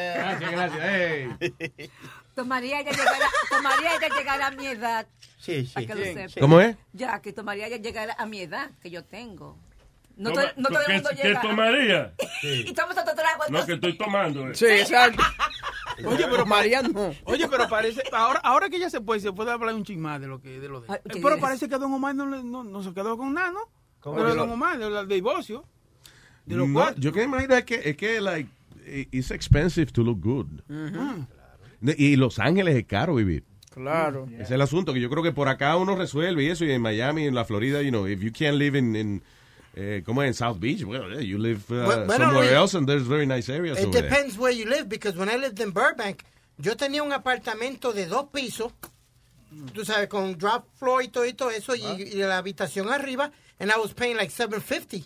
[SPEAKER 3] Gracias, gracias.
[SPEAKER 12] Tomaría ya llegar a, tomaría ya llegar a mi edad.
[SPEAKER 10] Sí, sí.
[SPEAKER 12] Para que lo sepa.
[SPEAKER 3] ¿Cómo es?
[SPEAKER 12] Ya, que tomaría ya llegar a mi edad que yo tengo. No,
[SPEAKER 16] Toma-
[SPEAKER 12] to- no todo el
[SPEAKER 16] ¿qué-
[SPEAKER 12] mundo
[SPEAKER 16] ¿Qué
[SPEAKER 12] llega. a-
[SPEAKER 16] tomaría?
[SPEAKER 12] Y tomas otro trago.
[SPEAKER 16] No, que estoy tomando. eh.
[SPEAKER 8] Sí, exacto. Oye, pero María no. Oye, pero parece. Ahora, ahora que ella se puede, se puede hablar un ching más de lo que de lo de.
[SPEAKER 2] ¿qué
[SPEAKER 8] pero
[SPEAKER 2] dices?
[SPEAKER 8] parece que Don Omar no, le- no, no se quedó con nada, ¿no?
[SPEAKER 3] ¿Cómo
[SPEAKER 8] Pero
[SPEAKER 3] que no?
[SPEAKER 8] Don Omar, del del divorcio. los
[SPEAKER 3] No,
[SPEAKER 8] cuatro.
[SPEAKER 3] yo que me imagino es que, es que, like, i- it's expensive to look good.
[SPEAKER 8] Ujú.
[SPEAKER 3] Y Los Ángeles es caro vivir.
[SPEAKER 8] Claro.
[SPEAKER 3] Ese es el asunto, que yo creo que por acá uno resuelve y eso, y en Miami, en la Florida, you know, if you can't live in, in eh, ¿cómo es? En South Beach, well, yeah, you live uh,
[SPEAKER 9] Bueno, bueno,
[SPEAKER 3] somewhere
[SPEAKER 9] Luis.
[SPEAKER 3] else and there's very nice areas
[SPEAKER 9] It
[SPEAKER 3] over there.
[SPEAKER 9] depends where you live, because when I lived in Burbank, yo tenía un apartamento de dos pisos tú sabes, con drop floor y todo, y todo eso, y, y la habitación arriba, and I was paying like 750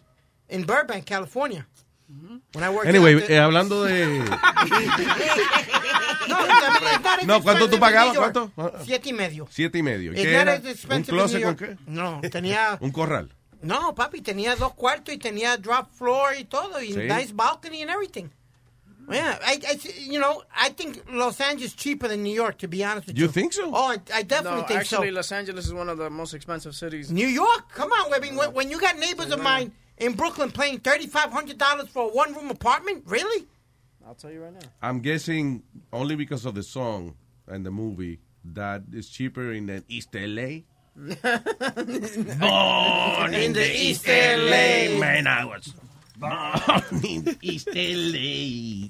[SPEAKER 9] in Burbank, California. When I worked
[SPEAKER 3] Anyway,
[SPEAKER 9] out
[SPEAKER 3] eh,
[SPEAKER 9] there-
[SPEAKER 3] hablando de.
[SPEAKER 9] No, I mean, it's not as
[SPEAKER 3] No, ¿cuánto tú
[SPEAKER 9] expensive in
[SPEAKER 3] pagabas?
[SPEAKER 9] New York.
[SPEAKER 3] ¿Cuánto?
[SPEAKER 9] Siete y medio.
[SPEAKER 3] Siete y medio. ¿Y
[SPEAKER 9] It's
[SPEAKER 3] qué
[SPEAKER 9] not
[SPEAKER 3] era?
[SPEAKER 9] as expensive
[SPEAKER 3] ¿Un
[SPEAKER 9] in
[SPEAKER 3] closet
[SPEAKER 9] New
[SPEAKER 3] con qué?
[SPEAKER 9] York. No, tenía...
[SPEAKER 3] Un corral.
[SPEAKER 9] No, papi, tenía dos cuartos y tenía drop floor y todo, y
[SPEAKER 3] Sí.
[SPEAKER 9] nice balcony and everything. Yeah, I, I- you know, I think Los Angeles cheaper than New York, to be honest with you.
[SPEAKER 3] You think so?
[SPEAKER 9] Oh, I, I definitely
[SPEAKER 8] No,
[SPEAKER 9] think
[SPEAKER 8] actually,
[SPEAKER 9] so.
[SPEAKER 8] Los Angeles is one of the most expensive cities.
[SPEAKER 9] New York, come on, I mean, when, when you got neighbors of mine in Brooklyn paying thirty-five hundred dollars for a one-room apartment, really?
[SPEAKER 8] I'll tell you right now.
[SPEAKER 3] I'm guessing only because of the song and the movie that is cheaper in the East LA. Born
[SPEAKER 2] In the East LA.
[SPEAKER 3] man, I was born in East LA.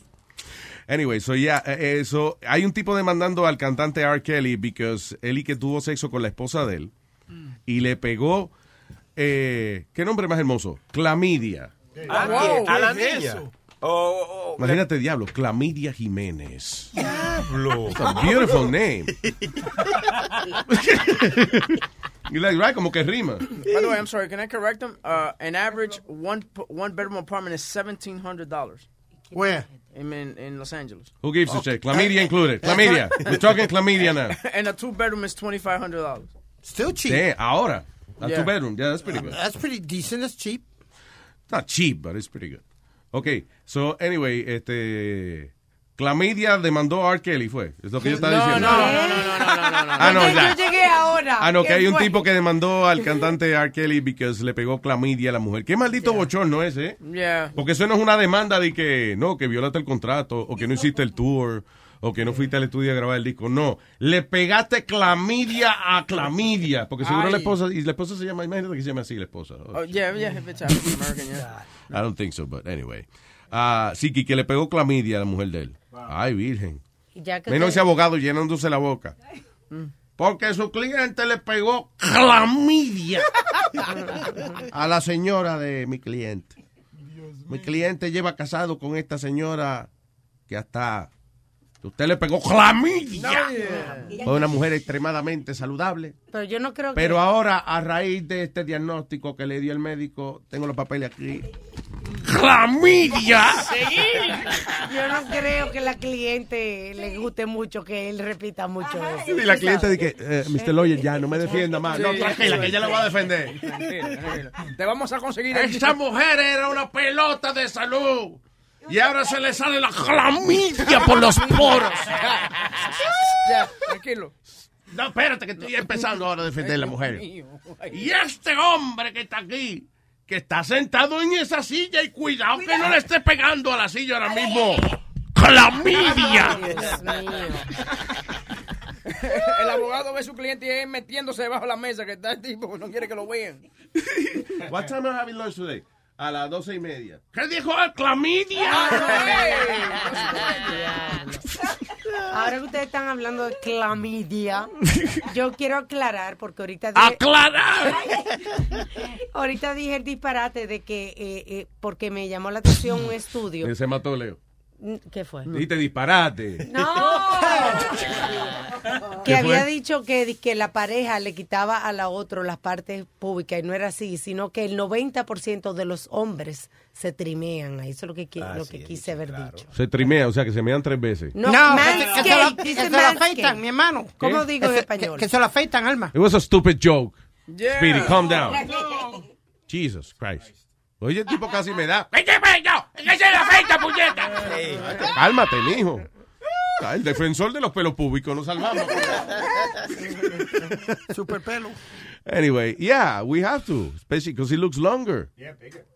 [SPEAKER 3] Anyway, so yeah, eh, eh, so, hay un tipo demandando al cantante R. Kelly because Eli que tuvo sexo con la esposa de él y le pegó, eh, ¿qué nombre más hermoso? Clamidia.
[SPEAKER 10] Ah,
[SPEAKER 2] wow,
[SPEAKER 10] ¿qué? a la
[SPEAKER 2] ¿qué es
[SPEAKER 10] niña. Oh,
[SPEAKER 2] eso?
[SPEAKER 10] O- o-
[SPEAKER 3] Imagínate, diablo, Clamidia Jiménez.
[SPEAKER 10] Diablo.
[SPEAKER 3] It's a beautiful name. you like, right? Como que rima.
[SPEAKER 8] By the way, I'm sorry. Can I correct them? Uh, an average one one bedroom apartment is seventeen hundred dollars.
[SPEAKER 9] Where?
[SPEAKER 8] In, in in Los Angeles.
[SPEAKER 3] Who gives
[SPEAKER 9] Oh,
[SPEAKER 3] a shit? Chlamydia included. Chlamydia. We're talking chlamydia now.
[SPEAKER 8] and a two bedroom is twenty five hundred dollars.
[SPEAKER 9] Still cheap.
[SPEAKER 3] Damn,
[SPEAKER 9] Uh,
[SPEAKER 3] ahora. A
[SPEAKER 8] Yeah.
[SPEAKER 3] two bedroom. Yeah, that's pretty good.
[SPEAKER 9] That's pretty decent. That's cheap.
[SPEAKER 3] It's not cheap, but it's pretty good. Okay, so anyway, este. Chlamydia demandó a R. Kelly, fue. Es lo que yo estaba
[SPEAKER 2] No, no,
[SPEAKER 3] diciendo. ¿Eh?
[SPEAKER 2] no,
[SPEAKER 8] no,
[SPEAKER 2] no, no, no, no.
[SPEAKER 3] Ah, no, ya.
[SPEAKER 12] Yo llegué ahora.
[SPEAKER 3] Ah, no, que
[SPEAKER 12] ¿Qué
[SPEAKER 3] hay un
[SPEAKER 12] fue?
[SPEAKER 3] tipo que demandó al cantante R. Kelly because le pegó clamidia a la mujer. Qué maldito bochorno ese, ¿eh?
[SPEAKER 8] Yeah.
[SPEAKER 3] Porque eso no es una demanda de que no, que violaste el contrato, o que no hiciste el tour, o que no fuiste al estudio a grabar el disco. No, le pegaste clamidia a clamidia. Porque seguro
[SPEAKER 8] Ay.
[SPEAKER 3] la esposa, y la esposa se llama, imagínate que se llama así la esposa.
[SPEAKER 8] Oh yeah, yeah. If it's African American, yeah.
[SPEAKER 3] I don't think so, but anyway. Ah, sí, que que le pegó clamidia a la mujer de él. Ay, virgen.
[SPEAKER 11] Ya que
[SPEAKER 3] Menos
[SPEAKER 11] te-
[SPEAKER 3] ese abogado llenándose la boca. Porque su cliente le pegó clamidia a la señora de mi cliente. Mi cliente lleva casado con esta señora que hasta usted le pegó clamidia. Fue una mujer extremadamente saludable.
[SPEAKER 14] Pero yo no creo que.
[SPEAKER 3] Pero ahora, a raíz de este diagnóstico que le dio el médico, tengo los papeles aquí. ¡Clamidia!
[SPEAKER 12] Yo no creo que la cliente le guste mucho que él repita mucho eso.
[SPEAKER 3] Y la cliente dice, eh, Mr. Lawyer, ya, no me defienda más. No,
[SPEAKER 8] Sí,
[SPEAKER 3] tranquila,
[SPEAKER 8] sí,
[SPEAKER 3] que ella la
[SPEAKER 8] sí.
[SPEAKER 3] voy a defender.
[SPEAKER 8] Tranquila, tranquila. Te vamos a conseguir.
[SPEAKER 3] Esta mujer era una pelota de salud. Y ahora se le sale la clamidia por los poros.
[SPEAKER 8] Ya, tranquilo.
[SPEAKER 3] No, espérate, que estoy empezando ahora a defender a la mujer. Y este hombre que está aquí, que está sentado en esa silla, y cuidado que no le esté pegando a la silla ahora mismo. ¡Clamidia!
[SPEAKER 8] El abogado ve a su cliente y es metiéndose debajo de la mesa que está el tipo, pues, no quiere que lo vean.
[SPEAKER 3] What time am I having lunch today? A las doce y media. ¿Qué dijo el clamidia?
[SPEAKER 12] Ahora que ustedes están hablando de clamidia, yo quiero aclarar, porque ahorita...
[SPEAKER 2] ¡Aclarar!
[SPEAKER 12] ahorita dije el disparate de que, eh, eh, porque me llamó la atención un estudio.
[SPEAKER 3] Se mató Leo.
[SPEAKER 12] ¿Qué fue?
[SPEAKER 3] Dijiste disparate.
[SPEAKER 12] que
[SPEAKER 3] ¿Qué fue?
[SPEAKER 12] había dicho que, que la pareja le quitaba a la otra las partes públicas y no era así, sino que el 90% de los hombres se trimean. Eso es lo que, qui- lo que quise haber dicho.
[SPEAKER 3] Se trimea, o sea que se mean tres veces.
[SPEAKER 12] No,
[SPEAKER 9] No,
[SPEAKER 12] manscape,
[SPEAKER 9] que, que se lo, que
[SPEAKER 12] dice
[SPEAKER 9] se lo
[SPEAKER 12] manscape.
[SPEAKER 9] afeitan, mi hermano.
[SPEAKER 12] ¿Cómo
[SPEAKER 3] ¿Qué?
[SPEAKER 12] digo en
[SPEAKER 9] Que se-
[SPEAKER 12] español?
[SPEAKER 9] Que, que se lo afeitan, Alma.
[SPEAKER 3] It was a stupid joke.
[SPEAKER 8] Yeah.
[SPEAKER 3] Speedy, calm down. Jesus Christ. Oye, el tipo casi me da. ¡Vete, peño! ¡Que se la feita, puñeta! Cálmate, mijo. Ah, El defensor de los pelos públicos, nos salvamos.
[SPEAKER 9] Super pelo.
[SPEAKER 3] Anyway, yeah, we have to. Especially because it looks longer.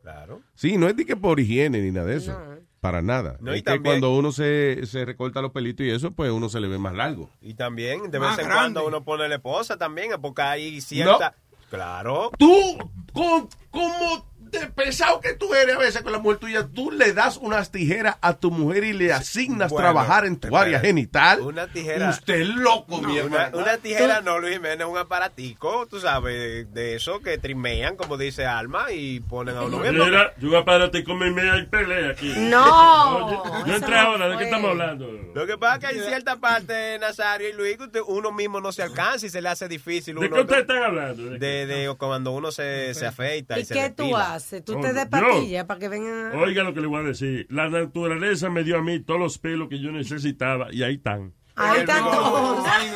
[SPEAKER 10] Claro.
[SPEAKER 3] Sí, no es de que por higiene ni nada de eso. Para nada.
[SPEAKER 10] No, y
[SPEAKER 3] es que
[SPEAKER 10] también-
[SPEAKER 3] cuando uno se, se recorta los pelitos y eso, pues uno se le ve más largo.
[SPEAKER 10] Y también, de
[SPEAKER 3] Más
[SPEAKER 10] vez en
[SPEAKER 3] grande.
[SPEAKER 10] cuando uno pone la esposa también, porque hay cierta. Claro.
[SPEAKER 3] Tú, con, como de pesado que tú eres a veces con la mujer tuya, tú le das unas tijeras a tu mujer y le asignas
[SPEAKER 10] Bueno,
[SPEAKER 3] trabajar en tu área
[SPEAKER 10] espérate.
[SPEAKER 3] genital.
[SPEAKER 10] Una tijera.
[SPEAKER 3] Usted es loco, mi
[SPEAKER 10] una,
[SPEAKER 3] hermano.
[SPEAKER 10] una tijera no, Luis Jiménez, un aparatico, tú sabes, de eso que trimean, como dice Alma, y ponen a uno bien.
[SPEAKER 16] Mira, yo voy a pararte con mi media y pelea aquí.
[SPEAKER 10] No,
[SPEAKER 16] Yo- Yo,
[SPEAKER 10] eso
[SPEAKER 16] entré
[SPEAKER 10] no
[SPEAKER 16] ahora, ¿de
[SPEAKER 10] fue.
[SPEAKER 16] qué estamos hablando?
[SPEAKER 10] Lo que pasa es que hay cierta parte, Nazario y Luis, que usted- uno mismo no se alcanza y se le hace difícil.
[SPEAKER 16] ¿De
[SPEAKER 10] uno-
[SPEAKER 16] qué ustedes están hablando?
[SPEAKER 10] De, de cuando uno Eh, se, se afeita y,
[SPEAKER 12] ¿Y
[SPEAKER 10] se
[SPEAKER 12] qué
[SPEAKER 10] depila.
[SPEAKER 12] tú haces? ¿Tú te
[SPEAKER 16] Hombre,
[SPEAKER 12] das
[SPEAKER 16] yo.
[SPEAKER 12] pastillas para que vengan a-
[SPEAKER 16] Oiga lo que le voy a decir. La naturaleza me dio a mí todos los pelos que yo necesitaba y ahí están.
[SPEAKER 12] Ahí Ah, están todos.
[SPEAKER 17] Ay,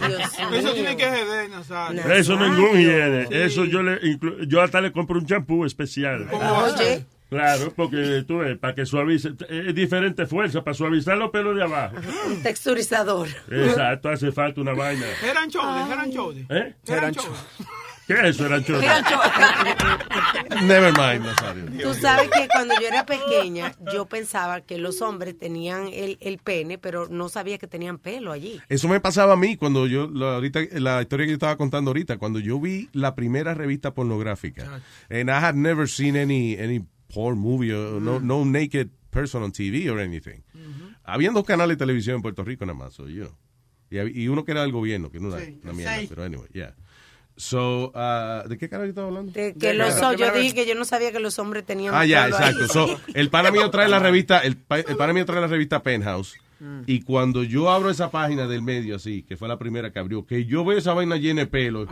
[SPEAKER 17] no. Eso
[SPEAKER 12] mío.
[SPEAKER 17] tiene que ser Nazario.
[SPEAKER 16] Eso no es ningún higiene. Eso yo le inclu- yo hasta le compré un champú especial.
[SPEAKER 17] Oye.
[SPEAKER 16] Claro, porque tú ves, para que suavice, es diferente fuerza para suavizar los pelos de abajo.
[SPEAKER 12] Un texturizador.
[SPEAKER 16] Exacto, hace falta una vaina.
[SPEAKER 17] Eran chodes, eran chodes.
[SPEAKER 16] ¿Eh?
[SPEAKER 17] Eran
[SPEAKER 16] ¿Qué es eso, Rancho?
[SPEAKER 3] Never mind, Nazario.
[SPEAKER 12] Tú sabes que cuando yo era pequeña, yo pensaba que los hombres tenían el, el pene, pero no sabía que tenían pelo allí.
[SPEAKER 3] Eso me pasaba a mí cuando yo, la, ahorita, la historia que yo estaba contando ahorita, cuando yo vi la primera revista pornográfica. And I had never seen any, any porn movie, or no,
[SPEAKER 10] Mm.
[SPEAKER 3] no naked person on TV or anything. Habían dos canales de televisión en Puerto Rico nada más, so, you know. Y, hab- y uno que era del gobierno, que no era
[SPEAKER 12] Sí,
[SPEAKER 3] una mierda,
[SPEAKER 12] sí.
[SPEAKER 3] pero anyway, yeah. So, uh, ¿de qué canal yo estaba hablando?
[SPEAKER 12] De que los yo dije que yo no sabía que los hombres tenían
[SPEAKER 3] Ah, ya,
[SPEAKER 12] pelo
[SPEAKER 3] exacto.
[SPEAKER 12] ahí.
[SPEAKER 3] So, el pana mío trae la revista, el, pa- el pana mío trae la revista Penthouse.
[SPEAKER 12] Mm.
[SPEAKER 3] Y cuando yo abro esa página del medio así, que fue la primera que abrió, que yo veo esa vaina llena de pelo.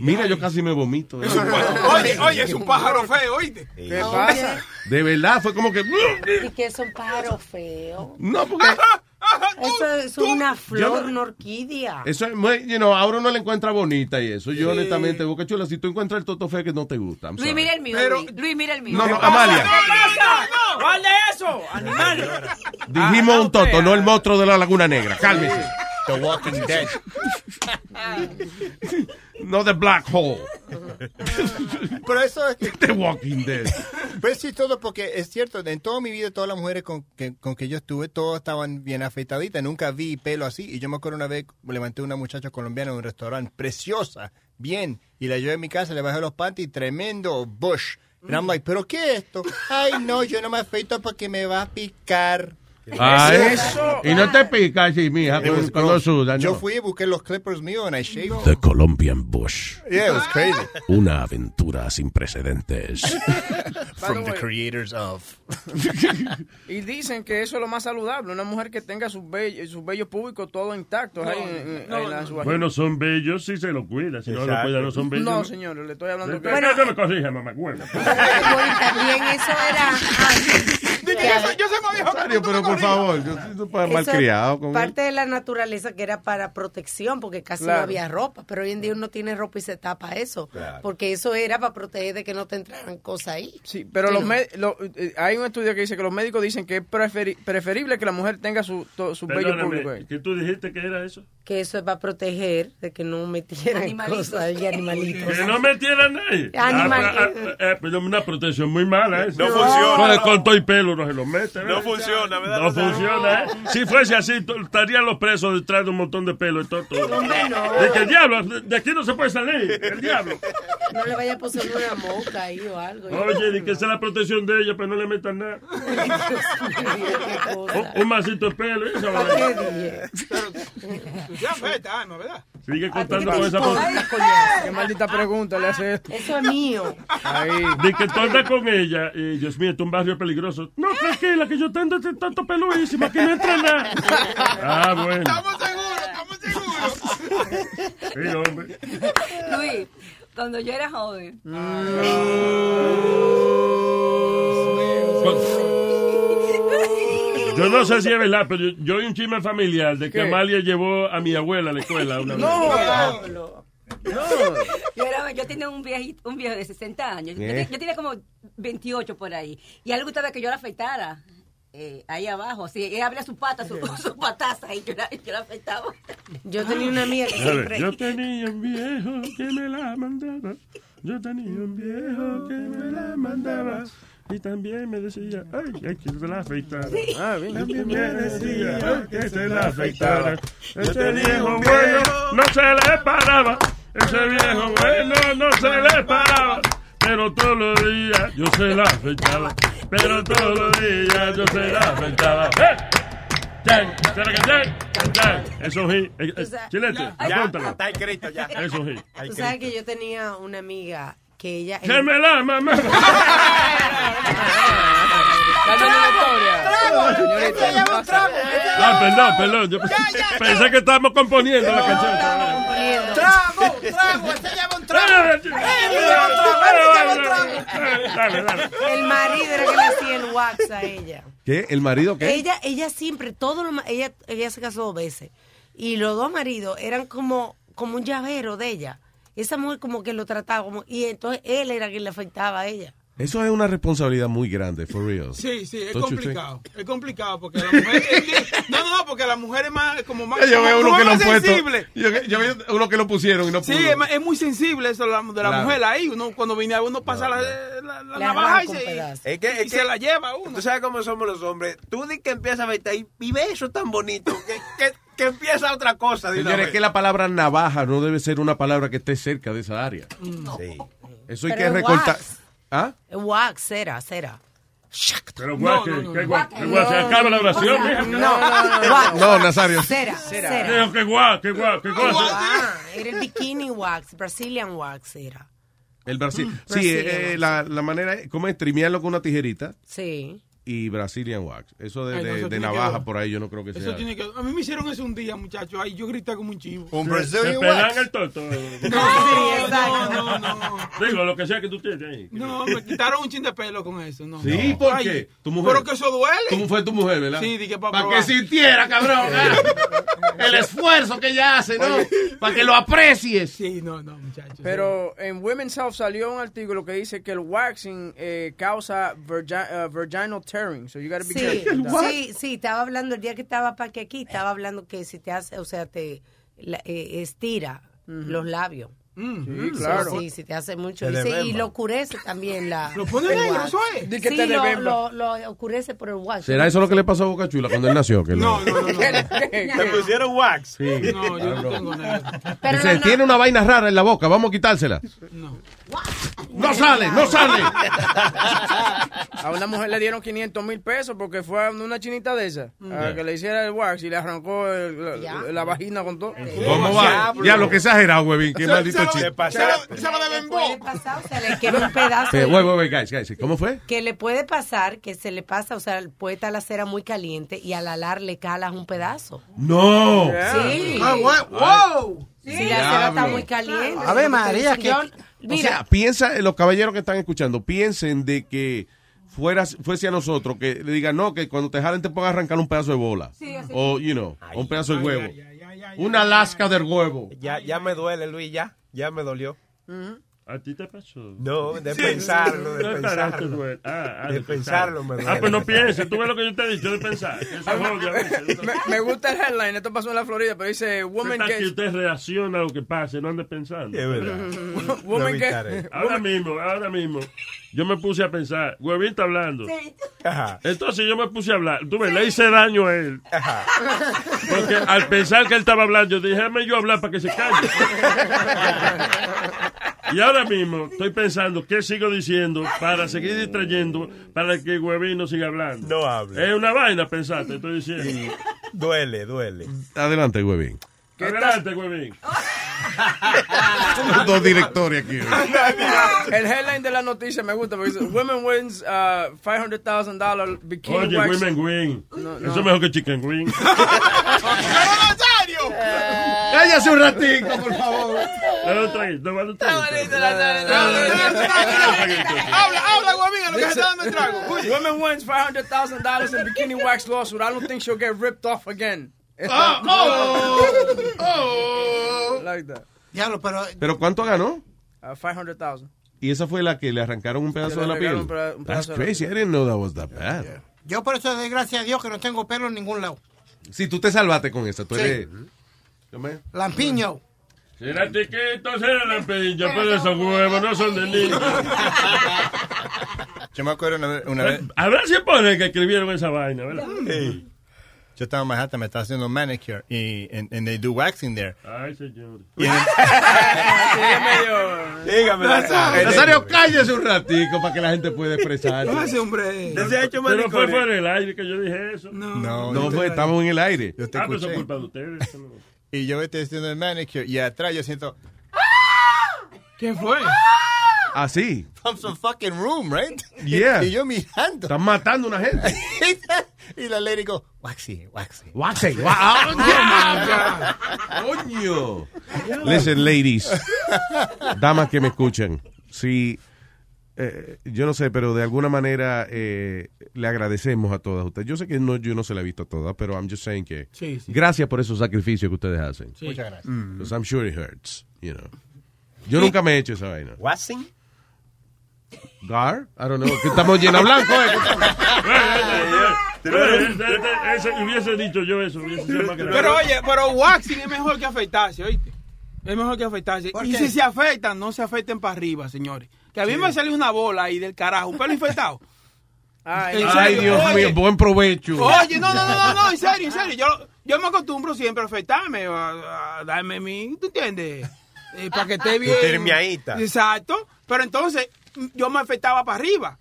[SPEAKER 3] mira, yo casi me vomito. De,
[SPEAKER 17] Oye, oye, es un pájaro feo, oíste. ¿Qué
[SPEAKER 12] pasa?
[SPEAKER 3] de verdad, fue como que. ¡uh!
[SPEAKER 12] Y que son pájaros feos.
[SPEAKER 3] No, porque.
[SPEAKER 12] Ah, Eso es una
[SPEAKER 3] Yo-
[SPEAKER 12] flor, una orquídea.
[SPEAKER 3] Eso es muy, you know, ahora uno la encuentra bonita y eso. Yo honestamente, boca chula, si tú encuentras el toto feo que no te gusta. I'm
[SPEAKER 18] Luis,
[SPEAKER 3] sorry.
[SPEAKER 18] mira el mío.
[SPEAKER 3] Pero-
[SPEAKER 18] Luis, Luis, mira el mío.
[SPEAKER 3] No, no, Amalia.
[SPEAKER 8] no! ¡Guarda eso! ¡Animal!
[SPEAKER 3] Dijimos un toto, no el monstruo de la Laguna Negra. Cálmese.
[SPEAKER 6] The Walking Dead.
[SPEAKER 3] No the black hole.
[SPEAKER 6] Pero eso es
[SPEAKER 3] The Walking Dead.
[SPEAKER 6] Pues sí, todo, porque es cierto, en toda mi vida, todas las mujeres con que, con que yo estuve, todas estaban bien afeitaditas, nunca vi pelo así. Y yo me acuerdo una vez, levanté una muchacha colombiana en un restaurante, preciosa, bien, y la llevé a mi casa, le bajé los panties, tremendo bush. And I'm like, ¿pero qué es esto? Ay, no, yo no me afeito porque me va a picar.
[SPEAKER 3] Ay, Y no te pica así, mija,
[SPEAKER 6] It was
[SPEAKER 3] cuando, cuando
[SPEAKER 6] gross.
[SPEAKER 3] sudan.
[SPEAKER 6] Ah, eh. Yo
[SPEAKER 3] no.
[SPEAKER 6] fui y busqué los clippers míos and I shaved.
[SPEAKER 19] The Colombian Bush.
[SPEAKER 6] Yeah, it was
[SPEAKER 3] Ah.
[SPEAKER 6] crazy.
[SPEAKER 19] Una aventura sin precedentes.
[SPEAKER 6] From the creators of.
[SPEAKER 8] Y dicen que eso es lo más saludable, una mujer que tenga sus bellos sus bellos públicos todo intacto. ahí en- en- en la- su-
[SPEAKER 16] Bueno, son bellos si se los cuida, si no los
[SPEAKER 8] Exacto.
[SPEAKER 16] cuida no son bellos.
[SPEAKER 8] No, señores, le estoy hablando que...
[SPEAKER 16] Bueno, no me corrija, mamá, bueno.
[SPEAKER 12] También eso era...
[SPEAKER 17] yo soy más viejo
[SPEAKER 3] Nazario, pero por favor, yo soy súper
[SPEAKER 12] Eso
[SPEAKER 3] malcriado.
[SPEAKER 12] es
[SPEAKER 3] con-
[SPEAKER 12] parte de la naturaleza que era para protección, porque casi
[SPEAKER 3] Claro.
[SPEAKER 12] no había ropa, pero hoy en día uno tiene ropa y se tapa eso,
[SPEAKER 8] Claro.
[SPEAKER 12] porque eso era para proteger de que no te entraran cosas ahí.
[SPEAKER 8] Sí, Pero los
[SPEAKER 12] no.
[SPEAKER 8] me- lo- eh, hay un estudio que dice que los médicos dicen que es preferi- preferible que la mujer tenga su, to- su bello público. ahí.
[SPEAKER 16] Perdóname, ¿qué tú dijiste que era eso?
[SPEAKER 12] que eso es para proteger de que no metieran
[SPEAKER 16] Animalitos.
[SPEAKER 12] cosas ahí, animalitos.
[SPEAKER 16] Que no metiera a nadie.
[SPEAKER 12] Animal-
[SPEAKER 16] Ah, ah, ah, eh, pero una protección muy mala. ¿eh?
[SPEAKER 10] No funciona.
[SPEAKER 16] Porque con todo y pelo no se lo meten.
[SPEAKER 10] No
[SPEAKER 16] ¿eh?
[SPEAKER 10] funciona, ¿verdad?
[SPEAKER 16] No
[SPEAKER 10] Nazario?
[SPEAKER 16] funciona, ¿eh? Si fuese así, to- estarían los presos detrás de un montón de pelo y todo. todo.
[SPEAKER 12] Hombre, no.
[SPEAKER 16] De que diablo, de de aquí no se puede salir, el diablo.
[SPEAKER 12] No le vaya a poner una mosca ahí o algo.
[SPEAKER 16] Oye, de que esa es la protección de ella, pero no le metan nada. Un- Un masito de pelo, esa vaina.
[SPEAKER 17] Tú te afectas, Alma, ¿verdad?
[SPEAKER 16] Sigue contando con
[SPEAKER 17] ¿A ti qué te
[SPEAKER 16] esa
[SPEAKER 17] importa?
[SPEAKER 16] protección.
[SPEAKER 8] Qué maldita pregunta le hace esto.
[SPEAKER 12] Ah, Eso es mío.
[SPEAKER 16] De que tú andas con ella, eh, Dios mío, esto es un barrio peligroso. No, tranquila, que yo tengo este tanto peluísimo, que no entra nada. Ah, bueno.
[SPEAKER 17] Estamos seguros, estamos seguros.
[SPEAKER 16] Sí, hombre.
[SPEAKER 18] Luis, cuando yo era joven.
[SPEAKER 16] Yo no sé si es verdad, pero yo, yo oí un chisme familiar de que
[SPEAKER 18] ¿Qué?
[SPEAKER 16] Amalia llevó a mi abuela a la escuela una vez.
[SPEAKER 18] Diablo. Yo, era- yo tenía un viejito, un viejo de 60 años. Yo,
[SPEAKER 16] ¿Eh?
[SPEAKER 18] tenía- yo tenía como 28 por ahí. Y a él le gustaba que yo la afeitara. eh, ahí abajo, sí, él abría su pata, su, su pataza y yo la, yo la afeitaba.
[SPEAKER 12] Yo tenía una amiga que
[SPEAKER 16] A ver,
[SPEAKER 12] siempre...
[SPEAKER 16] Yo tenía un viejo que me la mandaba. Yo tenía un viejo que me la mandaba. Y también me decía, ay, ay, que se la afeitara. Ah, bien. También me decía, ay, que se la afeitara. Ese viejo bueno no se le paraba. Ese viejo bueno no se le paraba. pero todos los días yo se la afectaba. Pero todos los días yo se la afectaba. ¡Eh! ¡Chan! ¡Chan! ¡Chan! ¡Chan! Eso es, eh, eh, chilete, apúntalo.
[SPEAKER 10] Está escrito ya.
[SPEAKER 16] Eso es.
[SPEAKER 12] Tú sabes que yo tenía una amiga que ella.
[SPEAKER 16] ¡Se me la mamá! Ah, perdón, perdón. Yo pensé, pensé que estábamos componiendo la canción.
[SPEAKER 17] Trago, trago, este lleva un trago.
[SPEAKER 16] Este
[SPEAKER 17] lleva un trago, este lleva un trago.
[SPEAKER 16] Dale, dale.
[SPEAKER 12] El marido era que le hacía el wax a ella.
[SPEAKER 20] ¿Qué? ¿El marido qué?
[SPEAKER 12] Ella, ella siempre, todo lo ma- ella, ella se casó dos veces. Y los dos maridos eran como, como un llavero de ella. Esa mujer como que lo trataba como, y entonces él era quien le afectaba a ella.
[SPEAKER 3] Eso es una responsabilidad muy grande, for real.
[SPEAKER 17] Sí, sí, es
[SPEAKER 3] Don't you think?
[SPEAKER 17] complicado. Es complicado porque la mujer. No, no, no, porque la mujer es más. Como más
[SPEAKER 20] Yo veo
[SPEAKER 17] como
[SPEAKER 20] uno que lo
[SPEAKER 17] más
[SPEAKER 20] han puesto.
[SPEAKER 17] sensible.
[SPEAKER 20] Yo, yo veo uno que lo pusieron y no
[SPEAKER 17] Sí,
[SPEAKER 20] pudo.
[SPEAKER 17] es, ma- es muy sensible eso de la, de la
[SPEAKER 20] Claro.
[SPEAKER 17] mujer ahí. Uno, cuando viene a uno pasa la, la- la navaja y se.
[SPEAKER 10] Es que, es
[SPEAKER 17] y
[SPEAKER 10] que-
[SPEAKER 17] se la lleva uno.
[SPEAKER 10] Tú sabes cómo somos los hombres. Tú di que empiezas a bailar y, y ve eso tan bonito. Que, que, que empieza otra cosa. de una
[SPEAKER 3] Señores,
[SPEAKER 10] vez.
[SPEAKER 3] que la palabra navaja no debe ser una palabra que esté cerca de esa área.
[SPEAKER 10] Sí.
[SPEAKER 3] Eso hay
[SPEAKER 12] Pero
[SPEAKER 3] que
[SPEAKER 12] es
[SPEAKER 3] recortar.
[SPEAKER 12] wax.
[SPEAKER 3] ¿Ah?
[SPEAKER 12] El Wax, cera, cera.
[SPEAKER 16] Pero
[SPEAKER 3] guau,
[SPEAKER 16] que-
[SPEAKER 3] que-
[SPEAKER 16] que
[SPEAKER 3] que
[SPEAKER 16] guau,
[SPEAKER 3] guau,
[SPEAKER 16] que guau, se acaba la oración, mija.
[SPEAKER 12] No, no, no, wax.
[SPEAKER 3] No, Nazario.
[SPEAKER 12] Cera, cera.
[SPEAKER 16] Dijo que guau, que guau, que guau.
[SPEAKER 12] Ah, era el bikini wax, Brazilian wax era.
[SPEAKER 3] El Brasil.
[SPEAKER 17] Mm,
[SPEAKER 3] sí,
[SPEAKER 12] Brazilian
[SPEAKER 3] eh, la, la manera es como estrimearlo con una tijerita
[SPEAKER 12] Sí.
[SPEAKER 3] y Brazilian wax. Eso de,
[SPEAKER 17] Ay, no,
[SPEAKER 3] de-
[SPEAKER 17] eso
[SPEAKER 3] de
[SPEAKER 17] tiene que
[SPEAKER 3] navaja
[SPEAKER 17] ver.
[SPEAKER 3] por ahí yo no creo que
[SPEAKER 17] Eso
[SPEAKER 3] sea.
[SPEAKER 17] tiene que. A mí me hicieron eso un día, muchachos. Ahí yo grité como un chivo.
[SPEAKER 3] Un
[SPEAKER 16] Te
[SPEAKER 3] Brazilian
[SPEAKER 16] pelan
[SPEAKER 3] wax.
[SPEAKER 16] el toto.
[SPEAKER 17] No, no, no, no.
[SPEAKER 16] Digo, lo que sea que tú tienes ahí.
[SPEAKER 17] No, me quitaron un chin de pelo con eso. No.
[SPEAKER 16] Sí,
[SPEAKER 17] No.
[SPEAKER 16] ¿por
[SPEAKER 17] Ay,
[SPEAKER 16] qué? Tu mujer.
[SPEAKER 17] Pero que eso duele.
[SPEAKER 3] Tu- fue tu mujer, ¿verdad?
[SPEAKER 17] Sí, dije
[SPEAKER 3] Pa'
[SPEAKER 17] para
[SPEAKER 3] que sintiera, cabrón, ah. El esfuerzo que ella hace, ¿no? Para que lo aprecies.
[SPEAKER 17] Sí, no, no, muchachos.
[SPEAKER 8] Pero en Women's Health salió un artículo que dice que el waxing eh, causa virgi- uh, virginal tearing. So you gotta be
[SPEAKER 12] Sí,
[SPEAKER 8] careful.
[SPEAKER 12] sí, sí, estaba hablando el día que estaba para que aquí, estaba hablando que si te hace, o sea, te la- eh, estira los labios.
[SPEAKER 21] Mm.
[SPEAKER 8] Sí, claro.
[SPEAKER 12] Sí, si te hace mucho.
[SPEAKER 8] Te
[SPEAKER 12] Y, se-
[SPEAKER 8] debe,
[SPEAKER 12] y
[SPEAKER 8] man.
[SPEAKER 12] lo oscurece también la.
[SPEAKER 17] Lo pone
[SPEAKER 12] el
[SPEAKER 17] negro,
[SPEAKER 12] wax.
[SPEAKER 17] eso es. Di que
[SPEAKER 12] Sí,
[SPEAKER 17] te
[SPEAKER 12] lo,
[SPEAKER 17] debe,
[SPEAKER 12] lo, lo oscurece por el wax.
[SPEAKER 3] ¿Será eso lo que le pasó a Boca Chula cuando él nació? Que pues, lo-
[SPEAKER 10] Le pusieron wax.
[SPEAKER 3] Sí. Ah,
[SPEAKER 17] No, yo no tengo nada.
[SPEAKER 3] Se tiene una vaina rara en la boca, vamos a quitársela. No sale, no sale.
[SPEAKER 8] A una mujer le dieron 500 mil pesos porque fue a una chinita de esa a
[SPEAKER 3] Mm.
[SPEAKER 8] que le hiciera el wax y le arrancó el- la, la vagina con todo.
[SPEAKER 3] ¿Cómo va? Ya, lo que exagerado, huevín. Qué
[SPEAKER 8] Se-
[SPEAKER 3] maldito
[SPEAKER 8] se lo-
[SPEAKER 3] chiste.
[SPEAKER 17] Se lo deben
[SPEAKER 12] vos. O sea, le queda un pedazo.
[SPEAKER 3] Pero, Wait, wait, wait, Eh, guys, guys. ¿Cómo fue?
[SPEAKER 12] que le puede pasar, que se le pasa, o sea, puede estar la cera muy caliente y al alar le calas un pedazo.
[SPEAKER 3] No.
[SPEAKER 12] Sí.
[SPEAKER 17] Ah, gua- wow.
[SPEAKER 12] Si la cera está
[SPEAKER 3] Diablo.
[SPEAKER 12] muy caliente.
[SPEAKER 22] A ver,
[SPEAKER 12] si no te-
[SPEAKER 22] María,
[SPEAKER 12] si
[SPEAKER 22] que-
[SPEAKER 12] yo-
[SPEAKER 3] O
[SPEAKER 12] Mira,
[SPEAKER 3] sea, piensa, eh, los caballeros que están escuchando, piensen de que fueras, fuese a nosotros, que le digan, no, que cuando te jalen te pongan a arrancar un pedazo de bola.
[SPEAKER 10] Sí, así.
[SPEAKER 3] o, you know, un pedazo de huevo. Una lasca del huevo.
[SPEAKER 10] Ya, ya me duele, Luis, ya. Ya me dolió.
[SPEAKER 17] Mm.
[SPEAKER 16] ¿A ti te pasó?
[SPEAKER 10] No, de
[SPEAKER 16] Sí.
[SPEAKER 10] pensarlo, de
[SPEAKER 16] No, para,
[SPEAKER 10] pensarlo.
[SPEAKER 16] te duele. Ah, ah,
[SPEAKER 10] de pensarlo, me duele.
[SPEAKER 16] Ah, pues no pienses, tú ves lo que yo te he dicho de pensar. que Eso jode a veces.
[SPEAKER 8] me, me gusta el headline, esto pasó en la Florida, pero dice woman
[SPEAKER 16] Hasta que
[SPEAKER 8] gets
[SPEAKER 16] usted reacciona a lo que pase, no ande pensando.
[SPEAKER 8] Es verdad. Woman Lo evitaré. que-
[SPEAKER 16] Ahora mismo, ahora mismo, yo me puse a pensar, huevín está hablando.
[SPEAKER 10] Ajá.
[SPEAKER 16] Entonces yo me puse a hablar, tú ves, le hice daño a él. Porque al pensar que él estaba hablando, yo dije, déjame yo hablar para que se calle. Y ahora mismo estoy pensando qué sigo diciendo para seguir distrayendo para que Huevín no siga hablando.
[SPEAKER 10] No hable.
[SPEAKER 16] Es una vaina pensar, te estoy diciendo.
[SPEAKER 10] Duele, duele.
[SPEAKER 3] Adelante, huevín.
[SPEAKER 16] Adelante, Huevín.
[SPEAKER 3] Dos directores aquí.
[SPEAKER 8] El headline de la noticia me gusta porque dice Women wins uh, $500,000 bikini
[SPEAKER 16] Oye,
[SPEAKER 8] wax.
[SPEAKER 16] Women Wing.
[SPEAKER 8] No, no.
[SPEAKER 16] Eso es mejor que Chicken Wing.
[SPEAKER 3] Cállase un ratito, por favor.
[SPEAKER 16] Dale un traguito, dale un traguito. Ah,
[SPEAKER 17] Habla, habla, guamín, a lo que se
[SPEAKER 8] Dice-
[SPEAKER 17] está dando el trago.
[SPEAKER 8] Women wins $500,000 in bikini wax lawsuit. I don't think she'll get ripped off again.
[SPEAKER 17] Ah, oh,
[SPEAKER 8] oh. Like that.
[SPEAKER 9] Diablo, pero
[SPEAKER 3] Pero ¿cuánto ganó?
[SPEAKER 8] Uh, 500,000.
[SPEAKER 3] Y esa fue la que le arrancaron un pedazo
[SPEAKER 8] Que
[SPEAKER 3] de
[SPEAKER 8] le
[SPEAKER 3] la piel.
[SPEAKER 8] arrancaron un peda- un
[SPEAKER 3] That's
[SPEAKER 8] pedazo de la
[SPEAKER 3] crazy. I didn't know that was that bad.
[SPEAKER 9] yo por eso, de gracias a Dios, que no tengo pelo en ningún lado.
[SPEAKER 3] Si tú te salvaste con esa, tú
[SPEAKER 9] Sí.
[SPEAKER 3] eres.
[SPEAKER 9] Lampiño.
[SPEAKER 16] Será chiquito, será lampiño, pero esos huevos no son de niño.
[SPEAKER 6] Yo me acuerdo una vez. Una vez
[SPEAKER 3] Mm.
[SPEAKER 16] A ver si ponen que escribieron esa vaina, ¿verdad?
[SPEAKER 6] Sí. Yo estaba en Manhattan, me estaba haciendo manicure y and, and they do waxing there.
[SPEAKER 16] Ay, señor.
[SPEAKER 6] Y en-
[SPEAKER 16] Ah, Dígame, Nazario.
[SPEAKER 3] Nazario, cállese un ratico para que la gente pueda expresarse.
[SPEAKER 16] No, ese
[SPEAKER 17] hombre.
[SPEAKER 16] No se ha hecho
[SPEAKER 3] manicure.
[SPEAKER 16] Pero fue por el aire que yo dije eso.
[SPEAKER 3] No, yo te- pues, estamos en el aire.
[SPEAKER 6] Yo te
[SPEAKER 16] Ah, pero eso es
[SPEAKER 6] escuché.
[SPEAKER 16] culpa de ustedes. eso no.
[SPEAKER 6] Y yo me estoy haciendo el manicure y atrás yo siento,
[SPEAKER 17] ¿Qué fue?
[SPEAKER 3] Así.
[SPEAKER 6] I'm some fucking room, right?
[SPEAKER 3] Ah, Yeah.
[SPEAKER 6] Y, yo mirando.
[SPEAKER 2] Ah,
[SPEAKER 3] Están matando a una gente.
[SPEAKER 6] y la lady go, waxy, waxy.
[SPEAKER 3] Waxy. wa- ah, Coño. Listen, ladies. Damas que me escuchan. Si. eh, yo no sé, pero de alguna manera eh, le agradecemos a todas ustedes. Yo sé que no, yo no se la he visto a todas, pero I'm just saying que
[SPEAKER 17] Sí, sí.
[SPEAKER 3] gracias por esos sacrificios que ustedes hacen.
[SPEAKER 17] Sí. Muchas gracias.
[SPEAKER 3] Mm. 'Cause I'm sure it hurts, you know. Yo nunca me he hecho esa vaina.
[SPEAKER 10] ¿Waxing?
[SPEAKER 3] Gar, I don't know. que Estamos llenos blanco. eh,
[SPEAKER 16] Ese- Hubiese dicho yo eso. hubiese sido más grave.
[SPEAKER 17] Pero oye, pero waxing es mejor que afeitarse, oíste. Es mejor que afeitarse. Y si se afeitan, no se afeiten para arriba, señores. Que a mí me salió una bola ahí del carajo, un pelo infectado.
[SPEAKER 3] Ay,
[SPEAKER 17] En serio,
[SPEAKER 3] Dios
[SPEAKER 17] oye.
[SPEAKER 3] mío, buen provecho.
[SPEAKER 17] Oye, no, no, no, no, no, en serio, en serio. Yo, yo me acostumbro siempre a afeitarme, a, a darme mi, ¿tú entiendes? Eh, para que esté
[SPEAKER 10] Tu
[SPEAKER 17] bien.
[SPEAKER 10] termiadita.
[SPEAKER 17] Exacto. Pero entonces yo me afeitaba para arriba.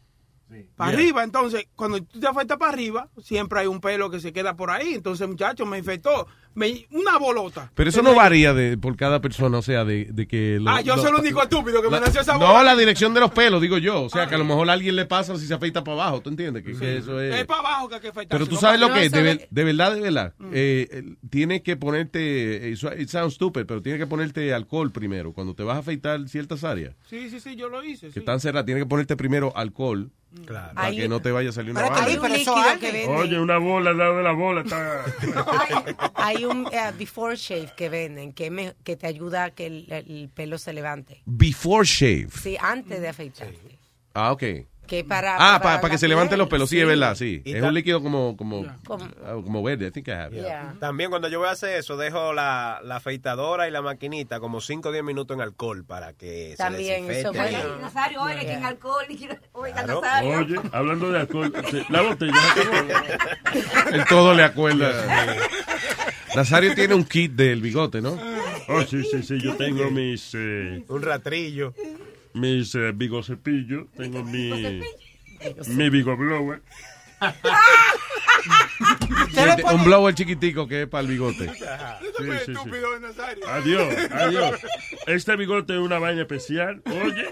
[SPEAKER 17] Para
[SPEAKER 10] Yeah.
[SPEAKER 17] arriba, entonces, cuando tú te afectas para arriba, siempre hay un pelo que se queda por ahí. Entonces, muchacho, me infectó. Me, una bolota.
[SPEAKER 3] Pero eso no varía de, por cada persona, o sea, de, de que... lo-
[SPEAKER 17] ah, yo
[SPEAKER 3] lo-
[SPEAKER 17] soy el único estúpido que
[SPEAKER 3] la-
[SPEAKER 17] me nació esa bola.
[SPEAKER 3] No, la dirección de los pelos, digo yo. O sea, que a lo mejor a alguien le pasa si se afeita para abajo, ¿tú entiendes? Que, que eso es...
[SPEAKER 17] Es para abajo que hay que afeitarse.
[SPEAKER 3] Pero tú
[SPEAKER 17] no
[SPEAKER 3] sabes
[SPEAKER 17] pa'
[SPEAKER 3] lo que es, de,
[SPEAKER 17] arriba.
[SPEAKER 3] ver- de verdad, de verdad.
[SPEAKER 17] Mm.
[SPEAKER 3] eh, eh, tienes que ponerte, eso- it sounds stupid, pero tienes que ponerte alcohol primero. Cuando te vas a afeitar ciertas áreas
[SPEAKER 17] Sí, sí, sí, Mm. yo lo hice.
[SPEAKER 3] que están cerradas, tienes que ponerte primero alcohol
[SPEAKER 17] Claro.
[SPEAKER 3] para
[SPEAKER 17] Ahí-
[SPEAKER 3] que no te vaya a salir una
[SPEAKER 12] Espérate,
[SPEAKER 3] bala.
[SPEAKER 12] hay un líquido que venden.
[SPEAKER 16] Oye, una bola al lado de la bola está.
[SPEAKER 12] Hay un eh, before shave que venden que, me- que te ayuda a que el, el pelo se levante.
[SPEAKER 3] Before shave.
[SPEAKER 12] Sí, antes de afeitarte.
[SPEAKER 3] Ah, ok.
[SPEAKER 12] Que para,
[SPEAKER 3] Ah, para,
[SPEAKER 12] la
[SPEAKER 3] que se levanten
[SPEAKER 12] piel.
[SPEAKER 3] los pelos, sí, es verdad, sí.
[SPEAKER 10] Y
[SPEAKER 3] Es
[SPEAKER 10] ta-
[SPEAKER 3] un líquido como, como,
[SPEAKER 12] Como-
[SPEAKER 3] ah, como verde, I think I have it.
[SPEAKER 10] También cuando yo voy a hacer eso, dejo la, la afeitadora y la maquinita como 5 o 10 minutos en alcohol para que
[SPEAKER 12] También,
[SPEAKER 10] se
[SPEAKER 12] eso
[SPEAKER 10] desinfecte.
[SPEAKER 12] fue-
[SPEAKER 10] Ahí.
[SPEAKER 7] Nazario, oye, que en alcohol. y que- Oiga,
[SPEAKER 10] Claro.
[SPEAKER 7] Nazario.
[SPEAKER 16] Oye, hablando de alcohol, se- la botella.
[SPEAKER 3] El todo le acuerda. Nazario tiene un kit del bigote, ¿no?
[SPEAKER 16] Oh, sí, sí, sí, yo tengo mis. eh,
[SPEAKER 10] Un ratrillo.
[SPEAKER 16] mis eh, bigocepillos, tengo mi. mi bigoblower.
[SPEAKER 3] Un blower chiquitico que es para el bigote.
[SPEAKER 16] Sí, sí, sí.
[SPEAKER 17] Nazario.
[SPEAKER 3] Ah,
[SPEAKER 16] Adiós, adiós. Este bigote es una vaina especial. Oye,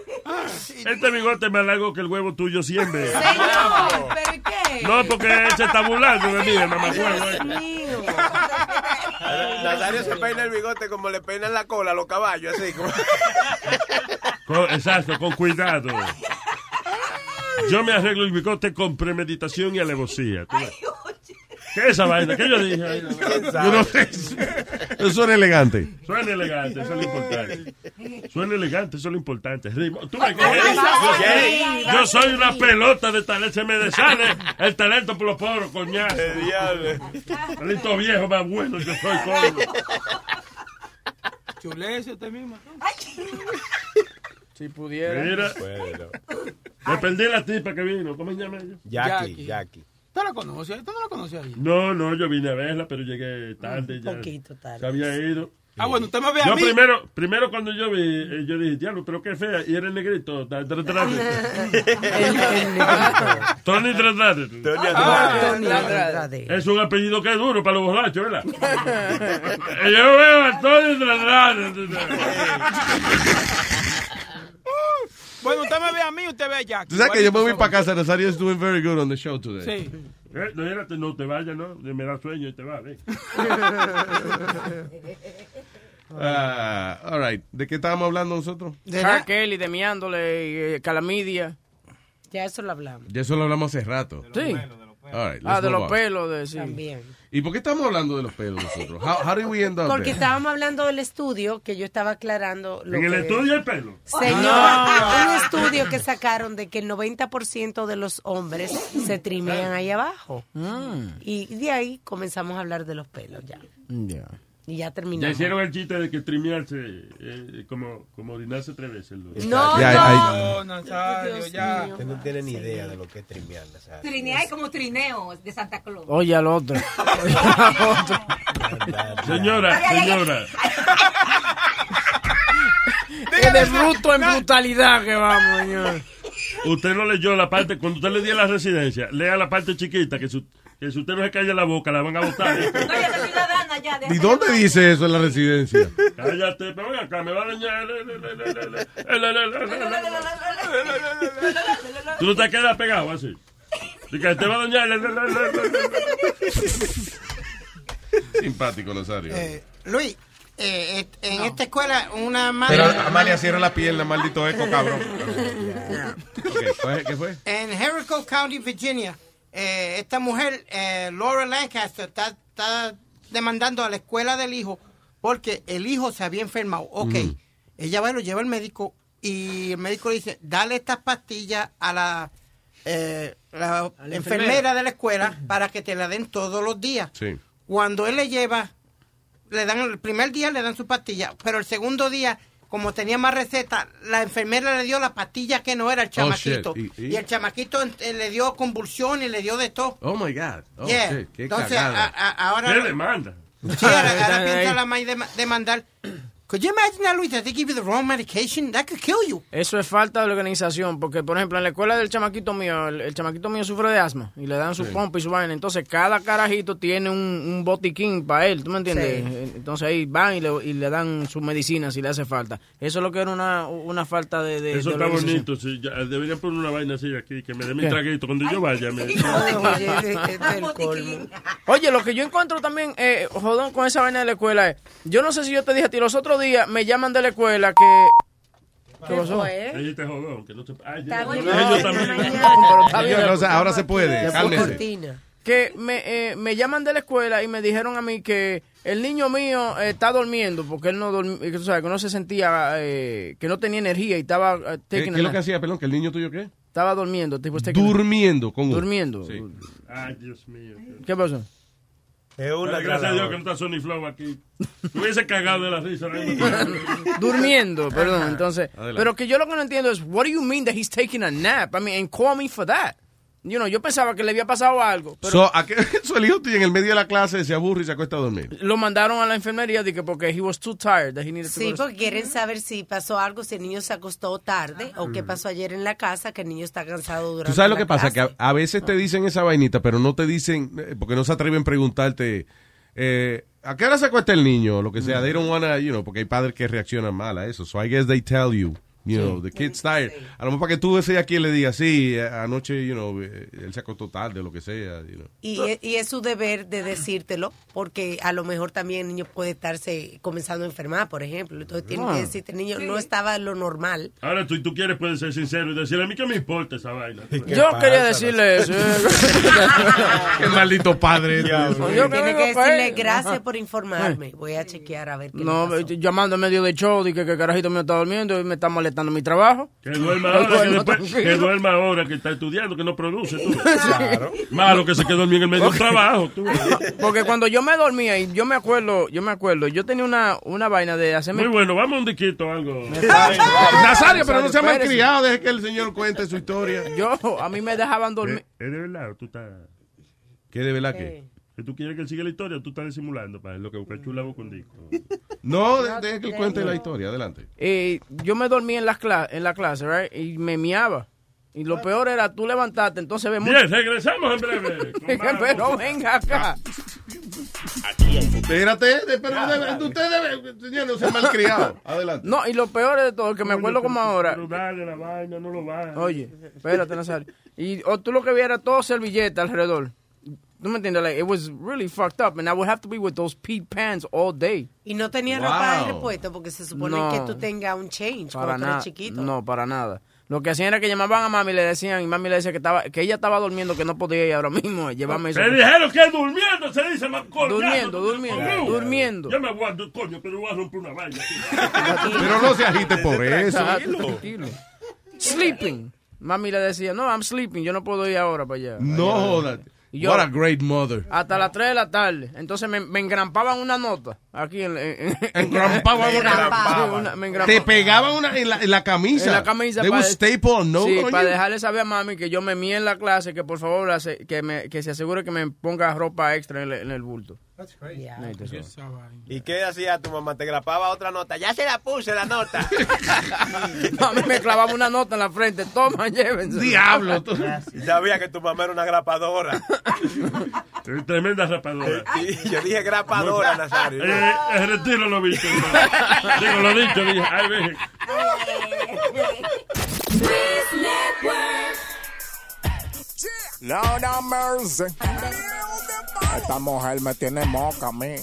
[SPEAKER 16] este bigote es más largo que el huevo tuyo siempre.
[SPEAKER 2] Señor,
[SPEAKER 12] ¿pero qué?
[SPEAKER 16] No, porque él se está burlando de mí, el mamacuevo.
[SPEAKER 2] Dios mío.
[SPEAKER 10] Nazario se peina el bigote como le peinan la cola a los caballos, así como...
[SPEAKER 16] Con- exacto, con cuidado. Yo me arreglo el bigote con premeditación y alevosía. ¿Tú ves? ¿Qué es esa vaina? ¿Qué yo dije? ahí?
[SPEAKER 3] Yo no sé. Eso suena elegante.
[SPEAKER 16] Suena elegante, eso es lo importante. Suena elegante, eso es lo importante. Ritmo. Tú me
[SPEAKER 2] Ay,
[SPEAKER 16] Yo soy una pelota de talento, se me desale el talento por los poros, coñazo. Talento viejo más bueno, yo soy coño.
[SPEAKER 17] Chulece usted misma.
[SPEAKER 8] Si pudiera.
[SPEAKER 16] Mira. Dependí de la tipa que vino, ¿cómo se llama ella?
[SPEAKER 17] Jackie, Jackie. ¿Tú la conoces? ¿Tú no la conoces ahí?
[SPEAKER 16] No, no, yo vine a verla, pero llegué tarde ya.
[SPEAKER 17] poquito tarde.
[SPEAKER 16] Se había ido.
[SPEAKER 17] Ah, bueno, usted me ve a
[SPEAKER 16] Yo
[SPEAKER 17] mí.
[SPEAKER 16] primero, primero cuando yo vi, eh, yo dije, diablo, pero qué fea. Y era el negrito, da- tra- tra- Tony Andrade.
[SPEAKER 2] Ah, Tony
[SPEAKER 12] Andrade.
[SPEAKER 16] Es un apellido que es duro para los borrachos, ¿verdad? Y yo veo a Tony
[SPEAKER 17] Bueno, usted me ve a mí, usted ve a Jackie.
[SPEAKER 3] Tú sabes que yo me voy
[SPEAKER 17] Igualito
[SPEAKER 3] para casa. Nazario is doing very good on the show today.
[SPEAKER 17] somos. Sí.
[SPEAKER 16] Eh, no, espérate, no te vayas, no. Me da sueño y te va, ven.
[SPEAKER 3] Ah, all right. ¿De qué estábamos hablando nosotros?
[SPEAKER 8] R. Kelly, de Miándole, eh, Calamidia.
[SPEAKER 12] Ya eso lo hablamos.
[SPEAKER 3] Ya eso lo hablamos hace rato.
[SPEAKER 8] Sí.
[SPEAKER 3] All right, let's
[SPEAKER 8] Ah, de
[SPEAKER 3] move
[SPEAKER 8] los
[SPEAKER 3] on.
[SPEAKER 8] pelos, de sí.
[SPEAKER 12] También.
[SPEAKER 3] ¿Y por qué estamos hablando de los pelos nosotros? How, how did we end up
[SPEAKER 12] Porque
[SPEAKER 3] there?
[SPEAKER 12] estábamos hablando del estudio que yo estaba aclarando. Lo
[SPEAKER 3] ¿En el
[SPEAKER 12] que-
[SPEAKER 3] estudio el pelo?
[SPEAKER 12] Señor,
[SPEAKER 3] Ah.
[SPEAKER 12] un estudio que sacaron de que el 90% de los hombres se Mm.
[SPEAKER 8] Mm.
[SPEAKER 17] Mm.
[SPEAKER 12] trimean ahí abajo. Y de ahí comenzamos a hablar de los pelos ya. Y ya
[SPEAKER 16] Ya
[SPEAKER 12] terminamos.
[SPEAKER 16] hicieron el chiste de que trimearse, eh, como, como orinarse tres veces. Lo-
[SPEAKER 12] No,
[SPEAKER 10] Ya,
[SPEAKER 12] no.
[SPEAKER 10] ay. Nazario, ya.
[SPEAKER 12] mío.
[SPEAKER 10] Usted no tiene ni idea de lo que es trimear, Nazario.
[SPEAKER 18] Trinidad es como trineo de Santa Claus.
[SPEAKER 8] Oye al otro. Oye al otro.
[SPEAKER 16] Señora, señora.
[SPEAKER 8] Que de bruto en brutalidad que vamos, señor.
[SPEAKER 16] Usted no leyó la parte, cuando usted le dio la residencia, lea la parte chiquita, que, su- que si usted no se calla la boca, la van a botar.
[SPEAKER 23] ¿Y dónde dice eso en la residencia?
[SPEAKER 16] Cállate, pero ven acá, me va a dañar. Le, le, le, le, le, le. Eh, le, le, le, le, le, le. Tú no te quedas pegado así. Y que te va a dañar. le, le, le, le, le, le.
[SPEAKER 23] Simpático, Nazario.
[SPEAKER 9] Eh, Luis, eh, et- en esta escuela una
[SPEAKER 23] Pero
[SPEAKER 9] madre...
[SPEAKER 23] Amalia cierra la pierna, maldito eco, cabrón. Ok, fue- ¿Qué fue?
[SPEAKER 9] En Jericho County, Virginia, eh, esta mujer, eh, Laura Lancaster, está, está demandando a la escuela del hijo porque el hijo se había enfermado. Ok,
[SPEAKER 24] Mm.
[SPEAKER 9] ella va y lo lleva al médico y el médico le dice, dale estas pastillas a la, eh, la enfermera.
[SPEAKER 24] enfermera
[SPEAKER 9] de la escuela para que te la den todos los días.
[SPEAKER 23] Sí.
[SPEAKER 9] Cuando él le lleva, le dan el primer día le dan su pastilla, pero el segundo día, como tenía más recetas, la enfermera le dio la pastilla que no era el chamaquito.
[SPEAKER 23] Oh, shit. Y-
[SPEAKER 9] y,
[SPEAKER 23] y-
[SPEAKER 9] el chamaquito eh, le dio convulsión y le dio de todo.
[SPEAKER 23] Oh my God. Oh,
[SPEAKER 9] Yeah.
[SPEAKER 23] shit, qué
[SPEAKER 9] Entonces,
[SPEAKER 23] cagada.
[SPEAKER 9] a- a- ahora-
[SPEAKER 16] ¿Qué demanda? eh.
[SPEAKER 9] Sí, ahora, ahora piensa la maíz de- demandar. Could you imagine that, Luis, that they give you the wrong medication? That could kill you.
[SPEAKER 8] Eso es falta de organización, porque por ejemplo en la escuela del chamaquito mío, el, el chamaquito mío sufre de asma y le dan su
[SPEAKER 9] Sí.
[SPEAKER 8] pompa y su vaina, entonces cada carajito tiene un, un botiquín para él, ¿tú me entiendes? Eh,
[SPEAKER 9] Sí.
[SPEAKER 8] Entonces ahí van y le, y le dan su medicina si le hace falta. Eso es lo que era una, una falta de... de-
[SPEAKER 16] Eso
[SPEAKER 8] de
[SPEAKER 16] está
[SPEAKER 8] organización.
[SPEAKER 16] bonito. Sí, ya, deberían poner una vaina así aquí, que me dé mi
[SPEAKER 8] ¿Qué?
[SPEAKER 16] traguito. Cuando yo vaya, me.
[SPEAKER 8] Oye, lo que yo encuentro también, eh, jodón, con esa vaina de la escuela es, yo no sé si yo te dije a ti, los otros días me llaman de la escuela que... ¿Qué pasó?
[SPEAKER 16] Ella te jodó, que no te. Ay,
[SPEAKER 8] Está
[SPEAKER 16] yo-
[SPEAKER 8] bien.
[SPEAKER 16] yo- yo también.
[SPEAKER 8] Pero está bien.
[SPEAKER 23] Señor, o sea, ahora se puede.
[SPEAKER 8] Ya fue
[SPEAKER 23] Cálmese.
[SPEAKER 8] cortina. Que me, eh, me llaman de la escuela y me dijeron a mí que el niño mío eh, está durmiendo porque él no dorm- que tú sabes, que no se sentía, eh, que no tenía energía y estaba eh,
[SPEAKER 23] ¿Qué,
[SPEAKER 8] taking a
[SPEAKER 23] qué es lo
[SPEAKER 8] nap.
[SPEAKER 23] que hacía, perdón? ¿Que el niño tuyo qué?
[SPEAKER 8] Estaba durmiendo, tipo taking a nap.
[SPEAKER 23] Durmiendo. Con U.
[SPEAKER 8] Durmiendo.
[SPEAKER 23] Sí.
[SPEAKER 16] Ay, Dios mío.
[SPEAKER 8] ¿Qué pasó?
[SPEAKER 16] Dale gracias a Dios que no está Sony Flow aquí. Me hubiese cagado de la risa. ahora mismo.
[SPEAKER 8] durmiendo, perdón, entonces.
[SPEAKER 16] Adelante.
[SPEAKER 8] Pero que yo lo que no entiendo es, what do you mean that he's taking a nap? I mean, and call me for that. You know, yo pensaba que le había pasado algo, pero
[SPEAKER 23] So, ¿a qué- so, el hijo tuyo en el medio de la clase se aburre y se acuesta a dormir.
[SPEAKER 8] lo mandaron a la enfermería de que porque he was too tired that he needed to
[SPEAKER 12] Sí,
[SPEAKER 8] go to-
[SPEAKER 12] porque quieren saber si pasó algo, si el niño se acostó tarde o
[SPEAKER 8] Mm.
[SPEAKER 12] qué pasó ayer en la casa, que el niño está cansado durante
[SPEAKER 23] Tú sabes lo
[SPEAKER 12] la
[SPEAKER 23] que pasa,
[SPEAKER 12] clase.
[SPEAKER 23] que a, a veces
[SPEAKER 8] Ah.
[SPEAKER 23] te dicen esa vainita, pero no te dicen, eh, porque no se atreven a preguntarte, eh, ¿a qué hora se acuesta el niño? Lo que sea, they don't wanna, you know, porque hay padres que reaccionan mal a eso. So I guess they tell you, you know, the kid's tired. A lo mejor para que tú seas aquí y le digas, sí, eh, anoche, you know, eh, él se acostó tarde, lo que sea, you know.
[SPEAKER 12] Y, e- y es su deber de decírtelo, porque a lo mejor también el niño puede estarse comenzando a enfermar, por ejemplo. Entonces tiene
[SPEAKER 16] Ah.
[SPEAKER 12] que decirte, el niño no estaba lo normal.
[SPEAKER 16] Ahora tú, tú quieres, puedes ser sincero y decirle a mí que me importa esa vaina.
[SPEAKER 8] Yo quería decirle eso.
[SPEAKER 23] Qué maldito padre.
[SPEAKER 8] Yo creo
[SPEAKER 12] Tiene que
[SPEAKER 8] fue
[SPEAKER 12] decirle
[SPEAKER 8] él.
[SPEAKER 12] gracias
[SPEAKER 8] pues, Ajá.
[SPEAKER 12] por informarme. Voy a chequear a ver qué
[SPEAKER 8] No, eh, llamando en medio de show, dije que, el carajito me está durmiendo y me está molestando mi trabajo.
[SPEAKER 16] Que duerma ahora, que,
[SPEAKER 8] Bueno,
[SPEAKER 16] después, que
[SPEAKER 8] tranquilo.
[SPEAKER 16] duerma ahora, que está estudiando, que no produce. Tú. Malo que se quedó dormido en el medio del trabajo. Tú.
[SPEAKER 8] Porque cuando yo me dormía y yo me acuerdo, yo me acuerdo, yo tenía una, una vaina de hacerme.
[SPEAKER 16] Muy bueno, vamos a un diquito o algo.
[SPEAKER 23] Nazario, pero no sea
[SPEAKER 8] Nazario,
[SPEAKER 23] malcriado, Ah, deje que el señor cuente su historia.
[SPEAKER 8] Yo, a mí me dejaban dormir.
[SPEAKER 16] Es eh, de verdad, tú estás.
[SPEAKER 23] ¿Qué de verdad que?
[SPEAKER 16] Que tú quieres que él siga la historia, tú estás disimulando para lo que busca chula vos con disco.
[SPEAKER 23] Eh, No, de- deje que él cuente la historia, adelante.
[SPEAKER 8] Eh, yo me dormía en la, en la clase, right? Y me miaba. Y lo peor era tú levantarte, entonces ves mucho.
[SPEAKER 16] Bien, regresamos en breve.
[SPEAKER 23] eh,
[SPEAKER 16] con más
[SPEAKER 8] Pero
[SPEAKER 16] música.
[SPEAKER 8] venga acá.
[SPEAKER 23] Espérate, de- pero de- de usted debe, señor, no sea malcriado. Adelante.
[SPEAKER 8] No, y lo peor de todo, que me acuerdo como ahora.
[SPEAKER 16] Pero dale la vaina, no lo vayas.
[SPEAKER 8] Oye, espérate, Nazario. Y o tú lo que vieras todo servilleta alrededor. ¿Tú me entiendes? Like, it was really fucked up. And I would have to be with those pee pants all day.
[SPEAKER 12] Y no tenía
[SPEAKER 8] Wow.
[SPEAKER 12] ropa de repuesto porque se supone
[SPEAKER 8] No.
[SPEAKER 12] que tú tengas un change
[SPEAKER 8] Para
[SPEAKER 12] cuando tú eres
[SPEAKER 8] nada.
[SPEAKER 12] chiquito.
[SPEAKER 8] No, para nada. Lo que hacían era que llamaban a mami y le decían, y mami le decía que estaba, que ella estaba durmiendo, que no podía ir ahora mismo. Llevarme eso.
[SPEAKER 16] Me dijeron que durmiendo se dice más coñazo.
[SPEAKER 8] Durmiendo, durmiendo,
[SPEAKER 16] Coño.
[SPEAKER 8] durmiendo.
[SPEAKER 16] Yo me voy a, coño, pero voy a romper una vaina.
[SPEAKER 23] Pero no se agite por eso.
[SPEAKER 8] Sleeping. Mami le decía, no, I'm sleeping, yo no puedo ir ahora para allá.
[SPEAKER 23] No jodas.
[SPEAKER 8] Y yo-
[SPEAKER 3] What a great mother.
[SPEAKER 8] Hasta las 3 de la tarde. Entonces me, me engrampaban una nota. Aquí en. en- en-
[SPEAKER 3] Engrampaban
[SPEAKER 8] Me
[SPEAKER 3] una-
[SPEAKER 8] engrampaban. Me engrampaban.
[SPEAKER 3] Te pegaban una en la, en la camisa.
[SPEAKER 8] En la camisa.
[SPEAKER 3] They
[SPEAKER 8] pa-
[SPEAKER 3] would staple a note
[SPEAKER 8] sí,
[SPEAKER 3] on
[SPEAKER 8] para
[SPEAKER 3] you.
[SPEAKER 8] dejarle saber a mami que yo me mía en la clase, que por favor la se- que, me, que se asegure que me ponga ropa extra en, el- en el bulto. Ahí te sobra.
[SPEAKER 10] ¿Y qué hacía tu mamá? Te grapaba otra nota. Ya se la puse la nota.
[SPEAKER 8] Mami me clavaba una nota en la frente. Toma, llévense.
[SPEAKER 3] Diablo, tú.
[SPEAKER 10] Sabía que tu mamá era una grapadora.
[SPEAKER 16] Tremenda rapadora.
[SPEAKER 10] Y yo dije grapadora, Nazario.
[SPEAKER 16] Eh, eh, retiro lo visto. hermano. Digo, lo dicho, dije. Ay, ve.
[SPEAKER 19] No, no, mercy. Esta mujer me tiene moca a mí.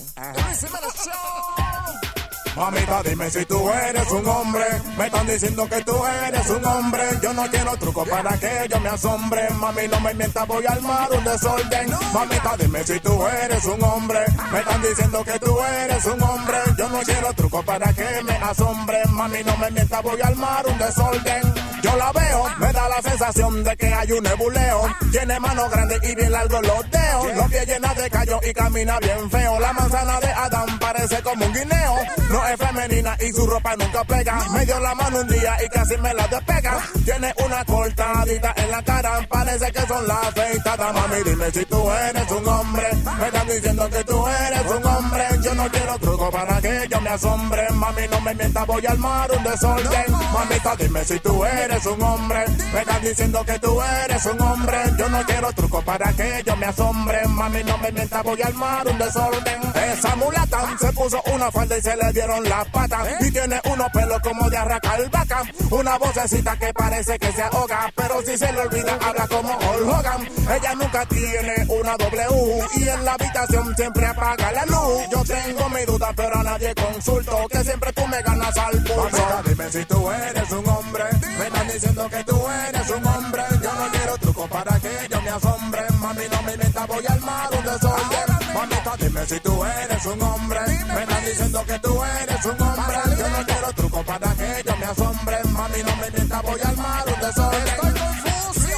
[SPEAKER 19] Mamita, dime si tú eres un hombre. Me están diciendo que tú eres un hombre. Yo no quiero truco para que yo me asombre. Mami, no me mientas, voy a armar un desorden. Mamita, dime si tú eres un hombre. Me están diciendo que tú eres un hombre. Yo no quiero truco para que me asombre. Mami, no me mientas, voy a armar un desorden. Yo la veo, me da la sensación de que hay un nebuleo. Tiene manos grandes y bien largos los dedos. Los pies llenos de callos y camina bien feo. La manzana de Adán parece como un guineo. No es femenina y su ropa nunca pega. Me dio la mano un día y casi me la despega. Tiene una cortadita en la cara. Parece que son las afeitadas. Mami, dime si tú eres un hombre. Me están diciendo que tú eres un hombre. Yo no quiero truco para que yo me asombre. Mami, no me mientas, voy a armar un desorden. Mamita, dime si tú eres un hombre. Me están diciendo que tú eres un hombre. Yo no quiero truco para que yo me asombre. Mami, no me mientas, voy a armar un desorden. Esa mulata se puso una falda y se le dieron las patas. Y tiene unos pelos como de arracar vaca. Una vocecita que parece que se ahoga. Pero si se le olvida, habla como Hulk Hogan. Ella nunca tiene una W. Y en la habitación siempre apaga la luz. Yo tengo mi duda, pero a nadie consulto. Que siempre tú me ganas al pulso. Dime si tú eres un hombre. Me están diciendo que tú eres un hombre. Yo no quiero truco para que yo me asombre. Mami, no me mientas, voy a armar un desorden. Mamita, dime si tú eres un hombre. Me están diciendo que tú eres un hombre. Yo no quiero truco para que yo me asombre. Mami, no me mientas, voy a armar un desorden. Estoy confuso.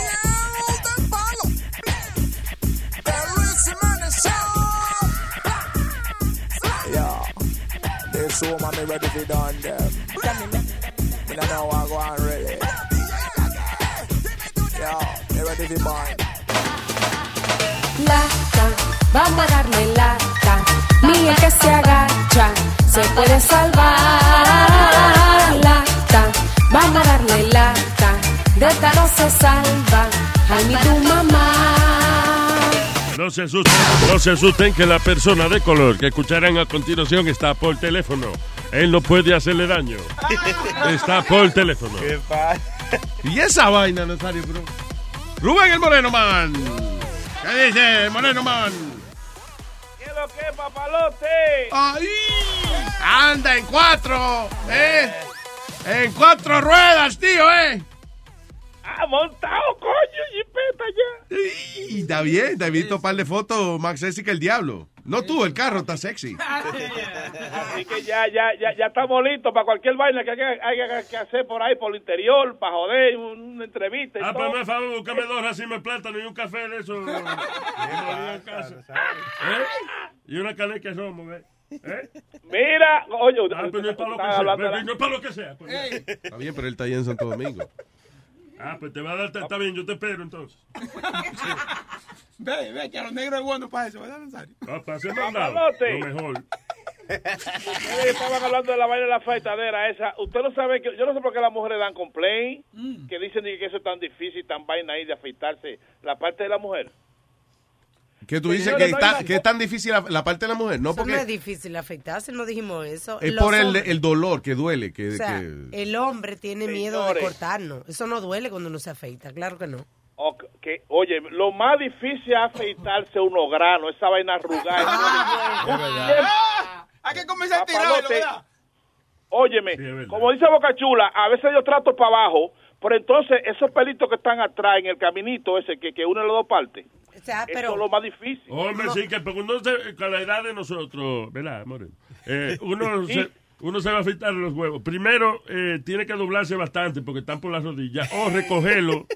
[SPEAKER 19] Yeah, they so mommy ready to done them. You don't know what go on really. Yeah, they ready to mine.
[SPEAKER 12] Lata, vamos a darle lata. Ni el que se agacha se puede salvar. Lata, vamos a darle lata. De esta no se salva, a ni tu mamá.
[SPEAKER 16] No se asusten, no se asusten que la persona de color que escucharán a continuación está por teléfono. Él no puede hacerle daño. Está por teléfono.
[SPEAKER 3] Y esa vaina, Nazario, bro.
[SPEAKER 2] Rubén el Moreno Man. ¿Qué dice el Moreno Man?
[SPEAKER 25] ¿Qué es lo que es, papalote?
[SPEAKER 2] ¡Ahí! Anda en cuatro, ¿eh? En cuatro ruedas, tío, ¿eh?
[SPEAKER 25] ¡Ah, montado, coño! ¡Jipeta ya!
[SPEAKER 3] Y está bien, te he visto un par de fotos más sexy que el diablo. No tú, el carro está sexy.
[SPEAKER 25] Así que ya, ya, ya, ya estamos listos para cualquier vaina que haya, haya que hacer por ahí, por el interior, para joder, un- una entrevista. y
[SPEAKER 16] Ah,
[SPEAKER 25] todo.
[SPEAKER 16] pues me favor, búscame dos racimos de plátano y un café de eso. que me olvidé en casa. ¿Eh? Y una caneca de romo, ¿ves? ¿Eh?
[SPEAKER 25] Mira, oye,
[SPEAKER 16] ah, pero no es para lo que
[SPEAKER 25] estaba
[SPEAKER 16] sea,
[SPEAKER 25] hablando
[SPEAKER 16] ven,
[SPEAKER 25] de la-
[SPEAKER 16] ven, no es para lo que sea. pues. coño.
[SPEAKER 3] Está bien, pero él está ahí en Santo Domingo.
[SPEAKER 16] Ah, pues te va a dar, está bien, yo te espero entonces.
[SPEAKER 17] Ve, ve, que a los negros es bueno para eso, ¿verdad, Nazario?
[SPEAKER 16] Ah, para hacer mandado,
[SPEAKER 25] Papalote.
[SPEAKER 16] lo mejor.
[SPEAKER 25] Ustedes Estaban hablando de la vaina de la faltadera esa. Usted no sabe que yo no sé por qué las mujeres dan complaint, que dicen que eso es tan difícil, tan vaina ahí de afeitarse la parte de la mujer.
[SPEAKER 3] Que tú
[SPEAKER 25] Sí,
[SPEAKER 3] dices
[SPEAKER 25] yo
[SPEAKER 3] que,
[SPEAKER 25] no
[SPEAKER 3] está,
[SPEAKER 25] iba-
[SPEAKER 3] que es tan difícil la, la parte de la mujer. No,
[SPEAKER 26] Eso no
[SPEAKER 3] porque
[SPEAKER 26] es difícil afeitarse, no dijimos eso.
[SPEAKER 3] es
[SPEAKER 26] Los
[SPEAKER 3] por el,
[SPEAKER 26] hombres-
[SPEAKER 3] el dolor que duele. Que,
[SPEAKER 26] o sea,
[SPEAKER 3] que-
[SPEAKER 8] eh,
[SPEAKER 26] el hombre tiene miedo de
[SPEAKER 25] Señores.
[SPEAKER 26] cortarnos. Eso no duele cuando uno se afeita, claro que no.
[SPEAKER 25] O que- que, oye, lo más difícil es afeitarse unos granos, esa vaina arrugada.
[SPEAKER 23] Ah,
[SPEAKER 27] Es verdad.
[SPEAKER 17] ¡Ah!
[SPEAKER 25] Hay que comenzar
[SPEAKER 27] a tirarlo, ¿verdad?
[SPEAKER 25] Óyeme, como dice Boca Chula, a veces yo trato para abajo, pero entonces esos pelitos que están atrás en el caminito ese que, que une las dos partes,
[SPEAKER 26] O sea,
[SPEAKER 25] eso
[SPEAKER 26] pero
[SPEAKER 25] es lo más difícil.
[SPEAKER 16] Hombre, sí, que porque uno se- con la edad de nosotros, ¿verdad, Moreno? Eh, uno,
[SPEAKER 25] Sí.
[SPEAKER 16] se, uno se va a afeitar los huevos. Primero, eh, tiene que doblarse bastante porque están por las rodillas. O recogerlo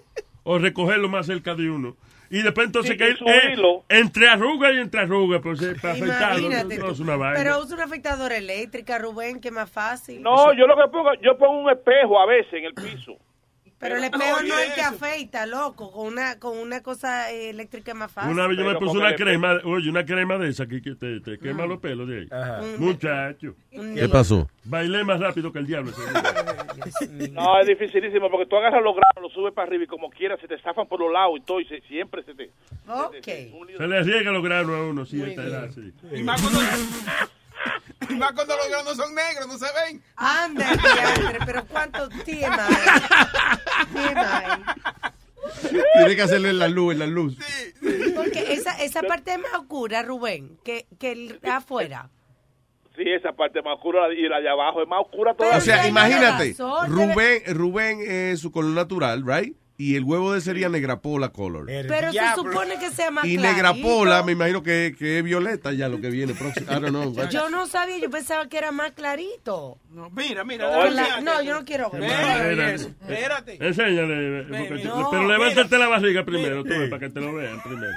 [SPEAKER 16] o recogerlo más cerca de uno. Y después entonces
[SPEAKER 25] Sí,
[SPEAKER 16] que
[SPEAKER 25] y
[SPEAKER 16] ir
[SPEAKER 25] subirlo.
[SPEAKER 16] eh, entre arruga y entre arruga, pues, eh, para afeitarlo.
[SPEAKER 12] Imagínate
[SPEAKER 16] No,
[SPEAKER 12] tú.
[SPEAKER 16] es una vaina.
[SPEAKER 12] Pero usa una afeitadora eléctrica, Rubén, que es más fácil.
[SPEAKER 25] No, yo lo que pongo, yo pongo un espejo a veces en el piso.
[SPEAKER 12] Pero el espejo no hay que afeita, loco. Con una, con una cosa eh, eléctrica es más fácil.
[SPEAKER 16] Una vez yo me puse
[SPEAKER 25] con
[SPEAKER 16] una
[SPEAKER 25] el
[SPEAKER 16] crema, oye, una crema de esa que, que te, te quema
[SPEAKER 12] Ah.
[SPEAKER 16] los pelos de ahí.
[SPEAKER 25] Ajá.
[SPEAKER 16] Muchacho.
[SPEAKER 23] ¿Qué pasó?
[SPEAKER 16] Bailé más rápido que el diablo. ese día.
[SPEAKER 25] No, es dificilísimo porque tú agarras los granos, los subes para arriba y como quieras se te zafan por los lados y todo y se- siempre se te...
[SPEAKER 12] Ok.
[SPEAKER 16] Se le riega los granos a uno, sí, a esta edad, sí.
[SPEAKER 17] Y más cuando, y más cuando los granos son negros, no se ven.
[SPEAKER 12] Anda, diantre, pero cuánto tiene.
[SPEAKER 4] Tiene que hacerle la luz, la luz.
[SPEAKER 12] Porque esa, esa parte es más oscura, Rubén, que, que el afuera.
[SPEAKER 25] Sí, esa parte más oscura y la de abajo es más oscura todavía.
[SPEAKER 23] O sea, imagínate,
[SPEAKER 12] razón,
[SPEAKER 23] Rubén, Rubén es su color natural, right? Y el huevo de él sería negrapola color.
[SPEAKER 12] Pero se supone que sea más
[SPEAKER 23] Y
[SPEAKER 12] clarito.
[SPEAKER 23] negrapola, me imagino que, que es violeta ya lo que viene próximo. I don't know.
[SPEAKER 12] Yo no sabía, yo pensaba que era más clarito.
[SPEAKER 17] No, mira, mira.
[SPEAKER 12] No, yo no quiero ver.
[SPEAKER 16] Espérate.
[SPEAKER 17] Espérate.
[SPEAKER 16] Enséñale. porque-
[SPEAKER 12] No,
[SPEAKER 16] pero levántate
[SPEAKER 23] mira.
[SPEAKER 16] la barriga primero, tú ves, para que te lo vean primero.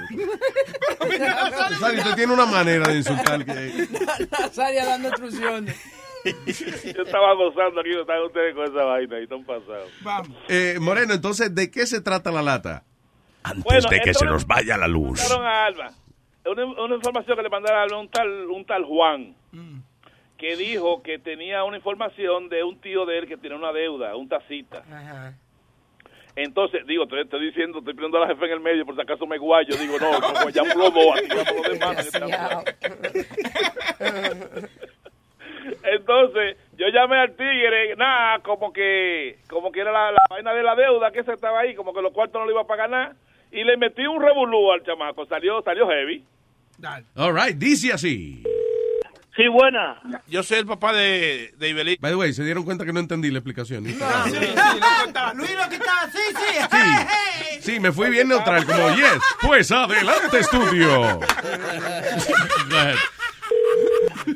[SPEAKER 23] Rosario, usted tiene una manera de insultar que...
[SPEAKER 8] Nazaria dando instrucciones.
[SPEAKER 25] Yo estaba gozando aquí, están ustedes con esa vaina y están pasados.
[SPEAKER 17] Vamos.
[SPEAKER 23] Eh, Moreno, entonces, ¿de qué se trata la lata? Antes
[SPEAKER 25] Bueno, Pues de que esto se nos
[SPEAKER 23] vaya la luz.
[SPEAKER 25] Mandaron a Alba. Una, una información que le mandaron a Alba un tal, un tal Juan, que dijo que tenía una información de un tío de él que tiene una deuda, un tacita. Entonces, digo, te estoy diciendo, estoy poniendo a la jefe en el medio, por si acaso me guayo. Digo, no, como ya los dos, así ya los demás. que estamos- Entonces, yo llamé al tigre, nada, como que como que era la, la vaina de la deuda que se estaba ahí, como que los cuartos no le iba a pagar nada. Y le metí un revolú al chamaco, salió salió heavy.
[SPEAKER 23] All right, dice así.
[SPEAKER 25] Sí, buena.
[SPEAKER 23] Yo soy el papá de, de By the way, se dieron cuenta que no entendí la explicación.
[SPEAKER 9] Ah, Luis lo que está, sí, sí.
[SPEAKER 23] Sí, me fui bien neutral, como yes. Pues adelante, estudio.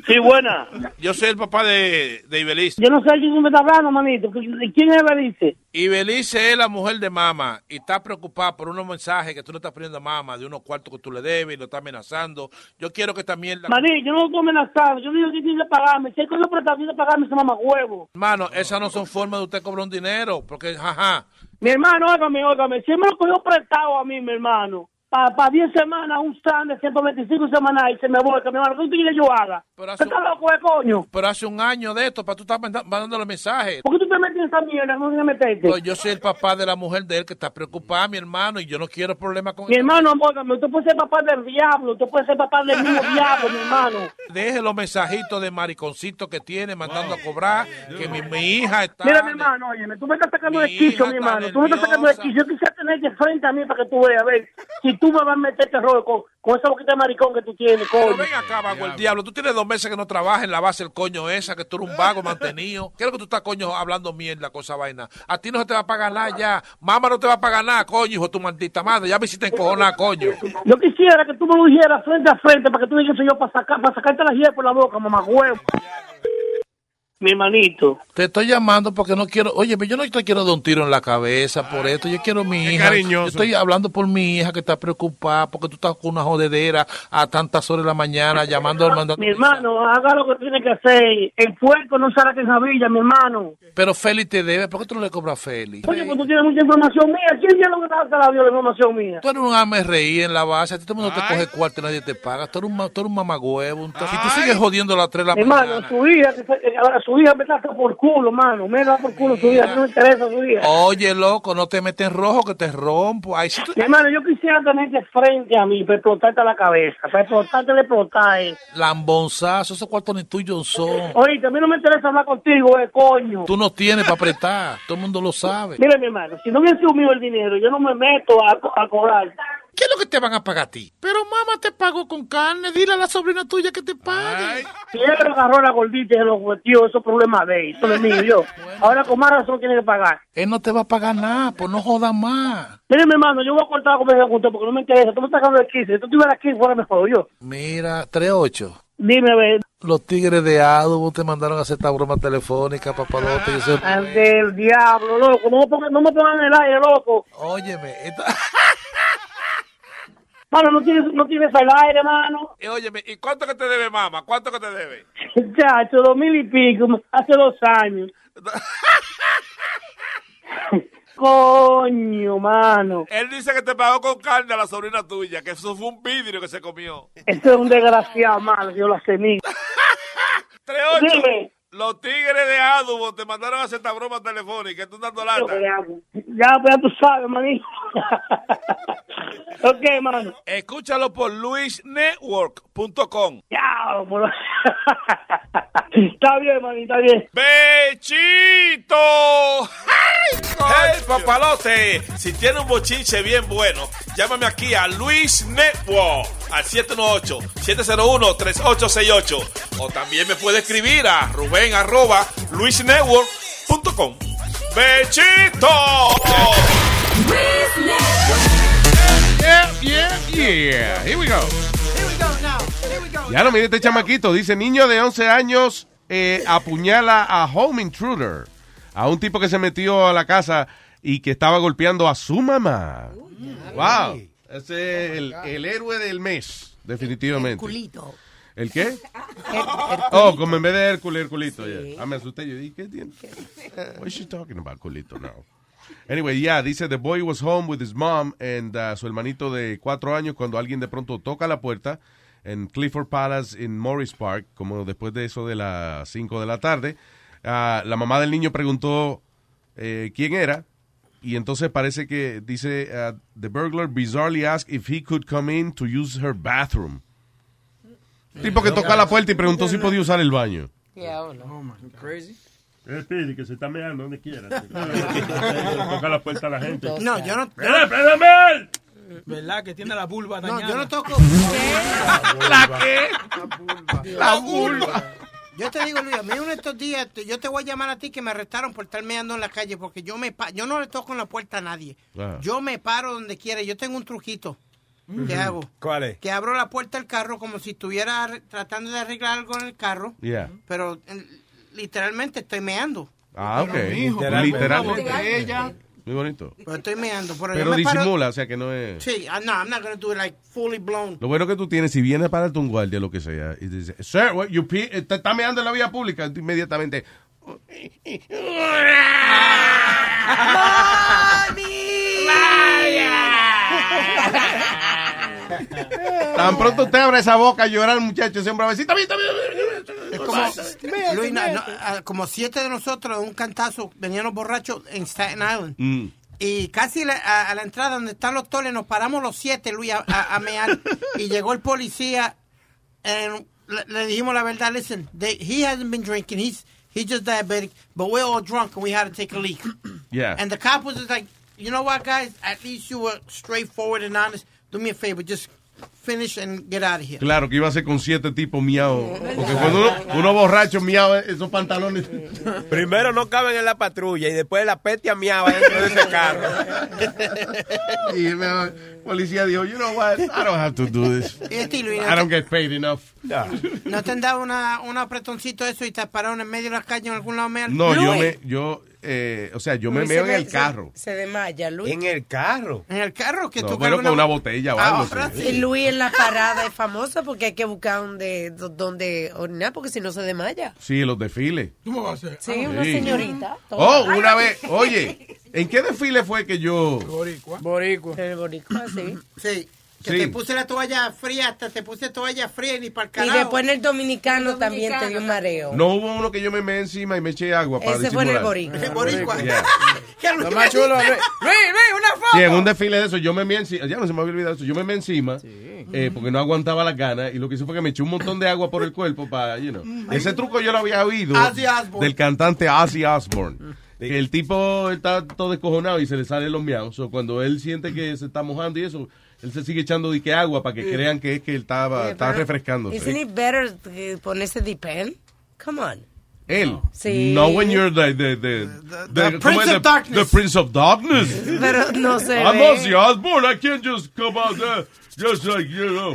[SPEAKER 28] Sí, buena.
[SPEAKER 29] Yo soy el papá de, de Ibelice.
[SPEAKER 28] Yo no sé de quién me está hablando, manito. ¿De ¿Quién es Belice?
[SPEAKER 29] Ibelice es la mujer de Mama y está preocupada por unos mensajes que tú le estás poniendo a Mama de unos cuartos que tú le debes y lo está amenazando. Yo quiero que también la...
[SPEAKER 28] Maní, yo no estoy amenazado. Yo digo que tiene que pagarme. Si hay cosas pretendiendo pagarme, se mama huevo.
[SPEAKER 29] Hermano, esas no son formas de usted cobrar un dinero, porque jaja.
[SPEAKER 28] Mi hermano, óigame, óigame. Si él me lo cogió prestado a mí, mi hermano, para pa 10 semanas, un stand de 125 semanas y se me vuelve, mi hermano, ¿qué tú quieres que yo haga?
[SPEAKER 29] Pero hace,
[SPEAKER 28] ¿Tú estás loco de coño?
[SPEAKER 29] pero hace un año de esto, para tú estás manda- mandándole mensajes.
[SPEAKER 28] ¿Por qué tú te metes en esa mierda? No tienes que meterte.
[SPEAKER 29] Pues yo soy el papá de la mujer de él que está preocupada, mi hermano, y yo no quiero problemas con
[SPEAKER 28] Mi hermano, óigame, tú puedes ser papá del diablo, tú puedes ser papá del mismo diablo, mi hermano.
[SPEAKER 29] Deje los mensajitos de mariconcito que tiene mandando a cobrar, que mi, mi hija está...
[SPEAKER 28] Mira, mi hermano, óyeme, tú me estás sacando de quicio, mi hermano. Tú me estás sacando de quicio. Yo quisiera tenerte frente a mí para que tú veas, a ver, si tú me vas a meter este rollo con, con esa boquita de maricón que tú tienes,
[SPEAKER 29] Pero
[SPEAKER 28] coño.
[SPEAKER 29] ven acá, vago el diablo. Tú tienes dos meses que no trabajas en la base del coño esa, que tú eres un vago mantenido. ¿Qué es lo que tú estás, coño, hablando mierda con esa vaina? A ti no se te va a pagar nada ya. Mamá no te va a pagar nada, coño, hijo de tu maldita madre. Ya me hiciste encojonar, coño.
[SPEAKER 28] Yo quisiera que tú me lo dijeras frente a frente para que tú digas yo para sacar, para sacarte la hierba por la boca, mamá huevo. Mi hermanito.
[SPEAKER 29] Te estoy llamando porque no quiero. Oye, yo no te quiero dar un tiro en la cabeza por esto. Yo quiero mi hija.
[SPEAKER 23] cariñoso.
[SPEAKER 29] Yo estoy hablando por mi hija que está preocupada porque tú estás con una jodedera a tantas horas de la mañana llamando al mandando.
[SPEAKER 28] Mi hermano, haga lo que tiene que hacer. El puerco no será que es Javilla, mi hermano.
[SPEAKER 29] Pero Félix te debe. ¿Por qué tú no le cobras a Félix?
[SPEAKER 28] Oye, pues tú tienes mucha información mía. ¿Quién diablo que te la dio la información mía?
[SPEAKER 29] Tú eres un AMRI en la base, a ti todo el mundo te coge cuarto y nadie te paga. Tú eres un, ma- tú eres un mamagüevo. un t- Si tú sigues jodiendo a las 3 de la
[SPEAKER 28] Mi
[SPEAKER 29] mañana.
[SPEAKER 28] hermano, su hija, que fue- eh, ahora su hija me trata por culo, mano. Me da por culo su hija, no me interesa su hija.
[SPEAKER 29] Oye, loco, no te metes en rojo que te rompo. Ay, si tú-
[SPEAKER 28] Mi hermano, yo quisiera tenerte frente a mí para explotarte la cabeza, para explotarte, le explotar. eh.
[SPEAKER 29] Lambonzazo, esos cuartos ni tuyos son.
[SPEAKER 28] Oye, a mí no me interesa hablar contigo, eh, coño.
[SPEAKER 29] Tú no tienes para apretar, todo el mundo lo sabe.
[SPEAKER 28] Mira, mi hermano, si no hubiese mío el dinero, yo no me meto a, co- a cobrar.
[SPEAKER 29] ¿Qué es lo que te van a pagar a ti?
[SPEAKER 28] Pero mamá te pagó con carne, dile a la sobrina tuya que te pague. Si ella lo agarró a la gordita y se lo metió, eso es problema de ella, eso no es mío yo. Ahora con más razón tiene que pagar.
[SPEAKER 29] Él no te va a pagar nada, pues no jodas más.
[SPEAKER 28] Mire, mi hermano, yo voy a cortar la conversación con usted porque no me interesa. Tú me estás sacando de 15. Si tú estuvieras aquí, fuera mejor yo.
[SPEAKER 29] Mira, 3-8.
[SPEAKER 28] Dime, a ver.
[SPEAKER 29] Los tigres de Adobo te mandaron a hacer esta broma telefónica, papalote. Yo soy-
[SPEAKER 28] Del diablo, loco. No, me pongan- no me pongan en el aire, loco.
[SPEAKER 29] Óyeme, esta-
[SPEAKER 28] Mano, no tienes, no tienes al aire, hermano.
[SPEAKER 29] Eh, óyeme, ¿y cuánto que te debe, mamá? ¿Cuánto que te debe?
[SPEAKER 28] Chacho, dos mil y pico, hace dos años. Coño, mano.
[SPEAKER 29] Él dice que te pagó con carne a la sobrina tuya, que eso fue un vidrio que se comió.
[SPEAKER 28] Este es un desgraciado, mano. Yo la semilla.
[SPEAKER 29] 3-8.
[SPEAKER 28] Dime.
[SPEAKER 29] Los tigres de Adubo te mandaron a hacer esta broma telefónica, tú dando lata.
[SPEAKER 28] Ya, pues, ya tú sabes, manito. ok, mano.
[SPEAKER 29] Escúchalo por luisnetwork.com.
[SPEAKER 28] Ya, por- está bien, manito, está bien.
[SPEAKER 29] ¡Bechito! ¡Hey, papalote! Si tiene un bochinche bien bueno, llámame aquí a Luis Network al 718-701-3868. O también me puede escribir a Rubén arroba luisnetwork.com. ¡Bechito!
[SPEAKER 3] Yeah, yeah, yeah. Here we go. Ya no, mire este chamaquito. Dice, niño de 11 años eh, apuñala a home intruder. A un tipo que se metió a la casa y que estaba golpeando a su mamá. Wow. Ese es el, el héroe del mes, definitivamente.
[SPEAKER 2] Culito.
[SPEAKER 3] ¿El qué? Oh, como en vez de Hércules, Herculito. yeah. Ah, me asusté. Yo dije, ¿qué tiene? What is she talking about, culito? No. Anyway, yeah, dice, the boy was home with his mom and uh, su hermanito de cuatro años cuando alguien de pronto toca la puerta en Clifford Palace en Morris Park, como después de eso de las cinco de la tarde. Ah, la mamá del niño preguntó eh, quién era y entonces parece que dice, uh, the burglar bizarrely asked if he could come in to use her bathroom. Tipo que tocó la puerta y preguntó si podía usar el baño.
[SPEAKER 8] Oh Crazy.
[SPEAKER 16] Respire, que se está meando donde quiera. Toca la puerta a la gente.
[SPEAKER 17] No, yo no-
[SPEAKER 16] ¡Espera, espérame!
[SPEAKER 17] ¿Verdad? Que tiene la vulva
[SPEAKER 9] No,
[SPEAKER 17] dañada.
[SPEAKER 9] yo no toco.
[SPEAKER 23] Ah,
[SPEAKER 17] ¿La qué?
[SPEAKER 9] La vulva. Yo te digo, Luis, a mí uno de estos días, te- yo te voy a llamar a ti que me arrestaron por estar meando en la calle porque yo me pa- yo no le toco en la puerta a nadie.
[SPEAKER 10] Ah.
[SPEAKER 9] Yo me paro donde quiera. Yo tengo un truquito.
[SPEAKER 3] Mm.
[SPEAKER 9] ¿Qué hago?
[SPEAKER 10] ¿Cuál es?
[SPEAKER 9] Que abro la puerta del carro como si estuviera ar- tratando de arreglar algo en el carro,
[SPEAKER 10] Yeah.
[SPEAKER 9] pero eh, literalmente estoy meando.
[SPEAKER 3] Ah, ok.
[SPEAKER 9] Pero, mijo,
[SPEAKER 3] Literalmente.
[SPEAKER 9] ¿cómo? Botella.
[SPEAKER 3] Muy bonito.
[SPEAKER 9] Pero estoy meando. Pero, yo
[SPEAKER 3] Pero
[SPEAKER 9] me paro-
[SPEAKER 3] disimula, o sea que no es...
[SPEAKER 9] Sí, ah, no, I'm not gonna do it like fully blown.
[SPEAKER 3] Lo bueno que tú tienes, si viene a pararte un guardia o lo que sea, y dice, sir, what, you pee, eh, te está meando en la vía pública, tú inmediatamente. Tan pronto usted abre esa boca a llorar, muchacho, ese hombre va a decir, "Está bien, está bien, está bien".
[SPEAKER 9] Es como, Luis, no, no, ah, como siete de nosotros, un cantazo, veníamos borrachos en Staten Island.
[SPEAKER 3] Mm.
[SPEAKER 9] Y casi la- a, a la entrada donde están los toles, nos paramos los siete, Luis, a, a- a mear. y llegó el policía. and le, le dijimos la verdad, listen, they- he hasn't been drinking, he's, he's just diabetic, but we're all drunk and we had to take a leak.
[SPEAKER 2] Yeah.
[SPEAKER 9] And the cop was just like, you know what, guys? At least you were straightforward and honest. Do me a favor, just finish and get out of here.
[SPEAKER 3] Claro, que iba a ser con siete tipos miados. Porque cuando uno, uno borracho miado esos pantalones.
[SPEAKER 10] Primero no caben en la patrulla y después la peste miaba dentro de ese carro.
[SPEAKER 3] Y el policía dijo, you know what, I don't have to do this.
[SPEAKER 9] Y este, Luis,
[SPEAKER 3] I don't get paid enough.
[SPEAKER 9] ¿No te han dado una, un apretoncito eso y te pararon en medio de la calle en algún lado? mea?
[SPEAKER 3] No, yo me, yo, eh, o sea, yo me
[SPEAKER 9] Luis,
[SPEAKER 3] meo en
[SPEAKER 9] se
[SPEAKER 3] el
[SPEAKER 9] ve-
[SPEAKER 3] carro.
[SPEAKER 12] Se desmaya, Luis.
[SPEAKER 10] En el carro.
[SPEAKER 9] En el carro que
[SPEAKER 3] No,
[SPEAKER 9] tú
[SPEAKER 3] pero
[SPEAKER 9] cargas
[SPEAKER 3] con una botella o Ah, algo.
[SPEAKER 12] Ah, Ahora
[SPEAKER 3] sí.
[SPEAKER 12] sí, Luis en la parada es famosa porque hay que buscar donde, donde orinar porque si no se desmaya.
[SPEAKER 3] Sí, los desfiles.
[SPEAKER 12] ¿Cómo va a ser? Sí, una
[SPEAKER 3] Ah, Sí.
[SPEAKER 12] señorita.
[SPEAKER 3] Oh,
[SPEAKER 12] Ay,
[SPEAKER 3] una
[SPEAKER 12] no.
[SPEAKER 3] vez, oye, ¿en qué desfile fue que yo?
[SPEAKER 9] Boricua.
[SPEAKER 8] Boricua.
[SPEAKER 12] El boricua, sí.
[SPEAKER 9] Sí. Que
[SPEAKER 3] Sí.
[SPEAKER 9] te puse la toalla fría, hasta te puse toalla fría y ni para el
[SPEAKER 12] Y
[SPEAKER 9] carajo.
[SPEAKER 12] después en el dominicano, también te dio un mareo.
[SPEAKER 3] No hubo uno que yo me meé encima y me eché agua para
[SPEAKER 12] Ese fue en el
[SPEAKER 3] disimular.
[SPEAKER 12] boricua. El
[SPEAKER 9] boricua.
[SPEAKER 3] Yeah.
[SPEAKER 8] Lo más chulo, Luis, Luis, Luis, una foto.
[SPEAKER 3] Sí, en un desfile de eso, yo me meé encima, ya no se me había olvidado eso, yo me meé encima eh, porque no aguantaba las ganas y lo que hice fue que me eché un montón de agua por el cuerpo para, you know.
[SPEAKER 12] Mm.
[SPEAKER 3] Ese truco yo lo había oído
[SPEAKER 9] Ozzy Osbourne.
[SPEAKER 3] del cantante Ozzy Osbourne. Que el tipo está todo descojonado y se le salen los miaos. O cuando él siente que se está mojando y eso, él se sigue echando de que agua para que
[SPEAKER 12] Sí.
[SPEAKER 3] crean que es que él estaba,
[SPEAKER 12] Oye,
[SPEAKER 3] está
[SPEAKER 12] pero-
[SPEAKER 3] refrescándose.
[SPEAKER 12] Isn't it better eh, ponerse depend? Come on.
[SPEAKER 3] Él.
[SPEAKER 12] Sí.
[SPEAKER 3] No when you're the, the, the, the-
[SPEAKER 12] Prince
[SPEAKER 3] ¿cómo es?
[SPEAKER 12] of
[SPEAKER 3] The-
[SPEAKER 12] Darkness.
[SPEAKER 3] the Prince of Darkness.
[SPEAKER 12] Pero no se
[SPEAKER 3] I'm
[SPEAKER 12] ve.
[SPEAKER 3] Ozzy Osbourne. I can't just come out there just like, you know,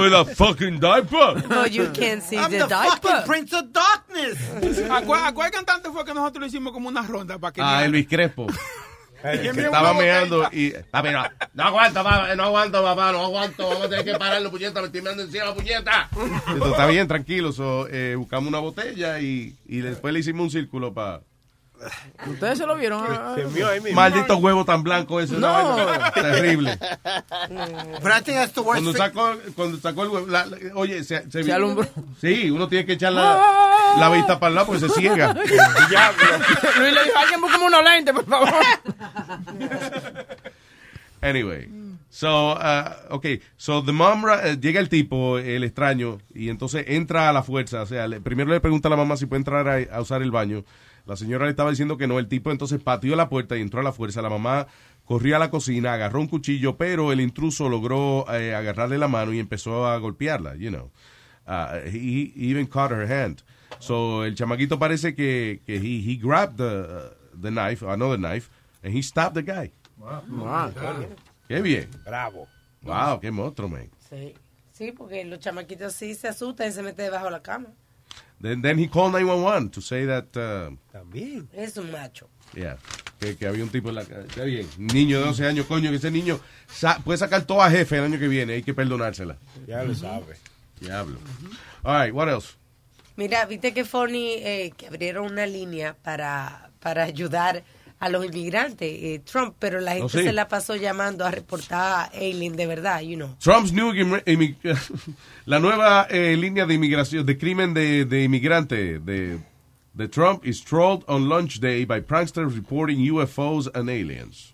[SPEAKER 3] with a fucking diaper.
[SPEAKER 12] No, you can't see
[SPEAKER 9] I'm the, fucking prince of darkness.
[SPEAKER 17] ¿A cuál, a cuál cantante fue que nosotros le hicimos como una ronda para que
[SPEAKER 3] A Elvis Crespo. Que estaba meando y. Papi, no, no aguanto, papá, no aguanto, papá, no aguanto. Vamos a tener que pararlo, puñeta, me estoy meando encima, puñeta. Esto está bien, tranquilo. so, eh, buscamos una botella y, y después le hicimos un círculo para.
[SPEAKER 8] Ustedes se lo vieron. ah, ah.
[SPEAKER 3] Maldito huevo tan blanco ese.
[SPEAKER 8] No.
[SPEAKER 3] ¿no? Terrible.
[SPEAKER 9] Brandon has to work.
[SPEAKER 3] Cuando sacó, cuando sacó el huevo. la- la- oye, se, Ah.
[SPEAKER 9] Se alumbró.
[SPEAKER 3] Sí, uno tiene que echar la, la vista para el lado porque se ciega.
[SPEAKER 8] Luis le dijo, alguien busca unos lentes, por favor.
[SPEAKER 3] Anyway. So, uh, ok. So, the mom, ra- eh, llega el tipo, el extraño, y entonces entra a la fuerza. O sea, le- primero le pregunta a la mamá si puede entrar a, a usar el baño. La señora le estaba diciendo que no. El tipo entonces pateó la puerta y entró a la fuerza. La mamá corrió a la cocina, agarró un cuchillo, pero el intruso logró eh, agarrarle la mano y empezó a golpearla, you know. Uh, he, he even caught her hand. So, el chamaquito parece que, que he, he grabbed the, uh, the knife, another knife, and he stabbed the guy.
[SPEAKER 12] Wow.
[SPEAKER 3] Qué bien.
[SPEAKER 10] Bravo.
[SPEAKER 3] Wow, qué monstruo, man.
[SPEAKER 12] Sí. Sí, porque los chamaquitos sí se asustan y se meten debajo de la cama.
[SPEAKER 3] Then, then he called 911 to say that, uh,
[SPEAKER 12] También. Es un macho.
[SPEAKER 3] yeah, que, que había un tipo en la calle. Está bien. Niño de 12 años, coño, que ese niño sa- puede sacar todo a jefe el año que viene. Hay que perdonársela.
[SPEAKER 10] Ya lo sabe.
[SPEAKER 3] Diablo. All right, what else?
[SPEAKER 12] Mira, viste que Fonny, eh, que abrieron una línea para, para ayudar a los inmigrantes, eh, Trump, pero la gente
[SPEAKER 3] Oh, sí.
[SPEAKER 12] se la pasó llamando a reportar a Aileen, de verdad, you know.
[SPEAKER 3] Trump's new immig- immig- la nueva eh, línea de inmigración de crimen de, de inmigrante de, de Trump is trolled on lunch day by pranksters reporting UFOs and aliens.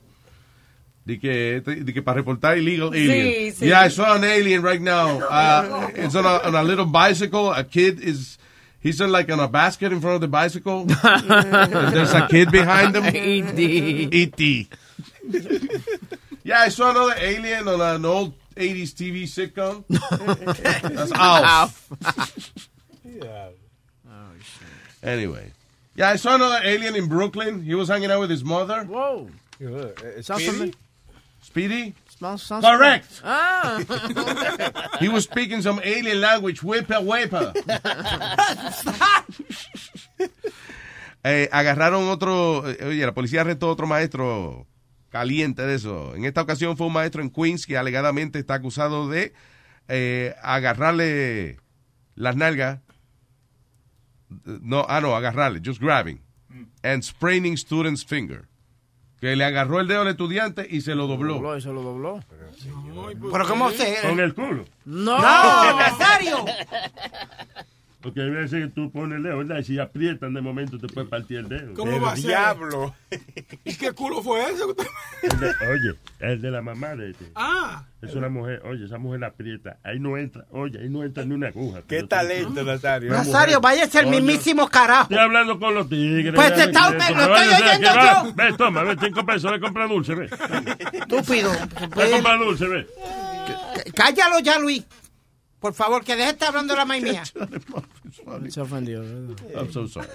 [SPEAKER 3] De que, de que para reportar illegal
[SPEAKER 12] Sí,
[SPEAKER 3] aliens.
[SPEAKER 12] sí.
[SPEAKER 3] Yeah, I saw an alien right now. Uh, it's on a, on a little bicycle. A kid is he's on like on a basket in front of the bicycle. And there's a kid behind E him.
[SPEAKER 8] E E.T..
[SPEAKER 3] E.T. Yeah, I saw another alien on an old 80s TV sitcom. That's Alf. Anyway. Yeah, I saw another alien in Brooklyn. He was hanging out with his mother.
[SPEAKER 8] Whoa. uh, Sounds
[SPEAKER 3] Speedy?
[SPEAKER 8] familiar.
[SPEAKER 3] Speedy?
[SPEAKER 8] Sounds- sounds-
[SPEAKER 3] Correct.
[SPEAKER 8] Ah.
[SPEAKER 3] He was speaking some alien language. Whipper, whipper. Eh, agarraron otro, eh, oye, la policía arrestó otro maestro caliente de eso. En esta ocasión fue un maestro en Queens que alegadamente está acusado de eh, agarrarle las nalgas. Eh, No, ah, no, agarrarle, just grabbing.
[SPEAKER 8] Mm.
[SPEAKER 3] And spraining student's finger. Que le agarró el dedo al estudiante y se lo dobló.
[SPEAKER 8] dobló y se lo dobló.
[SPEAKER 12] pues
[SPEAKER 9] Pero ¿cómo se...?
[SPEAKER 16] Con el culo.
[SPEAKER 8] No.
[SPEAKER 9] ¡No, Nazario!
[SPEAKER 16] Porque hay veces que tú pones el dedo, ¿verdad? Y si aprietan de momento te puede partir el dedo.
[SPEAKER 17] ¿Cómo va a ser? ¿Y qué culo fue ese?
[SPEAKER 16] El de- oye, el de la mamá de este.
[SPEAKER 17] Ah.
[SPEAKER 16] Es una mujer, oye, esa mujer aprieta. Ahí no entra, oye, ahí no entra ni una aguja.
[SPEAKER 10] Qué talento, Nazario.
[SPEAKER 16] Nazario,
[SPEAKER 9] váyase al mismísimo carajo.
[SPEAKER 16] Estoy hablando con los tigres.
[SPEAKER 9] Pues te está-
[SPEAKER 16] estás
[SPEAKER 9] me- lo estoy oyendo yo.
[SPEAKER 16] Ve, toma, ve, cinco pesos, ve, compra dulce, ve.
[SPEAKER 9] Estúpido. Pues
[SPEAKER 16] Ve, compra dulce, ve.
[SPEAKER 9] C- Cállalo ya, Luis. Por favor, que deje de estar hablando de la maíz mía.
[SPEAKER 8] Se ofendió. ¿verdad?
[SPEAKER 3] I'm so sorry.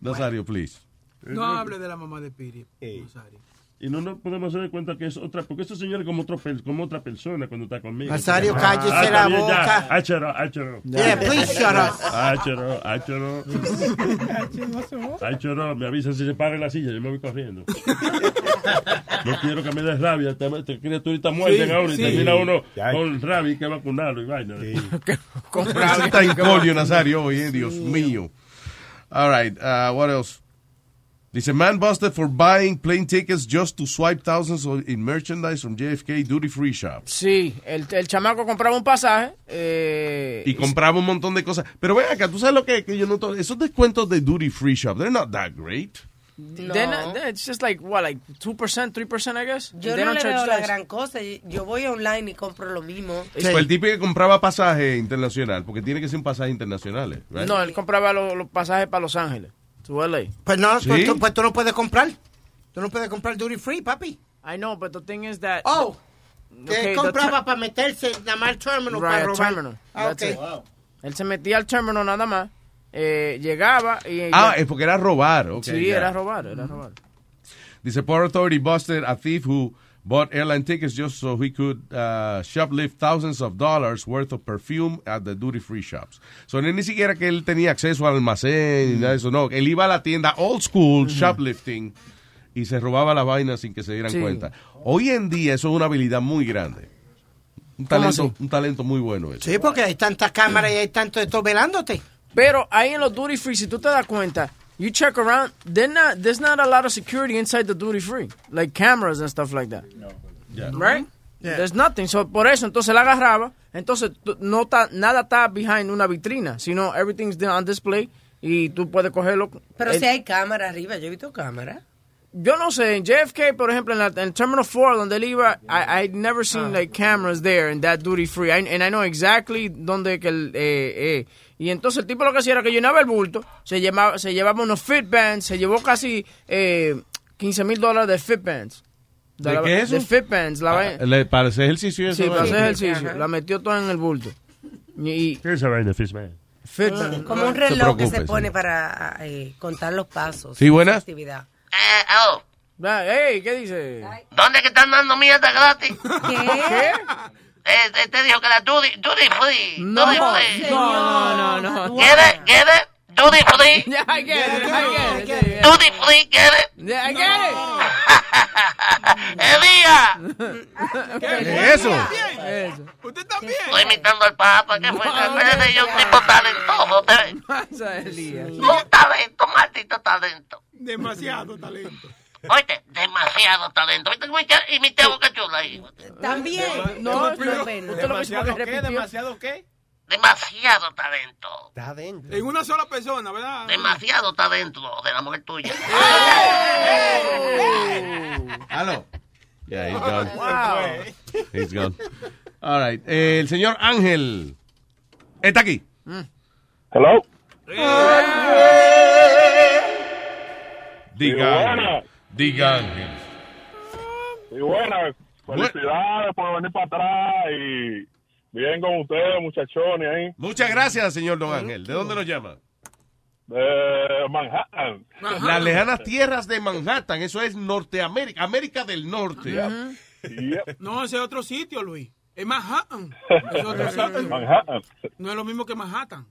[SPEAKER 3] Nazario, please.
[SPEAKER 17] No hable de la mamá de Piri. Nazario.
[SPEAKER 16] Y no nos podemos hacer de cuenta que es otra, porque ese señor es como, otro, pe- como otra persona cuando está conmigo.
[SPEAKER 9] Nazario,
[SPEAKER 16] Ah,
[SPEAKER 9] cállese
[SPEAKER 16] está
[SPEAKER 9] la
[SPEAKER 16] bien, ya. Ah,
[SPEAKER 9] boca.
[SPEAKER 16] Áchero, áchero.
[SPEAKER 9] Yeah, please shut up.
[SPEAKER 16] Áchero, áchero. Áchero, Ah, me avisan si se para en la silla, yo me voy corriendo. No quiero que me des rabia, esta, esta criaturita muerta
[SPEAKER 3] Sí,
[SPEAKER 16] ahora y
[SPEAKER 3] sí.
[SPEAKER 16] termina uno
[SPEAKER 3] Ya.
[SPEAKER 16] con rabia y que vacunarlo y vaina.
[SPEAKER 8] Con
[SPEAKER 3] Eso está incolio, Nazario, oye, Dios mío. All right, uh, what else? Dice, man busted for buying plane tickets just to swipe thousands of- in merchandise from JFK duty-free shops.
[SPEAKER 8] Sí, el, el chamaco compraba un pasaje. eh,
[SPEAKER 3] Y compraba un montón de cosas. Pero ven acá, tú sabes lo que, que yo noto. Esos descuentos de duty-free shop, they're not that great.
[SPEAKER 8] They're not- they're- it's just like, what, like 2%, 3%, I guess?
[SPEAKER 12] Yo
[SPEAKER 8] They
[SPEAKER 12] no
[SPEAKER 8] don't
[SPEAKER 12] le
[SPEAKER 8] charge
[SPEAKER 12] veo la
[SPEAKER 8] tax.
[SPEAKER 12] gran cosa. Yo voy online y compro lo mismo.
[SPEAKER 3] Fue Pues el tipo que compraba pasaje internacional, porque tiene que ser un pasaje internacional. eh, right?
[SPEAKER 8] No, él compraba los, los pasajes para Los Ángeles. To LA.
[SPEAKER 9] Pues no,
[SPEAKER 3] Sí.
[SPEAKER 9] pues, tú, pues tú no puedes comprar. Tú no puedes comprar duty free, papi.
[SPEAKER 8] I know, but the thing is that...
[SPEAKER 9] Oh, que
[SPEAKER 8] Okay, the
[SPEAKER 9] compraba para meterse nada más al terminal
[SPEAKER 8] Right,
[SPEAKER 9] para
[SPEAKER 8] al
[SPEAKER 9] robar.
[SPEAKER 8] terminal.
[SPEAKER 9] Ah,
[SPEAKER 8] That's
[SPEAKER 9] okay.
[SPEAKER 8] it. Él se metía al terminal nada más eh, llegaba y...
[SPEAKER 3] Ah, es porque era robar. ok,
[SPEAKER 8] sí,
[SPEAKER 3] ya.
[SPEAKER 8] era robar, era robar.
[SPEAKER 3] Dice, Port Authority busted a thief who bought airline tickets just so he could uh, shoplift thousands of dollars worth of perfume at the duty-free shops. So, no es ni siquiera que él tenía acceso al almacén ni nada de eso, no. Él iba a la tienda old school shoplifting y se robaba las vainas sin que se dieran
[SPEAKER 8] Sí.
[SPEAKER 3] cuenta. Hoy en día eso es una habilidad muy grande. Un talento, un talento muy bueno eso.
[SPEAKER 30] Sí, porque hay tantas cámaras y hay tanto de todo velándote.
[SPEAKER 8] Pero ahí en los duty free, si tú te das cuenta, you check around, they're not, there's not a lot of security inside the duty free, like cameras and stuff like that. Right? There's nothing. So, por eso, entonces la agarraba. Entonces, tú- no está- nada está behind una vitrina, sino everything's there on display y tú puedes cogerlo.
[SPEAKER 12] Pero
[SPEAKER 8] Eh,
[SPEAKER 12] si hay cámara arriba, yo he visto cámara.
[SPEAKER 8] Yo no sé, en JFK, por ejemplo, en, la, en Terminal 4, donde él iba, I, I'd never
[SPEAKER 3] Ah.
[SPEAKER 8] seen like cameras there in that duty free. I- and I know exactly donde que el. eh, eh. Y entonces el tipo lo que hacía era que llenaba el bulto, se, llevaba, se llevaba unos fit bands, se llevó casi eh, 15 mil dólares de fit bands.
[SPEAKER 3] ¿De
[SPEAKER 8] la-
[SPEAKER 3] qué es eso?
[SPEAKER 8] De fit bands. La, vaina-
[SPEAKER 3] Le parece ejercicio eso.
[SPEAKER 8] sí, para hacer
[SPEAKER 3] ¿verdad?
[SPEAKER 8] ejercicio. La metió toda en el bulto. Y, Ah.
[SPEAKER 16] ¿Qué es esa vaina, Fishman?
[SPEAKER 8] fit
[SPEAKER 3] Eh,
[SPEAKER 12] Mm,
[SPEAKER 8] bands.
[SPEAKER 12] Como un
[SPEAKER 8] Se
[SPEAKER 12] reloj que
[SPEAKER 8] preocupe,
[SPEAKER 12] se
[SPEAKER 8] sí.
[SPEAKER 12] pone para eh, contar los pasos.
[SPEAKER 3] Sí, buenas.
[SPEAKER 12] Actividad.
[SPEAKER 8] Ah, hey, ¿qué dice?
[SPEAKER 2] ¿Dónde que están dando mierda gratis?
[SPEAKER 8] ¿Qué?
[SPEAKER 2] Este, este dijo que era duty, duty free.
[SPEAKER 8] No,
[SPEAKER 2] duty free.
[SPEAKER 8] no, no, no, no.
[SPEAKER 2] Get it, get it, duty free.
[SPEAKER 8] Yeah, I get it, I get it.
[SPEAKER 2] Duty free, get it.
[SPEAKER 8] Yeah, I get it.
[SPEAKER 2] Elías.
[SPEAKER 3] ¿Qué es eso?
[SPEAKER 2] Usted también. Estoy imitando al Papa, que fue que yo un tipo talentoso. ¿te- Un talento, maldito talento.
[SPEAKER 17] Demasiado talento.
[SPEAKER 2] Oíste, demasiado talento. Oíste, cómo ya imité a Boca Chula ahí.
[SPEAKER 12] También.
[SPEAKER 2] No,
[SPEAKER 17] Tú primero-
[SPEAKER 2] no, no, no.
[SPEAKER 17] ¿Demasiado qué?
[SPEAKER 2] Repitió.
[SPEAKER 17] ¿Demasiado qué?
[SPEAKER 2] Demasiado talento.
[SPEAKER 17] En una sola persona, ¿verdad?
[SPEAKER 2] Demasiado talento de la mujer tuya.
[SPEAKER 3] Aló. Yeah, he's gone.
[SPEAKER 2] Wow.
[SPEAKER 3] He's gone. All right. Eh, el señor Ángel. Está aquí.
[SPEAKER 23] Hello.
[SPEAKER 3] Diga. Ángel.
[SPEAKER 23] buenas.
[SPEAKER 3] Diga Ángel.
[SPEAKER 23] Y buenas, felicidades por venir para atrás y bien con ustedes, muchachones ahí.
[SPEAKER 3] Muchas gracias, señor Don Ángel. ¿De dónde nos llama?
[SPEAKER 23] De Manhattan.
[SPEAKER 3] Las lejanas tierras de Manhattan. Eso es Norteamérica. América del Norte.
[SPEAKER 17] No, ese es otro sitio, Luis. Es Manhattan. Es otro sitio.
[SPEAKER 23] Manhattan.
[SPEAKER 17] No es lo mismo que Manhattan.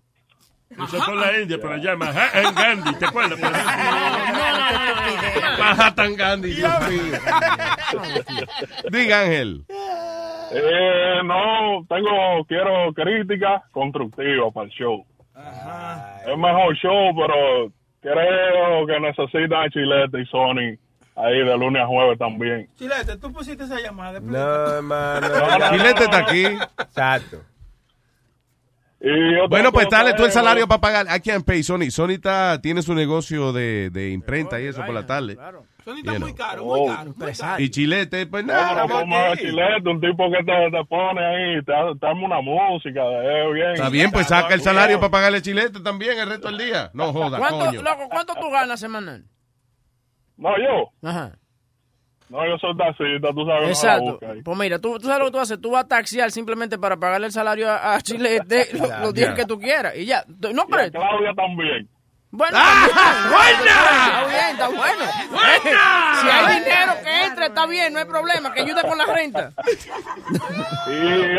[SPEAKER 16] Nosotros la India, pero allá Manhattan Gandhi, ¿te acuerdas?
[SPEAKER 3] Manhattan Gandhi. Dios mío. Diga Ángel.
[SPEAKER 23] Eh, no, tengo, quiero críticas constructivas para el show.
[SPEAKER 3] Ah.
[SPEAKER 23] Es mejor show, pero creo que necesitan a Chilete y Sony ahí de lunes a jueves también.
[SPEAKER 17] Chilete, tú pusiste esa llamada.
[SPEAKER 23] No, hermano.
[SPEAKER 3] Chilete está aquí.
[SPEAKER 23] Exacto.
[SPEAKER 3] Bueno, pues dale tú el salario para pagar. I can't pay Sony. Sony está- tiene su negocio de, de imprenta y eso por la tarde.
[SPEAKER 17] Sony
[SPEAKER 3] está muy
[SPEAKER 17] caro,
[SPEAKER 23] muy caro.
[SPEAKER 3] Y Chilete, pues
[SPEAKER 23] Oh. No,
[SPEAKER 3] nada.
[SPEAKER 23] no,
[SPEAKER 3] vamos
[SPEAKER 23] como
[SPEAKER 3] aquí.
[SPEAKER 23] Chilete, un tipo que te, te pone ahí, te, te arma una música, eh, bien.
[SPEAKER 3] Está bien, pues
[SPEAKER 23] Está
[SPEAKER 3] saca el
[SPEAKER 23] bien.
[SPEAKER 3] salario para pagarle Chilete también el resto del día. No joda,
[SPEAKER 8] ¿Cuánto,
[SPEAKER 3] coño.
[SPEAKER 8] loco, ¿cuánto tú ganas semanal?
[SPEAKER 23] No, yo.
[SPEAKER 8] Ajá.
[SPEAKER 23] No, yo soy taxista, tú sabes.
[SPEAKER 8] Exacto.
[SPEAKER 23] Exacto.
[SPEAKER 8] Pues mira, tú, tú sabes lo que tú haces. Tú vas a taxiar simplemente para pagarle el salario a, a Chile de- lo-
[SPEAKER 23] Ya,
[SPEAKER 8] los días
[SPEAKER 23] ya.
[SPEAKER 8] que tú quieras. Y ya. Tú- No, pero.
[SPEAKER 23] Claudia también.
[SPEAKER 8] Bueno,
[SPEAKER 2] ¡Ah!
[SPEAKER 8] también. Está bien, está bueno.
[SPEAKER 2] ¡Buena!
[SPEAKER 8] Si hay dinero que entre, está bien, no hay problema. Que ayude con la renta.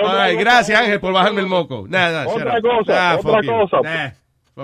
[SPEAKER 3] Ay, gracias Ángel por bajarme el moco. Nada,
[SPEAKER 23] Otra
[SPEAKER 3] shut up.
[SPEAKER 23] cosa,
[SPEAKER 3] Ah,
[SPEAKER 23] otra
[SPEAKER 3] fuck you.
[SPEAKER 23] cosa.
[SPEAKER 3] Nah,
[SPEAKER 23] Eh,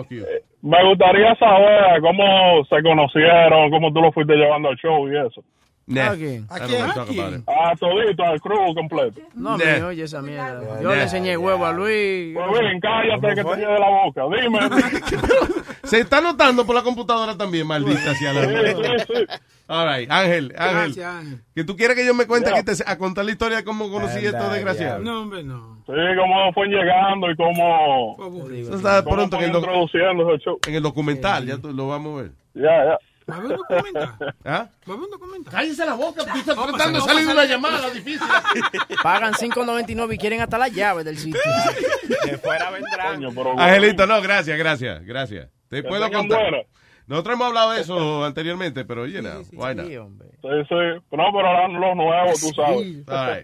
[SPEAKER 3] fuck you.
[SPEAKER 23] Me gustaría saber cómo se conocieron, cómo tú lo fuiste llevando al show y eso.
[SPEAKER 3] Nah.
[SPEAKER 23] ¿A
[SPEAKER 3] I don't
[SPEAKER 23] quién?
[SPEAKER 3] wanna talk about it.
[SPEAKER 23] A todito, al crew completo.
[SPEAKER 8] No,
[SPEAKER 23] Nah.
[SPEAKER 8] me oye esa mierda. Yo
[SPEAKER 3] Nah.
[SPEAKER 8] le enseñé huevo a Luis.
[SPEAKER 23] Pues bien, cállate que te lleve la boca. Dime.
[SPEAKER 3] Se está notando por la computadora también, maldita sea la
[SPEAKER 23] Sí, sí, sí.
[SPEAKER 3] All right, Ángel, Ángel.
[SPEAKER 23] Gracias,
[SPEAKER 3] Que tú quieres que yo me cuente que te, a contar la historia de cómo conocí
[SPEAKER 23] Anda,
[SPEAKER 3] esto desgraciado.
[SPEAKER 17] No, hombre, no.
[SPEAKER 23] Sí, cómo fue llegando y cómo.
[SPEAKER 3] Eso está
[SPEAKER 23] cómo
[SPEAKER 3] pronto en el,
[SPEAKER 23] fue
[SPEAKER 3] doc-
[SPEAKER 23] introduciendo ese show.
[SPEAKER 3] en el documental, ya tú- lo vamos a ver.
[SPEAKER 23] Ya,
[SPEAKER 17] ya. A ver, documenta.
[SPEAKER 3] ¿Ah?
[SPEAKER 17] Va a ver un documento.
[SPEAKER 3] Cállese la boca, porque está
[SPEAKER 17] tratando
[SPEAKER 3] de salir de una llamada difícil.
[SPEAKER 8] Pagan 5.99 y quieren hasta la llave del sitio.
[SPEAKER 23] De fuera vendrán. Coño, pero
[SPEAKER 3] Angelito, no, gracias, gracias, gracias. Te
[SPEAKER 23] Que
[SPEAKER 3] puedo
[SPEAKER 23] tengan
[SPEAKER 3] contar.
[SPEAKER 23] buena.
[SPEAKER 3] Nosotros hemos hablado de eso anteriormente, pero oye, no, why not?
[SPEAKER 23] Sí, sí. No, pero eran los nuevos, tú sabes.
[SPEAKER 3] Ah. All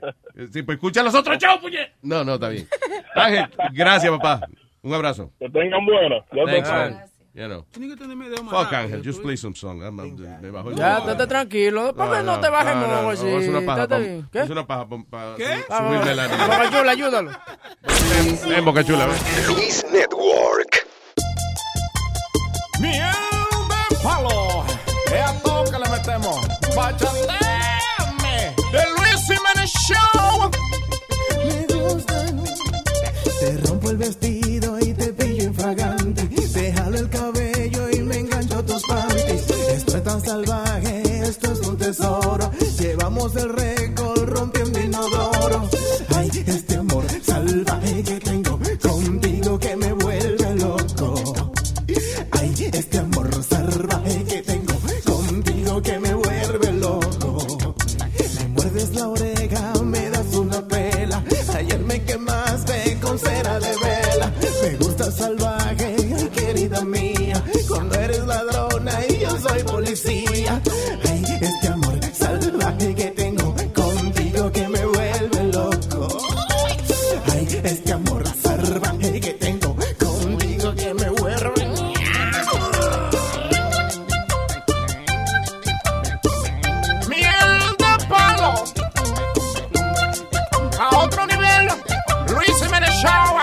[SPEAKER 3] right. Sí, pues escucha los otros shows, puñet. No, no, está bien. Ángel, gracias, papá.
[SPEAKER 23] Un abrazo.
[SPEAKER 11] Que tengan buena. Ya te
[SPEAKER 23] Thanks,
[SPEAKER 11] saben.
[SPEAKER 23] man. You know.
[SPEAKER 17] Tiene que tenerme de
[SPEAKER 23] Fuck, Ángel, just play some song. I'm- I'm- me bajó el-
[SPEAKER 8] Ya, estate tranquilo. Después que no te bajes,
[SPEAKER 23] no,
[SPEAKER 8] no,
[SPEAKER 23] no,
[SPEAKER 8] así.
[SPEAKER 23] Es una paja.
[SPEAKER 8] estate
[SPEAKER 23] pa-
[SPEAKER 8] bien.
[SPEAKER 23] Es una paja pa- pa-
[SPEAKER 8] ¿Qué?
[SPEAKER 23] su- subirme la nube.
[SPEAKER 8] Bocachula, ayúdalo.
[SPEAKER 23] Ven, Boca Chula, ven.
[SPEAKER 2] Luis Network.
[SPEAKER 1] Miel de palo, es a todo que le metemos. Bachateame, de Luis Jiménez Show.
[SPEAKER 2] Me gustan. Te rompo el vestido y te pillo infragante. Te jalo el cabello y me engancho a tus panties. Esto es tan salvaje, esto es un tesoro. Llevamos el récord rompiendo inodoro. Ay, este amor salvaje que tengo contigo que me vuelve loco. Ay, este amor salvaje que tengo contigo que me vuelve loco. Me muerdes la oreja, me das una pela. Ayer me quemaste con cera de vela. Me gusta salvaje, ay, querida mía. Cuando eres ladrona y yo soy policía. Ay, este amor salvaje que tengo contigo que me vuelve loco. Ay, este amor salvaje que tengo contigo que me vuelve
[SPEAKER 1] Miel de palo, a otro nivel. Luis Jiménez Show,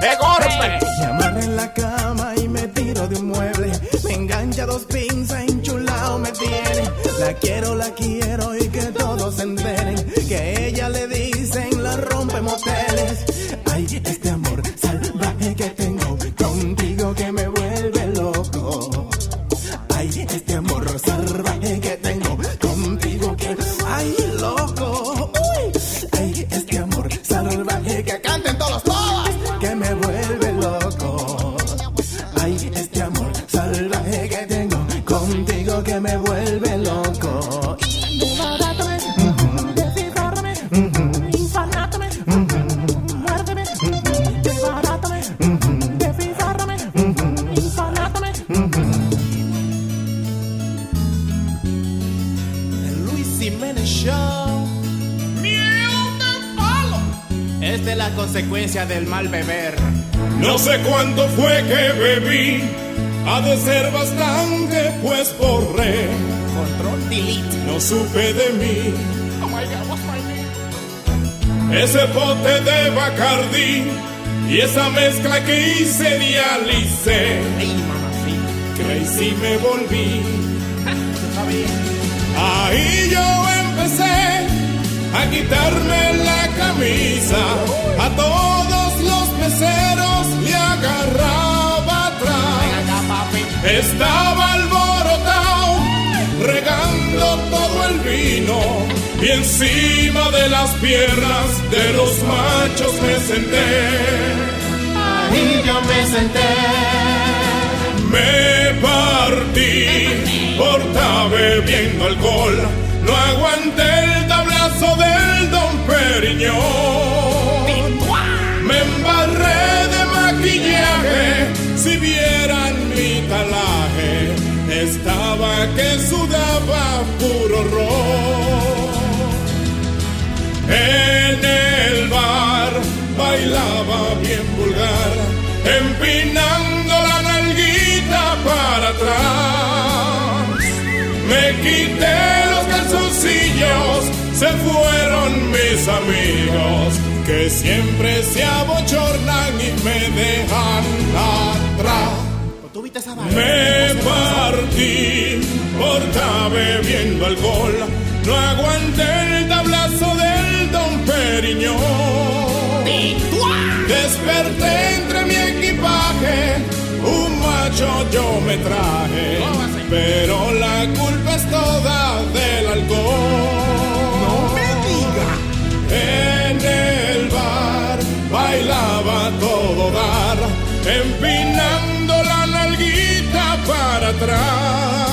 [SPEAKER 1] de golpe.
[SPEAKER 2] Me amarra en la cama y me tiro de un mueble. Me engancha dos pinzas, enchulado me tiene. La quiero, la quiero y que todos se enteren. Que ella le dicen la rompe moteles. Ay, este amor salvaje que tengo contigo que me vuelve loco. Ay, este amor salvaje que tengo contigo que. Ay, loco. Uy. Ay, este amor salvaje que canten todos todas. Que me vuelve loco. Ay, este amor salvaje que tengo contigo que me vuelve loco.
[SPEAKER 14] Luis Jiménez Show. Esta es la consecuencia del mal beber.
[SPEAKER 1] No sé cuánto fue que bebí, ha de ser bastante, pues borré. Control delete. No supe de mí. Ese bote de Bacardí y esa mezcla que hice dialicé. Crazy me volví. Ahí yo empecé a quitarme la camisa. A todos los meseros le agarraba atrás. Estaba alborotado, regando todo el vino. Y encima de las piernas de los machos me senté. Ahí yo me senté. Me partí por estar bebiendo alcohol. No aguanté el tablazo del Don Periñón. Me embarré de maquillaje. Si vieran mi talaje, estaba que sudaba puro ron. En el bar bailaba bien vulgar, empinando la nalguita para atrás. Me quité los calzoncillos, se fueron mis amigos, que siempre se abochornan y me dejan atrás. Me partí por estar bebiendo alcohol. No aguanté el tablazo del Don Periñón. Desperté entre mi equipaje. Un macho yo me traje. Pero la culpa es toda del alcohol. No me diga. En el bar bailaba a todo dar, empinando la nalguita para atrás.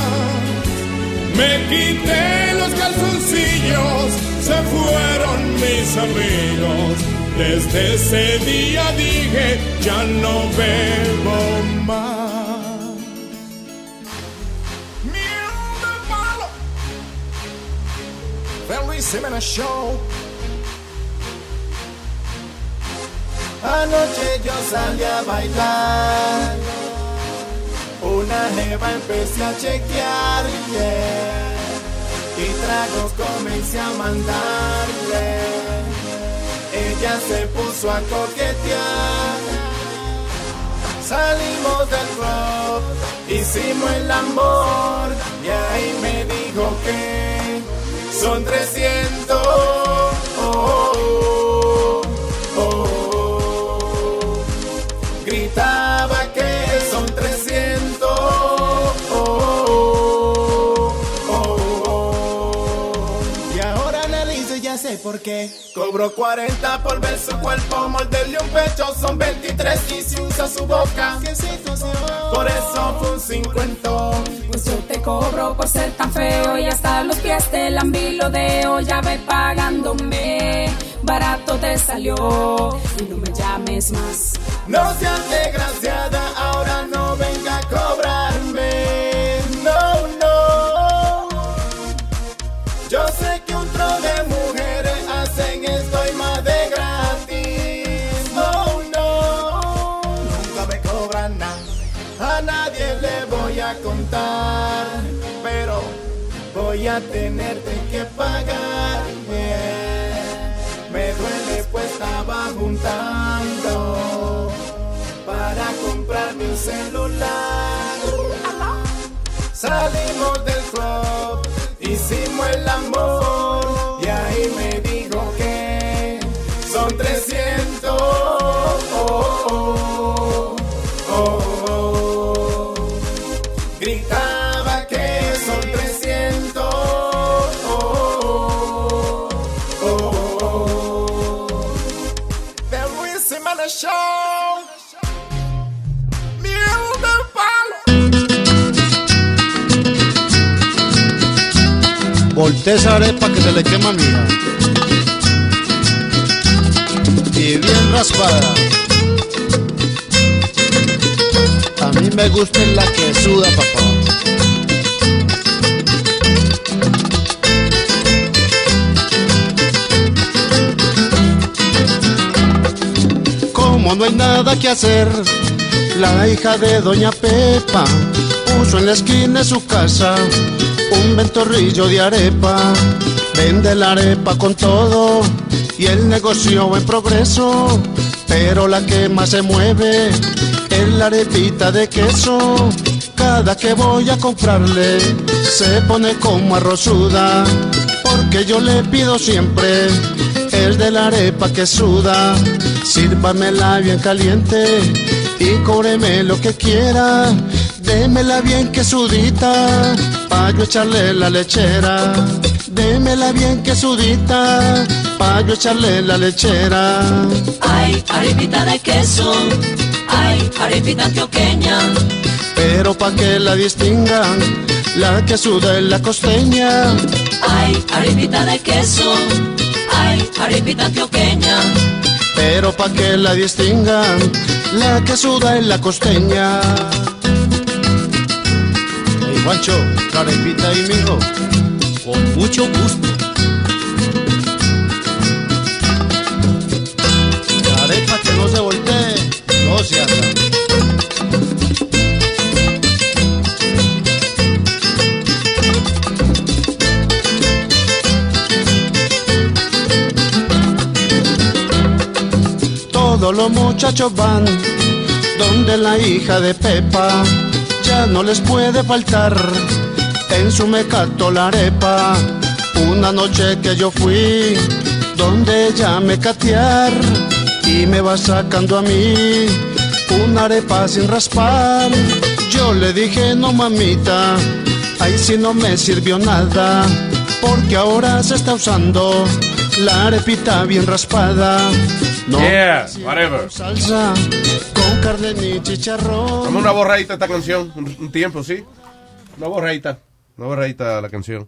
[SPEAKER 1] Me quité los calzoncillos, se fueron mis amigos. Desde ese día dije, ya no bebo más.
[SPEAKER 2] Feliz Jiménez Show. Anoche yo salí a bailar. Una neva empecé a chequear, yeah. Y tragos comencé a mandarle. Ella se puso a coquetear. Salimos del club, hicimos el amor. Y ahí me dijo que son 300. oh, oh, oh, oh. Gritaba que son 300. oh, oh, oh, oh. Y ahora analizo y ya sé por qué. Cobro 40 por ver su cuerpo, morderle un pecho son 23 y si usa su boca. Por eso fue un 50.
[SPEAKER 11] Pues yo te cobro por ser tan feo y hasta los pies te lambilo ya ve pagándome. Barato te salió y no me llames más.
[SPEAKER 2] No seas desgraciada, ahora no venga a cobrarme. No, no. Yo sé que un tro de mujeres hacen esto y más de gratis. No, no. Nunca me cobran nada. A nadie le voy a contar. Pero voy a tenerte que pagar. yeah. Me duele pues estaba juntando para comprarme un celular. Salimos del club, hicimos el amor y ahí me dijo que son 300. Oh, oh, oh, oh, oh. Gritaba que son 300. Oh, oh, oh, oh, oh. The Luis Jiménez Show. Miel del palo.
[SPEAKER 21] Volté esa arepa que se le quema mía. Y bien raspada. A mí me gusta en la que suda, papá. Como no hay nada que hacer, la hija de Doña Pepa puso en la esquina de su casa un ventorrillo de arepa. Vende la arepa con todo y el negocio va en progreso, pero la que más se mueve es la arepita de queso. Cada que voy a comprarle se pone como arrozuda, porque yo le pido siempre el de la arepa que suda. Sírvamela bien caliente y cóbreme lo que quiera. Démela bien que sudita, pa' yo echarle la lechera. Démela bien que sudita, pa' yo echarle la lechera.
[SPEAKER 7] Ay, arepita de queso. Ay, arepita antioqueña.
[SPEAKER 21] Pero pa' que la distingan, la que suda es la costeña.
[SPEAKER 7] Ay, arepita de queso. Ay, arepita antioqueña.
[SPEAKER 21] pero pa' que la distingan, la que suda en la costeña. Hey, Juancho, carepita y mijo, con mucho gusto. Carepa que no se voltee, no se ata. Todos los muchachos van donde la hija de Pepa ya no les puede faltar en su mecato la arepa. Una noche que yo fui donde ella me catear y me va sacando a mí una arepa sin raspar. Yo le dije, no mamita, ahí si no me sirvió nada, porque ahora se está usando la arepita bien raspada. No,
[SPEAKER 8] Yeah, whatever.
[SPEAKER 21] salsa con carne ni chicharrón.
[SPEAKER 3] Dame una borradita a esta canción, un, un tiempo, ¿sí? Una borradita. Una borradita a la canción.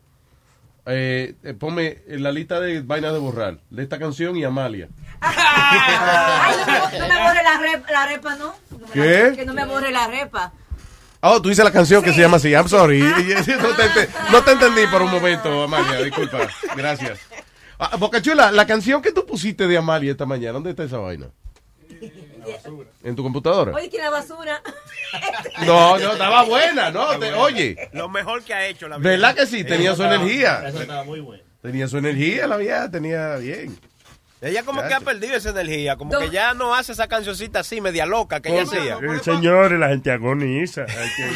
[SPEAKER 3] Eh, eh, ponme en la lista de vainas de borrar, de esta canción y Amalia.
[SPEAKER 12] Ay, no, no me borre la, rep- la repa, ¿no? No me la-
[SPEAKER 3] ¿Qué?
[SPEAKER 12] Que no me borre la repa.
[SPEAKER 3] Oh, tú dices la canción que se llama así, I'm sorry.
[SPEAKER 21] Ah.
[SPEAKER 3] no, te, ente- no te entendí por un momento, Amalia, disculpa. Gracias. Ah, Bocachula, la canción que tú pusiste de Amalia esta mañana, ¿dónde está esa vaina? ¿En tu computadora?
[SPEAKER 31] Oye, que la basura.
[SPEAKER 3] No, no, estaba buena, no, te- oye.
[SPEAKER 10] Lo mejor que ha hecho la vida.
[SPEAKER 3] ¿Verdad que sí? Tenía su
[SPEAKER 10] Eso estaba-
[SPEAKER 3] energía.
[SPEAKER 10] eso estaba muy bueno.
[SPEAKER 3] Tenía su energía, la vieja, tenía bien.
[SPEAKER 10] Ella como que ha perdido esa energía, como que ya no hace esa cancioncita así media loca que ella
[SPEAKER 3] Pues,
[SPEAKER 10] hacía.
[SPEAKER 16] Eh, Señores, la gente agoniza. Hay que-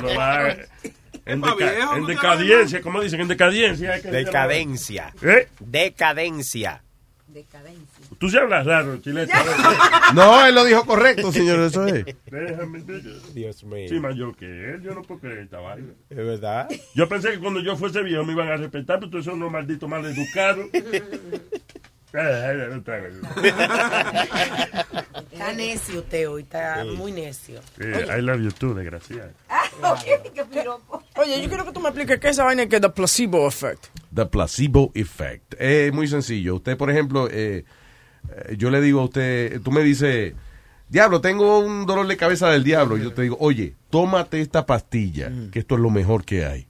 [SPEAKER 16] no lo haga. En, deca- en decadencia, ¿cómo dicen? En decadencia. hay que-
[SPEAKER 10] Decadencia.
[SPEAKER 16] ¿Eh?
[SPEAKER 10] Decadencia.
[SPEAKER 16] Tú sí hablas raro, chilete.
[SPEAKER 3] No, él lo dijo correcto, señor, eso es.
[SPEAKER 16] Déjame.
[SPEAKER 10] Dios mío.
[SPEAKER 16] Sí, mayor que él, yo no puedo creer esta vaina.
[SPEAKER 10] Es verdad.
[SPEAKER 16] Yo pensé que cuando yo fuese viejo me iban a respetar, pero tú son unos malditos mal educados. Eh,
[SPEAKER 12] Está necio usted hoy, está muy necio.
[SPEAKER 16] I love you too, desgraciado.
[SPEAKER 8] Oye, yo quiero que tú me expliques qué es esa vaina que es the placebo effect.
[SPEAKER 3] The placebo effect. Es muy sencillo. Usted, por ejemplo, eh, eh, yo le digo a usted, tú me dices, diablo, tengo un dolor de cabeza del diablo. Yo te digo, oye, tómate esta pastilla, que esto es lo mejor que hay.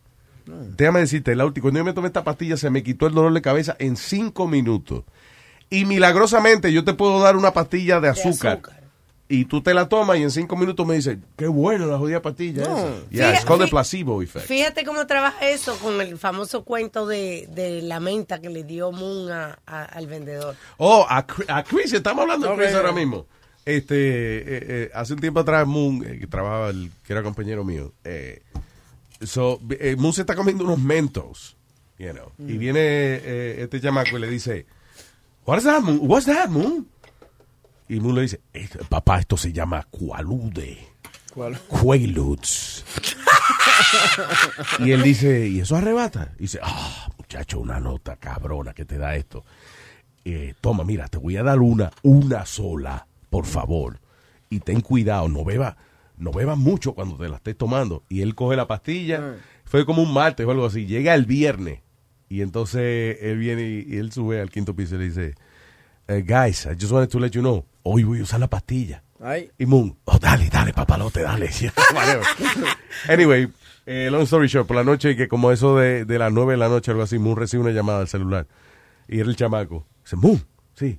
[SPEAKER 3] Déjame decirte, Lauti, cuando yo me tomé esta pastilla se me quitó el dolor de cabeza en cinco minutos. Y milagrosamente yo te puedo dar una pastilla de azúcar. Y tú te la tomas y en cinco minutos me dices, qué bueno la jodida pastilla.
[SPEAKER 12] No.
[SPEAKER 3] esa. Yeah, it's
[SPEAKER 12] Fíjate-
[SPEAKER 3] called the placebo effect.
[SPEAKER 12] Fíjate cómo trabaja eso con el famoso cuento de, de la menta que le dio Moon a- a- al vendedor.
[SPEAKER 3] Oh, a, Cri- a Chris, estamos hablando de
[SPEAKER 12] Ok.
[SPEAKER 3] Chris ahora mismo. Este, eh, eh, hace un tiempo atrás, Moon, eh, que trabajaba, el- que era compañero mío, eh, so, eh, Moon se está comiendo unos mentos, you know, y viene eh, este chamaco y le dice, What's that, Moon? What's that, Moon? Y Moon le dice, "Eh, papá, esto se llama cualude.
[SPEAKER 8] ¿Cuál?
[SPEAKER 3] Quaaludes. Y él dice, ¿y eso arrebata? Y dice, ah, muchacho, una nota cabrona que te da esto. Eh, toma, mira, te voy a dar una, una sola, por favor. Y ten cuidado, no beba, no bebas mucho cuando te la estés tomando. Y él coge la pastilla, fue como un martes o algo así, llega el viernes. Y entonces él viene y, y él sube al quinto piso y le dice, "Eh, guys, I just wanted to let you know, hoy voy a usar la pastilla.
[SPEAKER 8] Ay.
[SPEAKER 3] Y Moon, oh, dale, dale, papalote, dale. Whatever. anyway, eh, long story short, por la noche, que como eso de, de las 9 de la noche, algo así, Moon recibe una llamada al celular. Y era el chamaco. Dice, Moon, sí.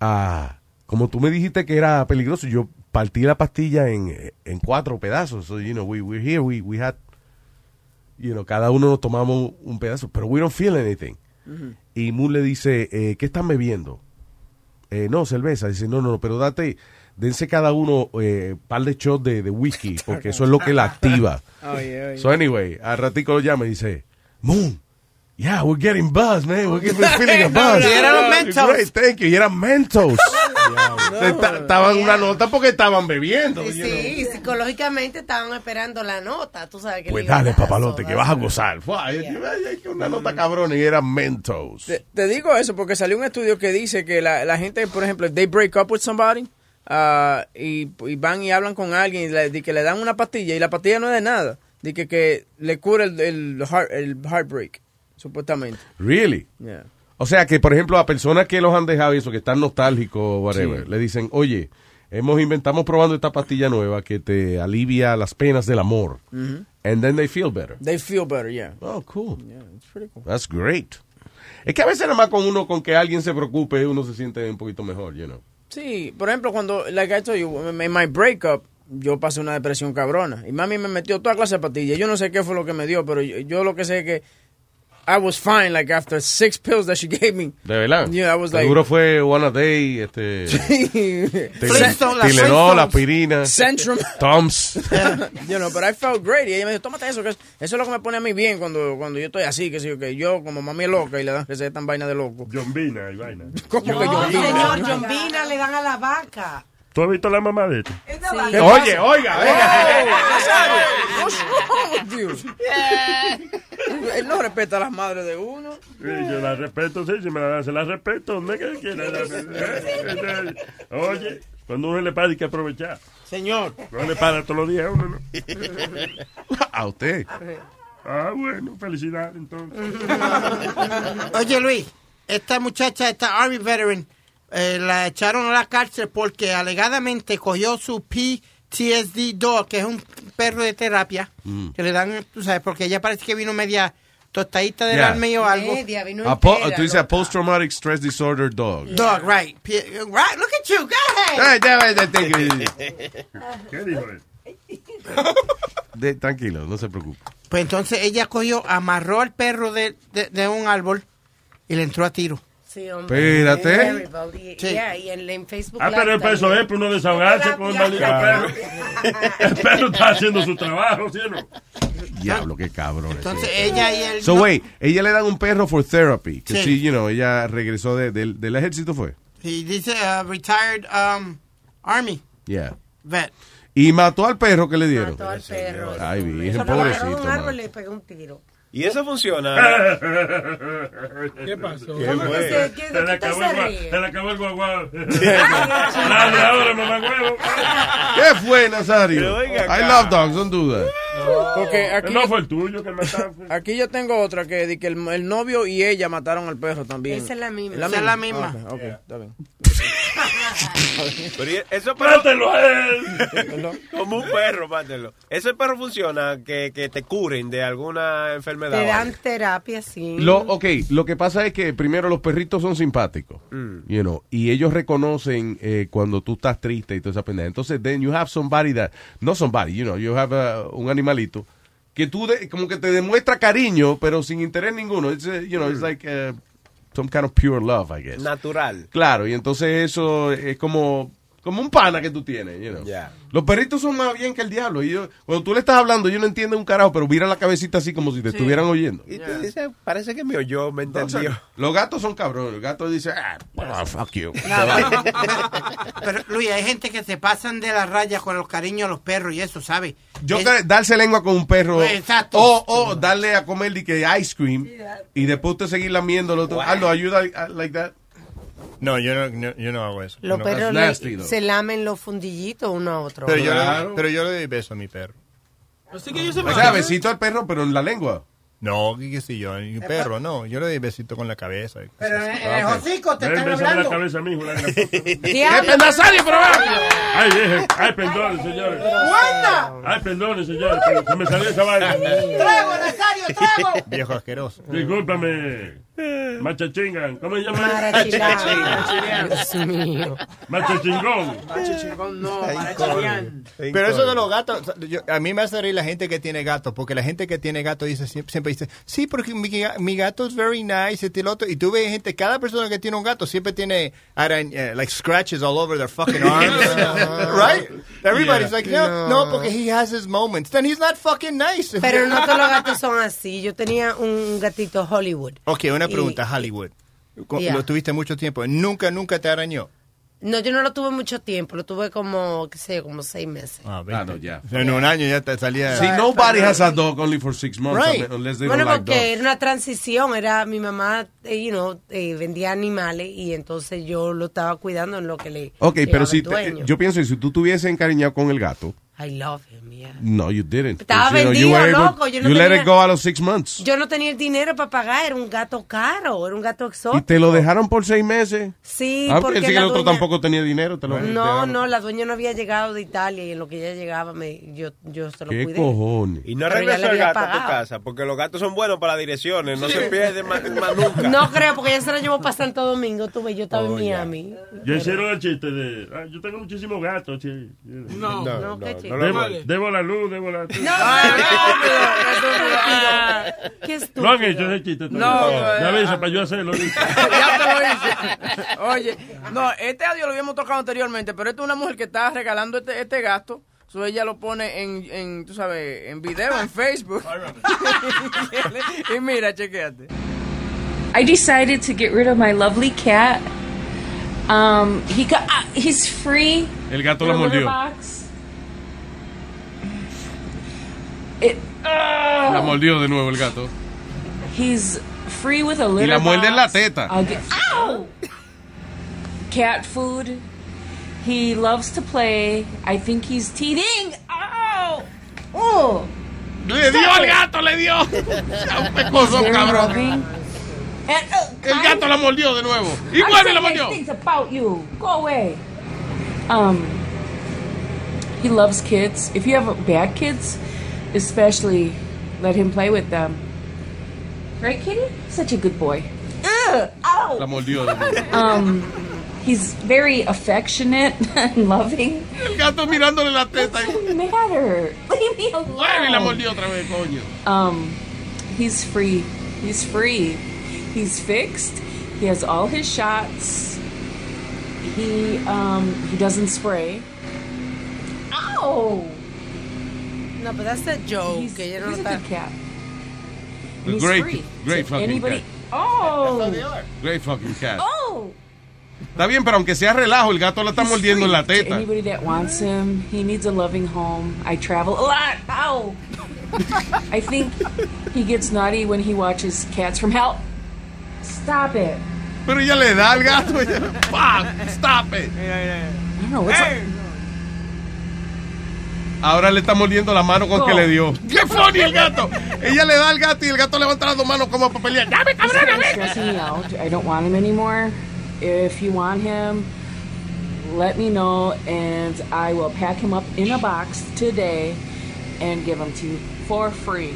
[SPEAKER 3] Ah, como tú me dijiste que era peligroso, yo partí la pastilla en, en cuatro pedazos. So, you know, we, we're here, we, we had, you know, cada uno nos tomamos un pedazo, pero we don't feel anything. Y Moon le dice, eh, ¿qué están bebiendo? Eh, no, cerveza. Dice, no, no, no, pero date, dense cada uno eh, par de shots de, de whisky, porque eso es lo que la activa.
[SPEAKER 8] Oye, oye.
[SPEAKER 3] So anyway, al ratico lo llama y dice, Moon, yeah, we're getting buzzed, man. We're getting we're feeling a
[SPEAKER 2] No,
[SPEAKER 3] buzz.
[SPEAKER 2] no, Y eran los no. Mentos.
[SPEAKER 3] Great, thank you. Y eran Mentos. Se esta- Estaban una nota porque estaban bebiendo.
[SPEAKER 12] Sí, sí, psicológicamente estaban esperando la nota, tú sabes que
[SPEAKER 3] Pues
[SPEAKER 12] le iban a
[SPEAKER 3] dale,
[SPEAKER 12] dar.
[SPEAKER 3] papalote, que vas a gozar. Fua, Una nota cabrona y eran Mentos.
[SPEAKER 8] Te, te digo eso porque salió un estudio que dice que la, la gente, por ejemplo, if they break up with somebody ah, y, y van y hablan con alguien y le, di que le dan una pastilla y la pastilla no es de nada, de que, que le cura el, el, heart- el heartbreak, supuestamente.
[SPEAKER 3] Really?
[SPEAKER 8] Yeah.
[SPEAKER 3] O sea que, por ejemplo, a personas que los han dejado y eso, que están nostálgicos o whatever,
[SPEAKER 8] Sí.
[SPEAKER 3] le dicen, oye, hemos inventamos probando esta pastilla nueva que te alivia las penas del amor.
[SPEAKER 8] Mhm.
[SPEAKER 3] And then they feel better.
[SPEAKER 8] They feel better, yeah.
[SPEAKER 3] Oh, cool.
[SPEAKER 8] Yeah, it's pretty cool.
[SPEAKER 3] That's great. Es que a veces nada más con uno, con que alguien se preocupe, uno se siente un poquito mejor, you know.
[SPEAKER 8] Sí, por ejemplo, cuando, like I told you, en my breakup, yo pasé una depresión cabrona. Y mami me metió toda clase de pastillas. Yo no sé qué fue lo que me dio, pero yo, yo lo que sé es que I was fine, like after six pills that she gave me.
[SPEAKER 3] De verdad.
[SPEAKER 8] Yeah, I was like-
[SPEAKER 3] Seguro fue one a day, este...
[SPEAKER 8] Flintstone, las
[SPEAKER 3] Tilenol,
[SPEAKER 8] Flintstones.
[SPEAKER 3] aspirina.
[SPEAKER 8] Centrum.
[SPEAKER 3] Toms.
[SPEAKER 8] you know, but I felt great. Y ella me dijo, tómate eso, que es- eso es lo que me pone a mí bien cuando, cuando yo estoy así, que sé yo, que yo como mami es loca y le dan recetas tan vaina de loco.
[SPEAKER 16] Jombina y vaina.
[SPEAKER 8] ¿Cómo que
[SPEAKER 12] No,
[SPEAKER 8] Jombina?
[SPEAKER 12] señor, Jombina le dan a la vaca. Oh.
[SPEAKER 16] ¿Tú has visto la mamá de esto? Oye,
[SPEAKER 12] ¿Qué pasa?
[SPEAKER 16] oiga, venga.
[SPEAKER 8] Nazario, what's wrong with you? Él no respeta a las madres de uno.
[SPEAKER 16] Sí, Yo la respeto, sí, si me la dan, se la respeto. ¿Dónde que quiera? Oye, cuando uno le para hay que aprovechar.
[SPEAKER 9] Señor.
[SPEAKER 16] No le para todos los días a uno, ¿no?
[SPEAKER 3] A usted.
[SPEAKER 16] Ah, bueno, felicidad entonces.
[SPEAKER 9] Oye, Luis, esta muchacha, esta Army veteran, eh, la echaron a la cárcel porque alegadamente cogió su
[SPEAKER 3] Mm.
[SPEAKER 9] PTSD dog, que es un perro de terapia, que le dan, tú sabes, porque ella parece que vino media Tostadita del
[SPEAKER 3] Yeah.
[SPEAKER 9] alma y o algo.
[SPEAKER 12] Media, vino
[SPEAKER 3] A po- tú dices a post-traumatic stress disorder dog.
[SPEAKER 9] Dog, right. Pie- Right, look at you, go
[SPEAKER 3] Ay,
[SPEAKER 9] ahead.
[SPEAKER 3] ya, ya, ya, thank you.
[SPEAKER 9] ¿Qué dijo él?
[SPEAKER 3] De- tranquilo, no se preocupe.
[SPEAKER 9] Pues entonces ella cogió, amarró al perro de, de, de un árbol y le entró a tiro.
[SPEAKER 12] Sí, hombre.
[SPEAKER 3] Espérate.
[SPEAKER 12] Everybody. Yeah, y en, en Facebook
[SPEAKER 16] Ah,
[SPEAKER 12] Live
[SPEAKER 16] pero el peso
[SPEAKER 12] también.
[SPEAKER 16] es para uno desahogarse con el maldito
[SPEAKER 12] Claro.
[SPEAKER 16] perro. El perro está haciendo su trabajo, ¿sí o no?
[SPEAKER 3] Diablo, qué cabrón.
[SPEAKER 9] Entonces ella y él.
[SPEAKER 3] So, wait, ella le dan un perro for therapy. Que
[SPEAKER 9] Sí.
[SPEAKER 3] sí, you know, ella regresó de- del, del ejército, ¿fue?
[SPEAKER 9] Y dice, uh, retired um, army
[SPEAKER 3] Yeah.
[SPEAKER 9] vet.
[SPEAKER 3] Y mató al perro que le dieron.
[SPEAKER 12] Mató al perro.
[SPEAKER 3] Ay, virgen,
[SPEAKER 12] Eso lo agarró de
[SPEAKER 3] pobrecito.
[SPEAKER 12] un árbol
[SPEAKER 3] man.
[SPEAKER 12] y le pegó un tiro.
[SPEAKER 10] Y eso funciona.
[SPEAKER 16] ¿Qué pasó?
[SPEAKER 10] ¿Qué ¿Cómo que fue? se- qué- de
[SPEAKER 16] se, le
[SPEAKER 10] qué
[SPEAKER 16] acabó
[SPEAKER 10] se
[SPEAKER 16] el gua-
[SPEAKER 10] ríe?
[SPEAKER 16] se le acabó el guaguá. Dale ahora, mamá huevo.
[SPEAKER 3] ¿Qué fue, Nazario?
[SPEAKER 16] Pero venga acá.
[SPEAKER 3] I love dogs, don't do that.
[SPEAKER 8] Porque aquí,
[SPEAKER 16] No fue el tuyo que mataste.
[SPEAKER 8] aquí yo tengo otra que, di que el, el novio y ella mataron al perro también.
[SPEAKER 12] Esa es la misma.
[SPEAKER 9] Esa es la misma.
[SPEAKER 8] Ok, ok, está bien.
[SPEAKER 10] Pero y- eso
[SPEAKER 8] Mátelo a
[SPEAKER 10] él. Como un perro, mátelo. Ese perro funciona que, que te curen de alguna enfermedad.
[SPEAKER 12] Te
[SPEAKER 10] o
[SPEAKER 12] dan terapia, sí.
[SPEAKER 3] Lo, ok, lo que pasa es que primero los perritos son simpáticos, you know, y ellos reconocen eh, cuando tú estás triste y toda esa pendeja. Entonces, then you have somebody that, no somebody, you know, you have a- un animalito que tú de- como que te demuestra cariño, pero sin interés ninguno. It's, eh, you know, it's like eh, some kind of pure love, I guess.
[SPEAKER 10] algo. Natural.
[SPEAKER 3] Claro, y entonces eso es como, como un pana que tú tienes, you know.
[SPEAKER 10] Ya.
[SPEAKER 3] Los perritos son más bien que el diablo. Ellos- cuando tú le estás hablando, ellos no entienden un carajo, pero mira la cabecita así como si te estuvieran oyendo.
[SPEAKER 10] Y te dice, parece que me oyó, me entendió.
[SPEAKER 3] Los gatos son cabrones. El gato dice, ah, well, fuck you.
[SPEAKER 9] Pero, Luis, hay gente que se pasan de las rayas con los cariños a los perros y eso, ¿sabes?
[SPEAKER 3] Yo creo- darse lengua con un perro.
[SPEAKER 12] Pues,
[SPEAKER 9] Exacto.
[SPEAKER 3] O, o darle a comer de que ice cream y después usted seguir lamiéndolo. Wow. Aldo, ayuda ah, like that.
[SPEAKER 6] No, yo no, no- yo no hago eso.
[SPEAKER 12] Los
[SPEAKER 6] No,
[SPEAKER 12] perros
[SPEAKER 6] that's
[SPEAKER 12] le-
[SPEAKER 6] nasty, though.
[SPEAKER 12] se lamen los fundillitos uno a otro.
[SPEAKER 6] pero, yo le, pero yo le doy beso a mi perro.
[SPEAKER 32] Así que yo se
[SPEAKER 3] O sea, besito al perro, pero en la lengua.
[SPEAKER 6] No, qué sé yo, mi perro, no. Yo le doy besito con la cabeza.
[SPEAKER 9] Pero en,
[SPEAKER 6] en el hocico te están hablando.
[SPEAKER 16] cabeza, mijo, la gran-
[SPEAKER 6] ¡Qué
[SPEAKER 16] pedazario, Ay, vieja, ay, perdón, señores.
[SPEAKER 9] ¡Buena!
[SPEAKER 16] Ay, perdón, señores, pero se me salió esa vaina.
[SPEAKER 9] ¡Trago, Nazario, trago!
[SPEAKER 6] Viejo asqueroso.
[SPEAKER 16] Discúlpame. Machachingan, ¿cómo se llama?
[SPEAKER 9] Marachilán.
[SPEAKER 16] Machachingán.
[SPEAKER 12] Dios mío.
[SPEAKER 16] Machachingón.
[SPEAKER 8] no,
[SPEAKER 6] Pero eso de los gatos, o sea, yo- a mí me hace reír la gente que tiene gatos, porque la gente que tiene gato dice siempre, siempre dice, sí, porque mi, ga- mi gato es very nice, este y el otro, y tú ves gente, cada persona que tiene un gato siempre tiene arañ- eh, like scratches all over their fucking arms, right? Everybody's
[SPEAKER 16] Yeah.
[SPEAKER 6] like,
[SPEAKER 12] No.
[SPEAKER 6] no, no, porque he has his moments, then he's not fucking nice.
[SPEAKER 12] Pero no todos los gatos son así. Yo tenía un gatito Hollywood.
[SPEAKER 6] Ok, una
[SPEAKER 12] Y-
[SPEAKER 6] pregunta, Hollywood. Co-
[SPEAKER 12] Yeah.
[SPEAKER 6] Lo tuviste mucho tiempo, nunca, nunca te arañó.
[SPEAKER 12] No, yo no lo tuve mucho tiempo. Lo tuve como, qué sé yo, como seis meses.
[SPEAKER 6] Ah,
[SPEAKER 3] no, ya.
[SPEAKER 6] En un año ya te salía.
[SPEAKER 3] Si nobody has a dog only for six months,
[SPEAKER 6] Right.
[SPEAKER 3] unless they
[SPEAKER 12] Bueno,
[SPEAKER 3] don't like
[SPEAKER 12] porque
[SPEAKER 3] dogs.
[SPEAKER 12] era una transición, era mi mamá, eh, you know, eh, vendía animales y entonces yo lo estaba cuidando en lo que le
[SPEAKER 3] Ok, pero
[SPEAKER 12] llegaba
[SPEAKER 3] si
[SPEAKER 12] el
[SPEAKER 3] te-
[SPEAKER 12] dueño.
[SPEAKER 3] yo pienso que si tú tuviese encariñado con el gato,
[SPEAKER 12] I love him, yeah.
[SPEAKER 3] no, you didn't.
[SPEAKER 12] Estaba
[SPEAKER 3] You know,
[SPEAKER 12] vendido,
[SPEAKER 3] you were able-
[SPEAKER 12] loco, yo no
[SPEAKER 3] you let
[SPEAKER 12] tenía-
[SPEAKER 3] it go a los six months.
[SPEAKER 12] Yo no tenía el dinero para pagar, era un gato caro, era un gato
[SPEAKER 3] Y
[SPEAKER 12] exótico.
[SPEAKER 3] te lo dejaron por seis meses.
[SPEAKER 12] Sí,
[SPEAKER 3] Ah,
[SPEAKER 12] porque
[SPEAKER 3] pensé que
[SPEAKER 12] la
[SPEAKER 3] el otro
[SPEAKER 12] dueña-
[SPEAKER 3] tampoco tenía dinero. te lo-
[SPEAKER 12] No,
[SPEAKER 3] te-
[SPEAKER 12] no, la dueña no había llegado de Italia y en lo que ella llegaba me, yo, yo se lo
[SPEAKER 3] ¿Qué
[SPEAKER 12] cuidé.
[SPEAKER 3] cojones?
[SPEAKER 10] Y no
[SPEAKER 12] Pero ya le
[SPEAKER 10] regresó el
[SPEAKER 12] había
[SPEAKER 10] gato a tu
[SPEAKER 12] pagado.
[SPEAKER 10] casa, porque los gatos son buenos para las direcciones, no se pierden más, más nunca.
[SPEAKER 12] No creo, porque ella se la llevó para Santo Domingo, tú ves, yo estaba en
[SPEAKER 16] Oh, ya.
[SPEAKER 12] Miami.
[SPEAKER 16] Ya hicieron el chiste de. ah, yo tengo muchísimos gatos. sí.
[SPEAKER 12] No, No, no, qué no, chiste. no lo
[SPEAKER 16] debo,
[SPEAKER 12] vale.
[SPEAKER 16] debo la luz, debo la.
[SPEAKER 12] Qué estúpido.
[SPEAKER 16] No han hecho ese chiste. todavía.
[SPEAKER 8] No,
[SPEAKER 16] Ya
[SPEAKER 8] eh,
[SPEAKER 12] ah.
[SPEAKER 16] ves, para yo hacerlo. dice.
[SPEAKER 8] Ya te lo hice. Oye, no, este audio lo habíamos tocado anteriormente, pero esta es una mujer que está regalando este, este gasto. So ella lo pone en, en, tú sabes, en video, en Facebook. y mira, chequeate.
[SPEAKER 24] I decided to get rid of my lovely cat. Um, he got ah, he's free.
[SPEAKER 3] El gato la
[SPEAKER 24] in a litter
[SPEAKER 3] mordió.
[SPEAKER 24] box. It, ah,
[SPEAKER 3] La mordió de nuevo el gato.
[SPEAKER 24] he's free with a
[SPEAKER 3] Y
[SPEAKER 24] litter
[SPEAKER 3] la muerde en la
[SPEAKER 24] box.
[SPEAKER 3] teta.
[SPEAKER 24] I'll get- ow! Cat food. He loves to play. I think he's teething. Ow! Oh!
[SPEAKER 3] Le dio al gato, le dio. Un pecoso,
[SPEAKER 24] Very
[SPEAKER 3] cabrón.
[SPEAKER 24] loving. And, uh,
[SPEAKER 3] El gato
[SPEAKER 24] I'm-
[SPEAKER 3] la mordió de nuevo. Y
[SPEAKER 24] I'm
[SPEAKER 3] vuelve y la
[SPEAKER 24] saying
[SPEAKER 3] mordió.
[SPEAKER 24] things about you. Go away. Um, he loves kids. If you have bad kids, especially, let him play with them. Right, Kitty? Such a good boy. Ugh, ow.
[SPEAKER 3] La mordió.
[SPEAKER 24] Um, he's very affectionate and loving.
[SPEAKER 2] El gato mirándole la teta.
[SPEAKER 24] Matter. Leave me
[SPEAKER 2] Y la
[SPEAKER 24] alone.
[SPEAKER 2] mordió otra vez, coño.
[SPEAKER 24] Um, he's free. He's free. He's fixed. He has all his shots. He um he doesn't spray. Ow!
[SPEAKER 12] No, but that's that joke. que ella no
[SPEAKER 24] he's a
[SPEAKER 12] está-
[SPEAKER 24] good cat. He's
[SPEAKER 3] Great,
[SPEAKER 24] free.
[SPEAKER 3] great
[SPEAKER 24] To
[SPEAKER 3] fucking
[SPEAKER 24] anybody.
[SPEAKER 3] cat.
[SPEAKER 24] Oh.
[SPEAKER 3] Great fucking cat.
[SPEAKER 24] Oh.
[SPEAKER 3] Está bien, pero aunque sea relajo, el gato la está mordiendo en la
[SPEAKER 24] To
[SPEAKER 3] teta.
[SPEAKER 24] anybody that wants him, he needs a loving home. I travel a lot. Ow! I think he gets naughty when he watches Cats from Hell. Stop it.
[SPEAKER 2] Pero ella le da al gato. ella, ¡Pam! ¡Stop it!
[SPEAKER 24] I don't know what's up.
[SPEAKER 3] Ahora le está mordiendo la mano con que le dio.
[SPEAKER 2] ¡Qué funny el gato! Ella le da al gato y el gato levanta las dos manos como para pelear. ¡Dame,
[SPEAKER 24] He's
[SPEAKER 2] cabrón!
[SPEAKER 24] kinda stressing me out. I don't want him anymore. If you want him, let me know and I will pack him up in a box today and give him to you for free.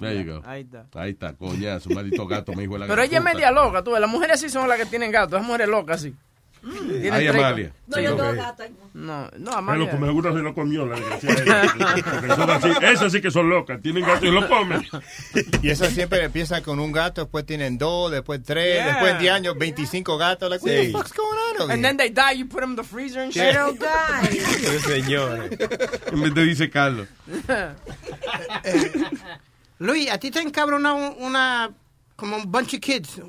[SPEAKER 3] There you go.
[SPEAKER 8] Ahí está.
[SPEAKER 3] Ahí está, coña, su maldito gato, me hijo de la
[SPEAKER 8] Pero ella es
[SPEAKER 3] puta.
[SPEAKER 8] media loca, tú ves. Las mujeres así son las que tienen gatos. Las mujeres locas, sí. Tienen
[SPEAKER 3] Ay,
[SPEAKER 8] tres-
[SPEAKER 3] Amalia.
[SPEAKER 8] Sí.
[SPEAKER 16] yo tengo
[SPEAKER 8] gato. No, no,
[SPEAKER 12] Ah,
[SPEAKER 16] Pero lo que
[SPEAKER 8] Amalia.
[SPEAKER 16] me gusta se lo comió la desgraciada. Porque son así- Esas sí que son locas. Tienen gato y lo comen.
[SPEAKER 6] Y eso siempre empiezan con un gato, después tienen dos, después tres,
[SPEAKER 8] Yeah.
[SPEAKER 6] después en 10 años 25 gatos. Like, what the fuck's going on over
[SPEAKER 8] And
[SPEAKER 6] here?
[SPEAKER 8] then they die, you put them in the freezer and
[SPEAKER 6] Yeah.
[SPEAKER 8] shit. Oh, God.
[SPEAKER 3] Señor. En vez de dice Carlos.
[SPEAKER 9] Eh, Luis, ¿a ti te encabrona un- una, como un bunch of kids?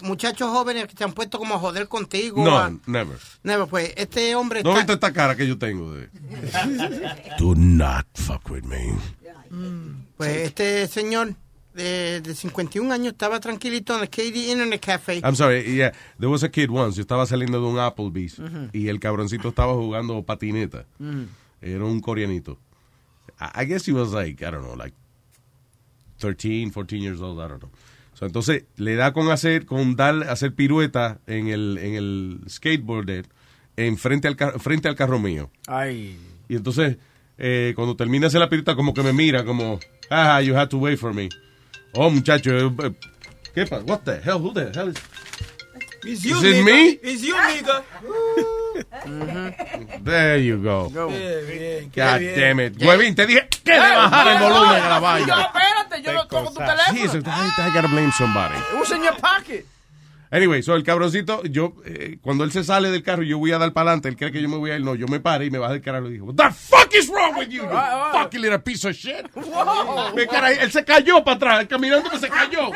[SPEAKER 9] Muchachos jóvenes que te han puesto como a joder contigo. a-
[SPEAKER 3] No, never.
[SPEAKER 9] Never, pues, este hombre
[SPEAKER 3] No
[SPEAKER 9] está-
[SPEAKER 3] viste esta cara que yo tengo de.
[SPEAKER 9] Do
[SPEAKER 3] not fuck with me.
[SPEAKER 9] Pues este señor de, de 51 años estaba tranquilito en el KD Internet Cafe.
[SPEAKER 3] I'm sorry, yeah. There was a kid once. Yo estaba saliendo de un Applebee's y el cabroncito estaba jugando patineta. Era un coreanito. I, I guess he was like, I don't know, like 13, 14 years old, I don't know. So, entonces le da con hacer, con dar, hacer pirueta en el, en el skateboard de él, en frente al, ca- frente al carro mío.
[SPEAKER 8] Ay.
[SPEAKER 3] Y entonces, eh, cuando termina de hacer la pirueta, como que me mira, como, ah, you had to wait for me. Oh, muchacho, eh, eh, ¿qué pasa? What the hell? Who the hell is...
[SPEAKER 17] It's
[SPEAKER 3] Is it me?
[SPEAKER 17] It's you, nigga.
[SPEAKER 3] There you go.
[SPEAKER 17] Bien, bien, qué
[SPEAKER 3] God
[SPEAKER 17] bien.
[SPEAKER 3] damn it. Huevín, te dije que le bajara el volumen a la vaina.
[SPEAKER 8] espérate, yo lo cojo tu teléfono.
[SPEAKER 3] Jesus, I, I gotta blame somebody.
[SPEAKER 8] It was in your pocket.
[SPEAKER 3] Anyway, so el cabroncito, yo, eh, cuando él se sale del carro, yo voy a dar para adelante. Él cree que yo me voy a ir. No, yo me paré y me baja del carro y le digo, What the fuck is wrong with you? you fucking little piece of shit.
[SPEAKER 33] Wow.
[SPEAKER 3] Me caray, él se cayó para atrás, caminando se cayó.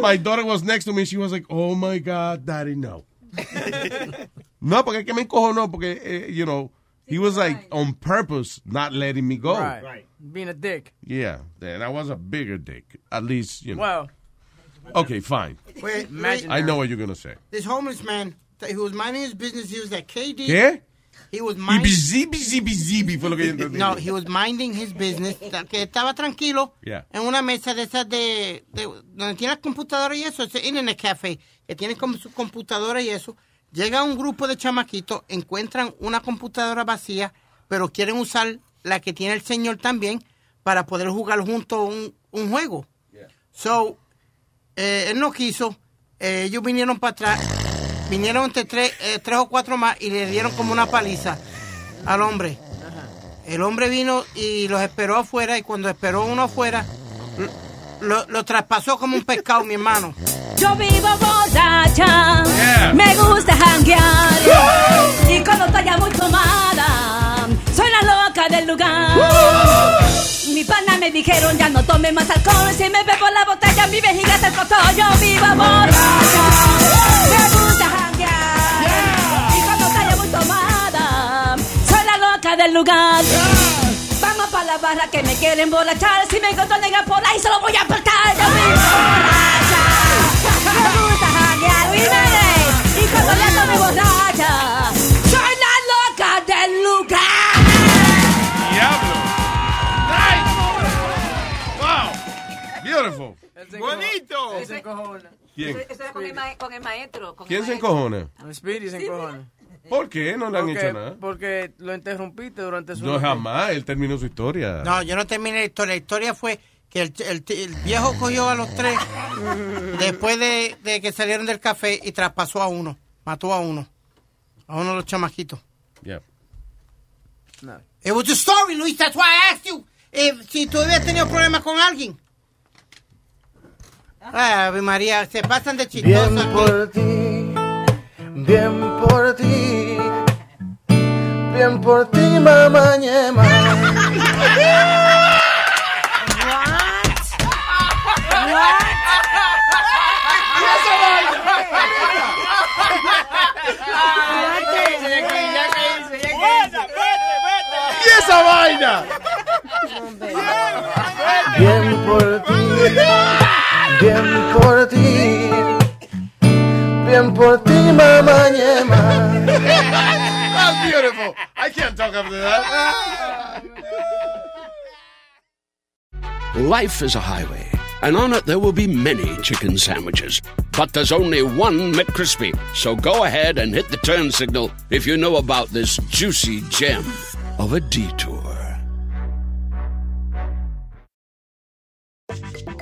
[SPEAKER 3] My daughter was next to me. She was like, oh my God, daddy, no. no, porque es que me encojonó, porque, eh, you know, he was like on purpose not letting me go.
[SPEAKER 8] Right. Being a dick.
[SPEAKER 3] Yeah, then I was a bigger dick. At least, you know.
[SPEAKER 8] Wow.
[SPEAKER 3] Okay, fine.
[SPEAKER 9] Pues,
[SPEAKER 3] I know what you're going to say.
[SPEAKER 9] This homeless man, that he was minding his business, he was at KD.
[SPEAKER 3] ¿Qué?
[SPEAKER 9] He was minding...
[SPEAKER 3] Zibi, zibi, zibi, fue lo que yo entendí.
[SPEAKER 9] No, he was minding his business, ta- que estaba tranquilo
[SPEAKER 3] Yeah.
[SPEAKER 9] en una mesa de esas de, de- donde tiene las computadoras y eso, ese internet café, que tiene como su computadora y eso. Llega un grupo de chamaquitos, encuentran una computadora vacía, pero quieren usar la que tiene el señor también para poder jugar juntos un, un juego. So, eh, él no quiso, eh, ellos vinieron para atrás, vinieron entre tres, eh, tres o cuatro más y le dieron como una paliza al hombre. El hombre vino y los esperó afuera y cuando esperó uno afuera, lo, lo traspasó como un pescado, mi hermano.
[SPEAKER 7] Yo vivo borracha,
[SPEAKER 9] Yeah.
[SPEAKER 7] me gusta janguear y cuando estoy ya muy tomada, soy la loca del lugar. Mi pana me dijeron ya no tome más alcohol, si me bebo la botella mi vejiga se explotó. Yo vivo borracha, me gusta janguear y cuando estoy ya muy tomada, soy la loca del lugar. Vamos para la barra que me quieren borrachar, si me encuentro negra por ahí se lo voy a apartar. Yo vivo borracha. Me gusta janguear, Jiménez. Y cuando le tomo borracha, soy la loca del lugar.
[SPEAKER 3] Wow. Beautiful.
[SPEAKER 8] Bonito.
[SPEAKER 34] Ese-
[SPEAKER 3] ¿Quién?
[SPEAKER 34] Eso era con el, ma- con el maestro. con el
[SPEAKER 3] ¿Quién se
[SPEAKER 34] maestro.
[SPEAKER 3] encojona?
[SPEAKER 8] Speedy se encojona.
[SPEAKER 3] ¿Por qué? No le han
[SPEAKER 8] Porque-
[SPEAKER 3] hecho nada.
[SPEAKER 8] Porque lo interrumpiste durante su...
[SPEAKER 3] No, jamás. Él terminó su historia.
[SPEAKER 9] No, yo no terminé la historia. La historia fue que el, el- el viejo cogió a los tres después de, de que salieron del café y traspasó a uno, mató a uno, a uno de los chamaquitos.
[SPEAKER 3] Yeah.
[SPEAKER 8] No.
[SPEAKER 9] It was a story, Luis. That's why I asked you if- si tú habías tenido problemas con alguien. Ah, Ave María, se pasan de chistosa.
[SPEAKER 21] Bien por ti, bien por ti, bien por ti, mamá ñema.
[SPEAKER 2] ¡Y esa
[SPEAKER 21] vaina! Bien por ti, bien por ti, bien por ti, mamá ñema.
[SPEAKER 2] That's
[SPEAKER 21] beautiful.
[SPEAKER 2] I can't talk after that.
[SPEAKER 13] Life is a highway, and on it there will be many chicken sandwiches. But there's only one McCrispy. So go ahead and hit the turn signal if you know about this juicy gem of a detour.